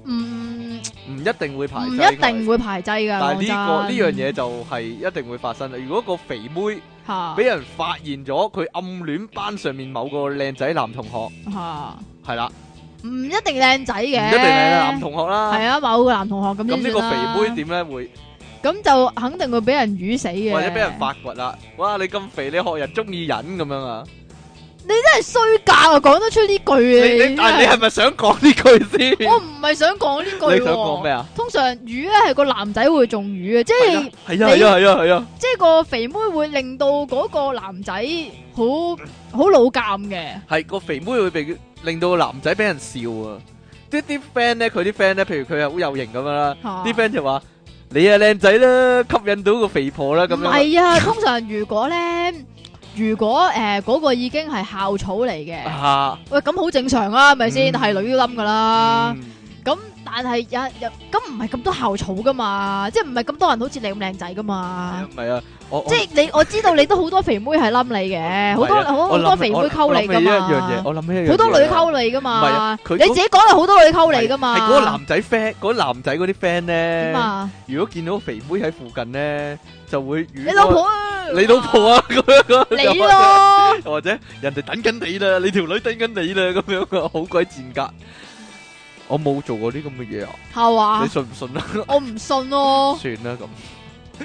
S1: 唔
S2: 唔一定會排
S1: 唔
S2: 擠，
S1: 一定。會排擠㗎。
S2: 但係呢、個
S1: 講
S2: 呢
S1: 真
S2: 樣嘢就係一定會發生啦。如果個肥妹
S1: 嚇
S2: 俾人發現咗，佢暗戀班上面某個靚仔男同學，
S1: 嚇。
S2: 係啦，
S1: 唔一定靚仔嘅，
S2: 唔一定係男同學
S1: Dạ. 係
S2: 啦。
S1: 啊，某個男同學咁
S2: 咁
S1: 先
S2: 呢
S1: 算
S2: 個
S1: 啦
S2: 肥妹點咧會，
S1: 咁就肯定會俾人魚死嘅，
S2: 或者俾人發掘啦？哇！你咁肥，你學人中意人咁樣啊？
S1: 真係衰格啊！講得出呢句
S2: 你
S1: 啊
S2: 你但係你係咪想講呢句先？
S1: 我唔係想講呢句喎，
S2: 你想講咩啊？
S1: 通常魚咧係個男仔會中魚嘅，即
S2: 係
S1: 係
S2: 啊係啊係啊係啊係啊！
S1: 即係個肥妹會令到嗰個男仔好好老尷嘅，
S2: 係個肥妹會被令到個男仔俾人笑啊！即係啲 friend 咧，佢啲 friend 咧，譬如佢係好有型咁樣啦，
S1: 嚇
S2: 啲 friend 就話你啊靚仔啦，吸引到個肥婆啦咁
S1: 唔
S2: 樣，
S1: 係啊，通常如果咧。如果誒嗰個已經係校草嚟嘅，
S2: 嚇，
S1: 喂咁好正常啊，係咪先？
S2: 啊嗯
S1: 係女都冧噶啦。
S2: 嗯
S1: 咁但係有有咁唔係咁多校草噶嘛，即係唔係咁多人好似你咁靚仔噶嘛。
S2: 唔係啊，我我
S1: 即係你我知道你都好多肥妹係冧你嘅，好
S2: 唔係
S1: 多
S2: 啊
S1: 好
S2: 我
S1: 好
S2: 諗
S1: 多肥妹溝你噶
S2: 我諗起一樣嘢，
S1: 嘛，
S2: 我諗起一樣嘢
S1: 好多女
S2: 啊
S1: 溝你噶
S2: 唔係啊
S1: 嘛。
S2: 佢
S1: 你
S2: 嗰
S1: 自己講啦，好多女溝你噶嘛。
S2: 係嗰個男仔 friend，嗰男仔嗰啲 friend
S1: 點
S2: 咧，
S1: 啊？
S2: 如果見到肥妹喺附近咧，就會
S1: 你
S2: 你
S1: 老婆啊，
S2: 你老婆
S1: [laughs]
S2: 啊咁樣嗰個
S1: 你咯，
S2: 或者人哋等緊你啦，你條女等緊你啦，咁樣啊，好鬼賤格。我冇做過呢咁嘅嘢啊，
S1: 係
S2: 你
S1: 話
S2: 信唔信啊？
S1: 我唔信咯，
S2: 算啦咁。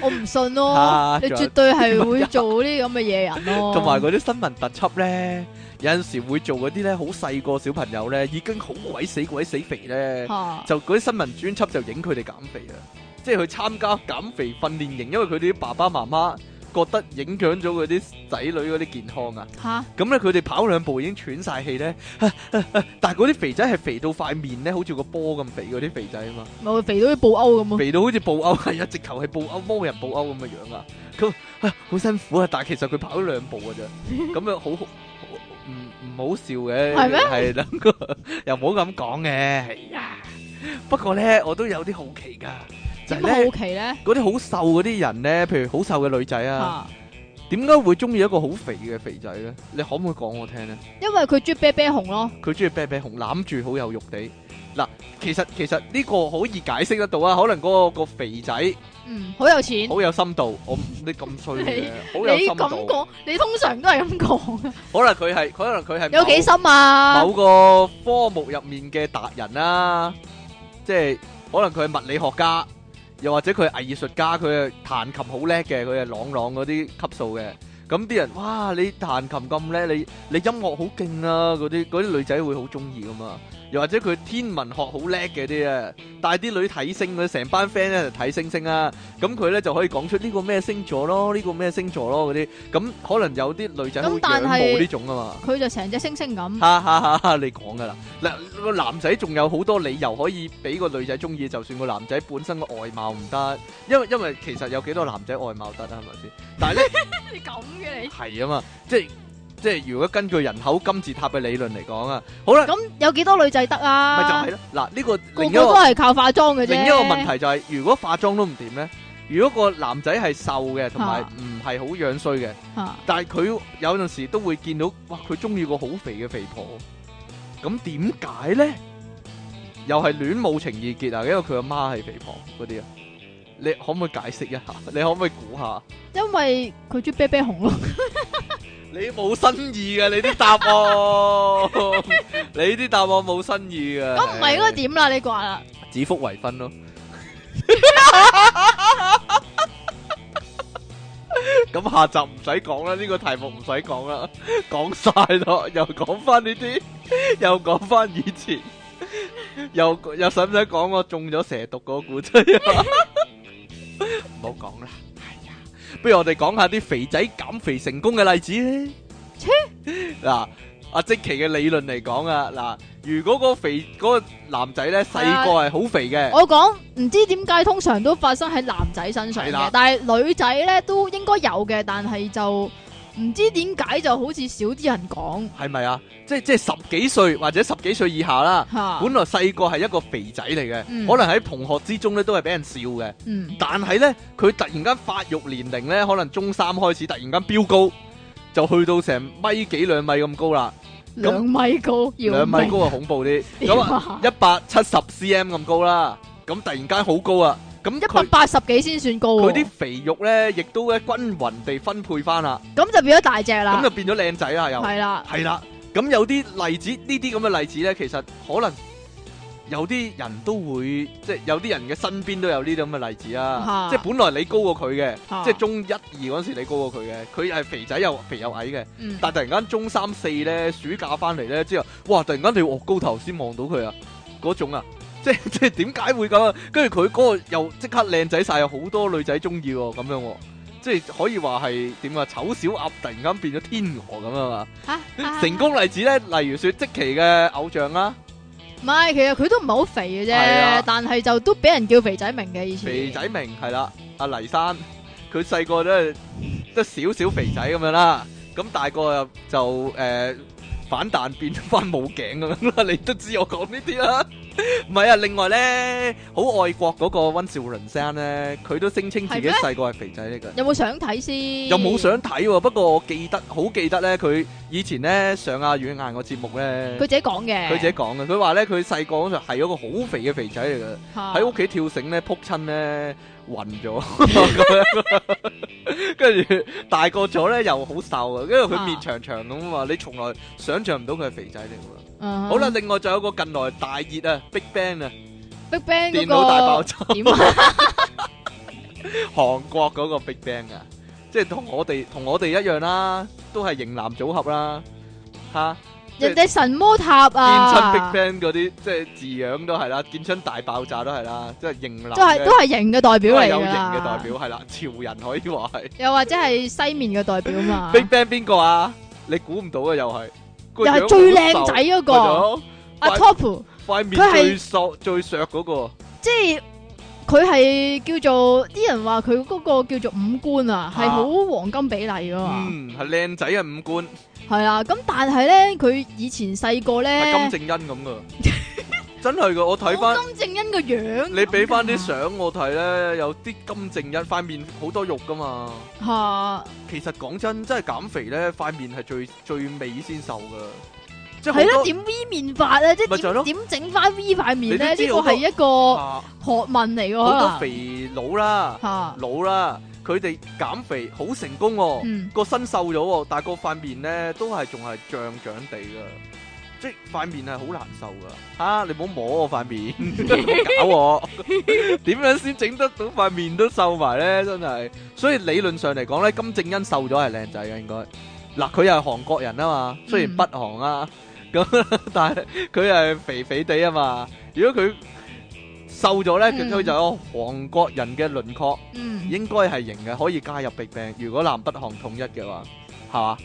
S1: 我唔信
S2: [laughs] 啊
S1: 咯，你
S2: 仲有
S1: 絕對係會做呢啲咁嘅嘢人
S2: [laughs]
S1: 咯。
S2: 同埋嗰啲新聞特輯咧，有陣時會做嗰啲咧，好細個小朋友咧，已經好鬼死鬼死肥咧，
S1: 嚇
S2: 就嗰啲新聞專輯就影佢哋減肥啊，即係去參加減肥訓練營，因為佢哋啲爸爸媽媽覺得影響咗佢啲仔女嗰啲健康啊。
S1: 嚇
S2: 咁咧佢哋跑兩步已經喘晒氣咧， [laughs] 但係嗰啲肥仔係肥到塊面咧，好似個波咁肥嗰啲肥仔啊嘛，
S1: 咪會肥到啲布歐咁啊！
S2: 肥到好似布歐，係啊，直頭係布歐魔人布歐咁嘅樣啊，咁啊好辛苦啊，但係其實佢跑咗兩步
S1: [laughs]
S2: 嘅啫，咁樣好好唔唔好笑嘅，
S1: 係咩
S2: 係啦，又唔好咁講嘅，係啊，不過咧我都有啲好奇㗎，就係
S1: 點
S2: 咧
S1: 好奇咧
S2: 嗰啲好瘦嗰啲人咧，譬如好瘦嘅女仔啊，
S1: 嚇？
S2: 點解會中意一個好肥嘅肥仔咧？你可唔可以講我聽咧？
S1: 因為佢中意啤啤熊咯。
S2: 佢中意啤啤熊，攬住好有肉地，其實其實呢個好易解釋得到啊，可能嗰、個、個肥仔
S1: 嗯，好有錢。
S2: 好有深度，我唔你咁衰嘅，好有啊
S1: 你
S2: 深
S1: 咁
S2: 度。
S1: 講，你通常都係咁
S2: [laughs]
S1: 講，
S2: 可能佢係，可能佢係
S1: 有幾深啊？
S2: 某個科目入面嘅達人啦、即係可能佢係物理學家，又或者佢係藝術家，佢係彈琴好叻嘅，佢係朗朗嗰啲級數嘅。咁啲人哇，你彈琴咁叻，你你音樂好勁啊！嗰啲嗰啲女仔會好中意噶嘛。又或者佢天文學好叻嘅啲啊，帶啲女睇星嗰啲，成班 friend 咧就睇星星啊。咁佢咧就可以講出呢個咩星座咯，呢、個咩星座咯嗰啲。咁可能有啲女仔好
S1: 咁但
S2: 仰
S1: 係
S2: 慕呢種啊嘛。
S1: 佢就成隻星星咁。
S2: 哈哈哈哈！你講噶啦，嗱個男仔仲有好多理由可以俾個女仔中意，就算個男仔本身個外貌唔得，因為因為其實有幾多男仔外貌得啊，係咪先？但係咧
S1: 你咁嘅你，
S2: 係啊嘛，即係即係如果根據人口金字塔嘅理論嚟講啊，好啦，
S1: 咁有幾多女仔得
S2: 咪就
S1: 啊？
S2: 係咯，嗱呢個
S1: 個
S2: 另一
S1: 個都
S2: 個
S1: 係靠化妝嘅啫。
S2: 另一個問題就係，如果化妝都唔掂咧，如果個男仔係瘦嘅，同埋
S1: 啊
S2: 唔係好樣衰嘅。
S1: 嚇
S2: 但係佢有陣時都會見到，哇！佢中意個好肥嘅肥婆，咁點解咧？又係戀母情意結啊，因為佢阿媽係肥婆嗰啲啊。你可唔可以解釋一下？ [laughs] 你可唔可以估下？
S1: 因為佢中意啤啤熊咯。
S2: 你冇新意嘅，你啲答
S1: [laughs]
S2: 案，你啲答案冇新意嘅。
S1: 咁唔係嗰個點啦？你話啦，
S2: 指腹為 [laughs] 婚咯。咁下集唔使講啦，呢、個題目唔使講啦，講晒咯，又講翻呢啲，又講翻以前，又又使唔使講我中咗蛇毒嗰個故仔啊？唔好講啦，哎呀，不如我哋講下啲肥仔減肥成功嘅例子咧。嗱，阿即奇嘅理論嚟講啊，嗱，如果個肥嗰、個男仔咧細個係好肥嘅。
S1: [laughs] 我講唔知點解通常都發生喺男仔身上
S2: 係啦
S1: 嘅，但係女仔咧都應該有嘅，但係就唔知點解就好似少啲人講
S2: 系咪啊？即系即系十幾歲或者十幾歲以下啦。
S1: 嚇。
S2: 本來細個係一個肥仔嚟嘅，
S1: 嗯
S2: 可能喺同學之中咧都係俾人笑嘅。
S1: 嗯，
S2: 但係呢，佢突然間發育年齡呢，可能中三開始突然間飆高，就去到成米幾兩米咁高啦。
S1: 兩米高，
S2: 兩
S1: 兩
S2: 米高啊恐怖
S1: [laughs]
S2: 啲，咁
S1: 咁
S2: 啊
S1: 啊，
S2: 一百七十 cm 咁高啦。咁突然間好高啊！咁
S1: 一百
S2: 佢
S1: 八十幾先算高
S2: 佢
S1: 喎，
S2: 啲肥肉呢，亦都咧均勻地分配翻啦，
S1: 咁就變咗大隻
S2: 咁
S1: 啦
S2: 就，變咗靚仔啦又。
S1: 係啦，
S2: 系啦，咁有啲例子，呢啲咁嘅例子呢，其實可能有啲人都會，即係有啲人嘅身邊都有呢啲咁嘅例子啊。
S1: 啊
S2: 即係本來你高過佢嘅，
S1: 啊
S2: 即係中一二嗰陣時你高過佢嘅，佢係肥仔又肥又矮嘅，
S1: 嗯，
S2: 但係突然間中三四呢，暑假翻嚟呢之後，哇！突然間你岳高頭先望到佢啊，嗰種啊。即係 [laughs] 即係點解會咁啊？跟住佢嗰個又即刻靚仔晒，有好多女仔中意喎，咁樣喎，即係可以話係點啊？醜小鴨突然間變咗天鵝咁啊嘛！
S1: 啊啊
S2: 成功例子咧，例如說即期嘅偶像啦，
S1: 唔係，其實佢都唔係好肥嘅
S2: 係啊
S1: 啫，但係就都俾人叫肥仔明嘅以前，
S2: 肥仔明係啦，阿黎山，佢細個都係得少少肥仔咁樣啦，咁大個又就誒、呃反彈變翻冇頸咁樣啦，你 [laughs] 都知我講呢啲啦。唔係啊，另外咧，好愛國嗰個温兆倫生咧，佢都聲稱自己
S1: 係咩
S2: 細個係肥仔嚟㗎。
S1: 有冇想睇先？
S2: 又冇想睇喎，不過我記得好記得咧，佢以前咧上阿阮硬個節目咧
S1: 佢，自己講嘅，
S2: 佢自己講嘅，佢話咧佢細個嗰陣係一個好肥嘅肥仔嚟嘅。
S1: 嚇
S2: 喺屋企跳繩咧，撲親咧暈咗，咁樣 [laughs] 跟住大個咗咧又好瘦啊，因為佢面長長咁啊嘛，你從來想象唔到佢係肥仔嚟噶嘛。
S1: 嗯
S2: 好啦，另外仲有個近來大熱啊，Big Bang 啊，
S1: ，Big Bang
S2: 電
S1: 嗰
S2: 腦大爆
S1: 個
S2: 炸，
S1: 點啊？
S2: 韓國嗰個 Big Bang 啊，即係同我哋同我哋一樣啦，都係型男組合啦，吓。即係
S1: 人哋神魔塔
S2: 見親
S1: 啊，
S2: Big Bang 嗰啲，即係字樣都係啦，見親大爆炸都係啦，即係型男
S1: 都係
S2: 嘅
S1: 都係型嘅代表
S2: 都
S1: 嚟
S2: 係有型
S1: 㗎啦
S2: 嘅代表，係啦，潮人可以話係。，
S1: 又或者係西面嘅代表嘛
S2: Big Bang 邊個啊？你估唔到啊，又係個樣
S1: 又
S2: 好瘦
S1: 係最靚仔嗰個
S2: 係咯
S1: 阿
S2: 喂
S1: Top，
S2: 塊面
S1: 佢係
S2: 最索最削嗰個，
S1: 即係佢係叫做啲人話佢嗰個叫做五官啊，係
S2: 啊
S1: 好黃金比例㗎嘛，
S2: 嗯，係靚仔嘅五官，
S1: 係啦。咁但係咧，佢以前細個
S2: 係
S1: 咧，
S2: 金正恩咁噶，
S1: [laughs]
S2: 真係噶，我睇翻
S1: 冇金啊正恩個樣，
S2: 你俾翻啲相我睇咧，有啲金正恩塊面好多肉噶嘛。
S1: 吓。
S2: 其實講真，真係減肥咧，塊面係最最美先瘦噶，即係好
S1: 係咯，
S2: 多
S1: 點 V 面法咧？即
S2: 咪就係
S1: 係
S2: 咯
S1: 點點整翻 V 塊面
S2: 你都
S1: 咧？呢
S2: 知
S1: 個係一個
S2: 啊
S1: 學問嚟嘅，
S2: 好多
S1: 可能
S2: 肥啊佬啦、
S1: 吓，
S2: 佬啦，佢哋減肥好成功喎。
S1: 嗯，
S2: 個身瘦咗喎，但係個塊面咧都係仲係漲漲地噶，即係塊面係好難瘦噶。嚇、你唔好摸我塊
S1: [laughs]
S2: 面，搞我，點樣先整得到塊面都瘦埋咧？真係，所以理論上嚟講咧，金正恩瘦咗係靚仔嘅應該。嗱，佢又係韓國人啊嘛，雖然
S1: 嗯
S2: 北韓啊，咁 [laughs] 但係佢係肥肥地啊嘛。如果佢瘦咗咧，佢
S1: 嗯
S2: 佢就有韓國人嘅輪廓。
S1: 嗯，
S2: 應該係型嘅，可以加入 BigBang。如果南北韓統一嘅話，係嘛？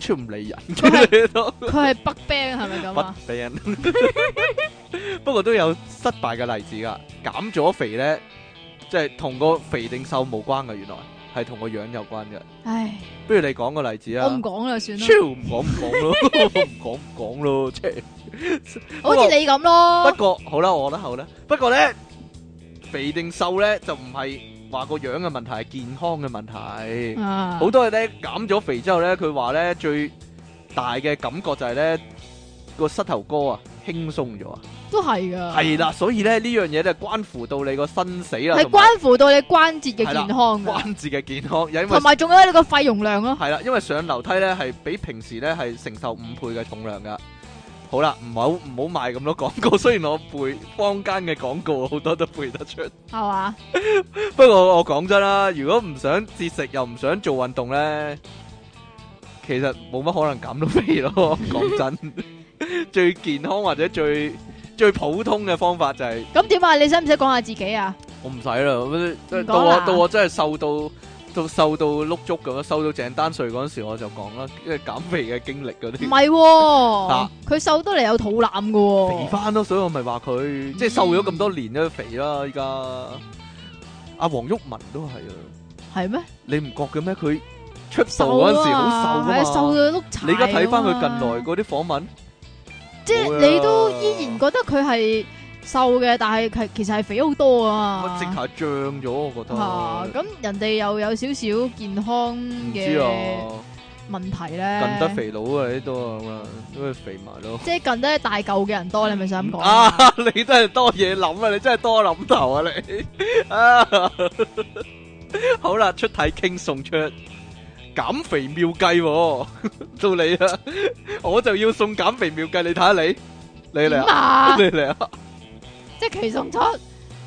S2: 超唔理人 [laughs]
S1: 佢
S2: 嘅都
S1: 佢係北 band 係咪咁啊？
S2: 不理人。 [laughs] 不過都有失敗嘅例子㗎，減咗肥咧，即係同個肥定瘦無關嘅，原來係同個樣有關嘅。
S1: 唉，
S2: 不如你講個例子
S1: 我唔
S2: 啊！
S1: 講啦，算啦
S2: 超，唔講唔講咯， [laughs] 唔講唔講咯，即係。
S1: 好似你咁
S2: 不
S1: 咯，
S2: 過好啦，我覺得好啦。不過咧，肥定瘦咧就唔係話個樣嘅問題，係健康嘅問題。
S1: 啊，
S2: 好多人咧減咗肥之後咧，佢話咧最大嘅感覺就係咧個膝頭哥啊輕鬆咗啊，
S1: 都係噶，
S2: 係啦，所以咧呢樣嘢咧關乎到你個生死啦，
S1: 係
S2: 同埋
S1: 關乎到你關節嘅
S2: 係啦
S1: 健康噶，
S2: 關節嘅健康，因為
S1: 同埋仲有你個肺容量咯，
S2: 係啦，因為上樓梯咧係比平時咧係承受五倍嘅重量噶。好啦，唔好唔好賣咁多廣告， [laughs] 雖然我背坊間嘅廣告好多都背得出。
S1: 係嘛？
S2: 不過我講真啦，如果唔想節食又唔想做運動咧，其實冇乜可能減到肥
S1: [laughs]
S2: 咯。講真，最健康或者最最普通嘅方法就係、
S1: 咁點啊？你使唔使講下自己啊？
S2: 我唔使啦，即係
S1: 唔講
S2: 到我
S1: 啦
S2: 到我真係瘦到到瘦到碌竹咁樣，瘦到鄭丹瑞嗰陣時我就講啦，即係減肥嘅經歷嗰
S1: 唔
S2: 啲。
S1: 係
S2: 啊
S1: 喎，佢瘦得嚟有肚腩噶
S2: 肥
S1: 喎，
S2: 翻咯，所以我咪話佢即係瘦咗咁多年都肥啦，依家阿黃毓民都係啊，
S1: 係咩？
S2: 你唔覺嘅咩？佢出道
S1: 瘦
S2: 嗰陣時
S1: 啊，
S2: 好
S1: 係啊
S2: 瘦啊
S1: 瘦
S2: 嘛。
S1: 到碌柴。
S2: 你而家睇翻佢近來，嗰啲訪問，
S1: 即係你都依然覺得佢係瘦嘅，但係其其實係肥好多啊
S2: 我直
S1: 嘛。
S2: 頭漲咗，我覺
S1: 啊
S2: 得。
S1: 咁人哋又有少少健康
S2: 唔知啊，
S1: 嘅問題咧，
S2: 近得，肥佬啊呢度啊咁啊，都係肥埋咯。
S1: 即係近得大舊嘅人多，你係咪想講
S2: 啊 [laughs]
S1: 啊？！
S2: 你真係多嘢諗啊！你真係多諗頭啊！你啊， [laughs] 好啦，出體傾送出減肥妙計喎， [laughs] 到你啦，我就要送減肥妙計，你睇下你，你嚟
S1: 點
S2: 啊，
S1: 啊
S2: 你！嚟啊，
S1: 即係其送出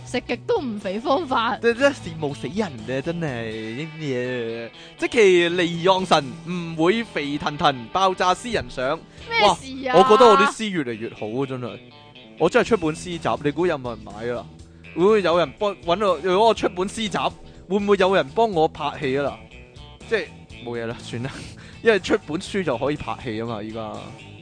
S1: 食極都唔肥方法，
S2: 你真係羨慕死人啊！真係呢啲嘢，即其利讓神唔會肥騰騰爆炸私人相，
S1: 咩
S2: 哇
S1: 事啊？
S2: 我覺得我啲詩越嚟越好啊！真係，我真係出本詩集，你估有冇人買啊？會唔會有人幫揾我？如果我出本詩集，會唔會有人幫我拍戲啊？啦，即係冇嘢啦，算啦， [laughs] 因為出本書就可以拍戲啊嘛！依家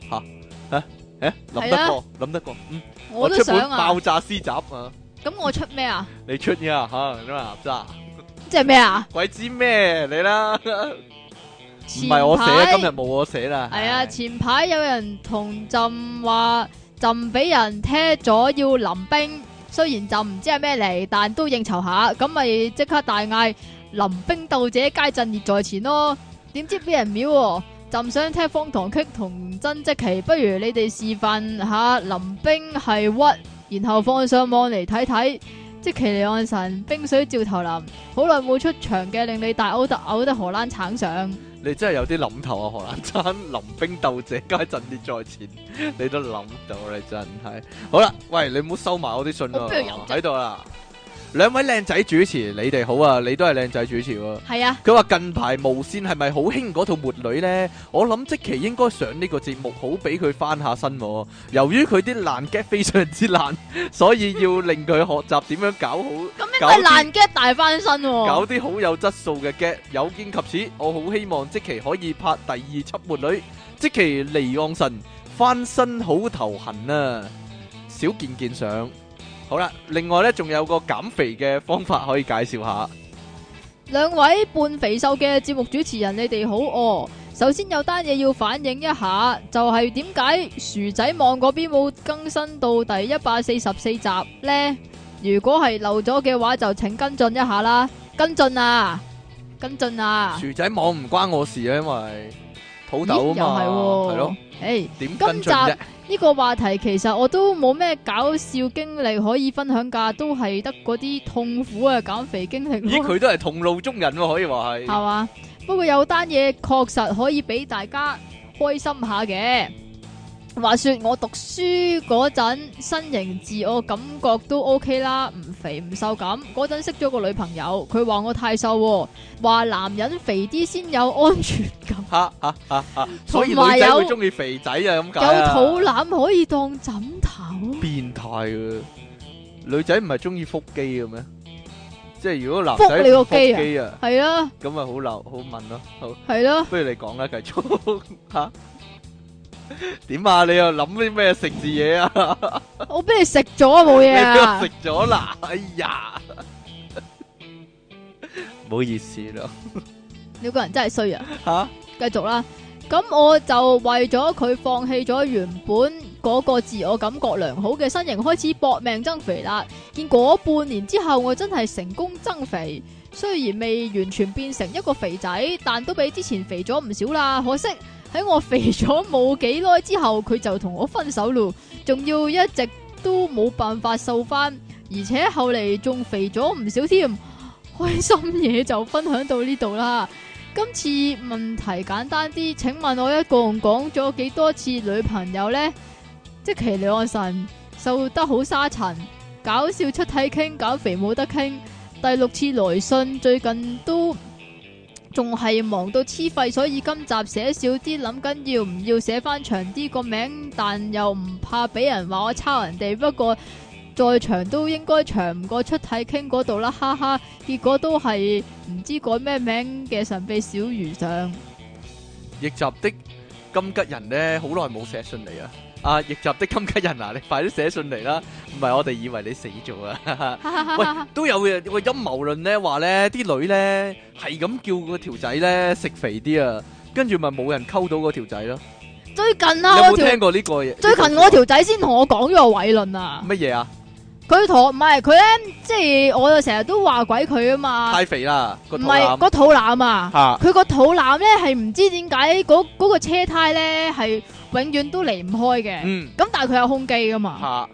S2: 吓吓誒諗
S1: 係
S2: 得
S1: 啊
S2: 過，諗得過，嗯，
S1: 我都
S2: 出本
S1: 想啊
S2: 爆。炸詩集啊！
S1: 咁我出咩啊？
S2: 你出嘢啊嚇，咁啊渣，
S1: 即係咩啊？
S2: 鬼知咩你啦？唔
S1: 唔
S2: 係我寫，今日冇我寫啦。
S1: 係啊，
S2: 唉
S1: 前排有人同朕話朕俾人踢咗要臨兵，雖然朕唔知係咩嚟，但都應酬下，咁咪即刻大嗌臨兵鬥者皆陣列在前咯。點知俾人秒喎，朕想踢方唐棘同曾積奇，不如你哋示範下臨兵係屈，然後放上網嚟睇睇。即奇離岸神，冰水照頭淋，好耐冇出場嘅，令你大嘔特嘔得荷蘭橙上。
S2: 你真係有啲諗頭啊，荷蘭餐臨兵鬥者皆陣列在前，你都諗到你真係。好啦，喂， [laughs] 你唔好收埋我啲信啦
S1: 我邊度有，啫
S2: 喺度啦。兩位靚仔主持，你哋好啊，你都係靚仔主持喎。
S1: 係啊。
S2: 佢話近排無線係咪好興嗰套《末女》呢？我諗即期應該上呢個節目，好俾佢翻下身喎。由於佢啲爛 get 非常之爛，所以要令佢學習點樣搞好。
S1: 咁應該爛 g 大翻身喎、
S2: 搞啲好有質素嘅 g 有見及此，我好希望即期可以拍第二輯《末女》，即期離岸神翻身好頭痕啊！少見見上。好啦，另外呢，仲有個減肥嘅方法可以介紹下。
S1: 兩位半肥瘦嘅節目主持人，你哋好哦。首先有單嘢要反映一下，就係點解薯仔網嗰邊冇更新到第一百四十四集呢？如果係漏咗嘅話，就請跟進一下啦，跟進啊，跟進啊，
S2: 薯仔網唔關我事啊，因為台土
S1: 咦
S2: 豆啊
S1: 又
S2: 嘛，
S1: 係喎
S2: 係咯，
S1: 诶，
S2: 點
S1: 今
S2: 跟進啫？
S1: 呢個話題其實我都冇咩搞笑經歷可以分享㗎，都係得嗰啲痛苦嘅減肥經歷
S2: 咦，
S1: 咯，
S2: 佢都係同路中人喎，可以話
S1: 係
S2: 係。
S1: 嘛？不過有單嘢確實可以俾大家開心下嘅。話說我讀書嗰陣，身形自我感覺都 OK 啦，唔肥唔瘦咁。嗰陣識咗個女朋友，佢話我太瘦、喎，話男人肥啲先有安全感。
S2: 吓吓吓吓， [laughs] 所以
S1: 同埋
S2: 女仔會
S1: 有
S2: 中意肥仔啊，咁解
S1: 有
S2: 啊。
S1: 肚腩可以當枕頭，
S2: 變態嘅女仔唔係中意腹肌嘅咩？即係如果男
S1: 腹
S2: 仔
S1: 你個
S2: 唔腹
S1: 肌啊
S2: 肌啊，
S1: 係啦，
S2: 咁咪好流好問咯。好，
S1: 係啦。
S2: 不如你講啦，繼續吓。點啊？你又諗啲咩食字嘢啊？
S1: 我俾你食咗啊，冇嘢啊
S2: 你俾我食！咗啦！哎呀，唔好意思啦
S1: 你個人真係衰啊！
S2: 吓。
S1: 繼續啦，咁我就為咗佢放棄咗原本嗰個自我感覺良好嘅身形，開始搏命增肥啦。結果半年之後，我真係成功增肥，雖然未完全變成一個肥仔，但都比之前肥咗唔少啦。可惜喺我肥咗冇幾耐之後，佢就同我分手咯，仲要一直都冇辦法瘦翻，而且後嚟仲肥咗唔少添。開心嘢就分享到呢度啦。今次問題簡單啲，請問我一共講咗幾多次女朋友呢？即其離岸神瘦得好沙塵，搞笑出體傾，減肥冇得傾。第六次來信最近都仲係忙到黐肺，所以今集寫少啲，諗緊要唔要寫翻長啲個名，但又唔怕俾人話我抄人哋。不過再長都應該長唔過出體傾嗰度啦，哈哈。結果都係。唔知改咩名嘅神秘小魚上，
S2: 逆襲的金吉人咧，好耐冇寫信嚟啊！啊，逆襲的金吉人啊，你快啲寫信嚟啦！唔係我哋以為你死
S1: [laughs]
S2: 咗啊！
S1: 哈哈
S2: 喂
S1: 哈哈，
S2: 都有嘅有個陰謀論咧，話咧啲女咧係咁叫個條仔咧食肥啲啊，跟住咪冇人溝到嗰條仔咯。
S1: 最近
S2: 你
S1: 啊，
S2: 有
S1: 我
S2: 冇
S1: 條
S2: 聽過呢個嘢？
S1: 最近我條仔先同我講咗個偉論啊，
S2: 乜嘢啊？
S1: 佢同我唔係佢咧，即係我就成日都話鬼佢啊嘛，
S2: 太肥啦個
S1: 唔
S2: 肚
S1: 係
S2: 腩
S1: 個肚腩啊，
S2: 嚇
S1: 佢個肚腩咧係唔知點解嗰嗰個車胎咧係永遠都離唔開嘅，
S2: 嗯
S1: 咁但係佢有胸肌噶嘛，
S2: 嚇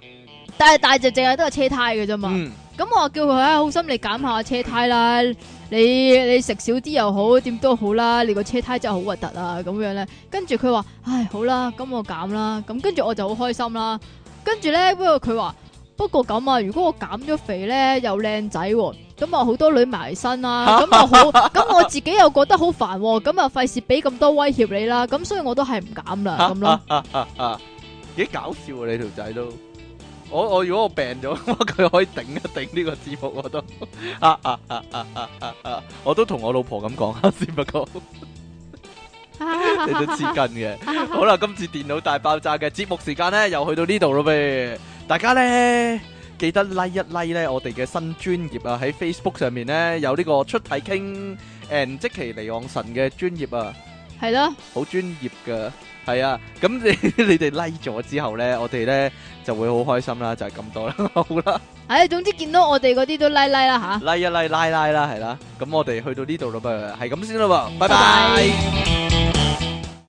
S1: 但係但係就淨係得個車胎嘅啫嘛。
S2: 嗯
S1: 咁我話叫佢啊，好心你減下車胎啦，你你食少啲又好，點都好啦，你個車胎真係好核突啊，咁樣咧。跟住佢話，唉，好啦，咁我減啦。咁跟住我就好開心啦。跟住咧，不過佢話，不過咁啊，如果我減咗肥咧，又靚仔喎，咁啊好多女埋身啦，咁啊好，咁我自己又覺得好煩喎，咁啊費事俾咁多威脅你啦，咁所以我都係唔減啦，咁
S2: [laughs]
S1: 咯。
S2: 幾搞笑啊！你條仔都我我如果我病咗，佢可以頂一頂呢個字幕 [laughs] 我都啊啊啊啊啊啊啊！我都同我老婆咁講，只不過你都黐 [laughs] 筋嘅。
S1: [laughs]
S2: 好啦，今次電腦大爆炸嘅節目時間咧，又去到呢度咯噃。大家咧記得 like 一 like 咧，我哋嘅新專業啊，喺 Facebook 上面咧有呢個出體傾 and 即其離岸神嘅專業啊。
S1: 係啦，
S2: 好專業噶，係啊，咁你 [laughs] 你哋 like 咗之後咧，我哋咧就會好開心啦，就係、咁多啦， [laughs] 好啦
S1: 唉，總之見到我哋嗰啲都拉拉
S2: 啊
S1: 啦吓。
S2: ，like 一 like，like like 啦，係啦，咁我哋去到呢度啦噃，係咁先啦喎，拜拜
S1: 拜拜。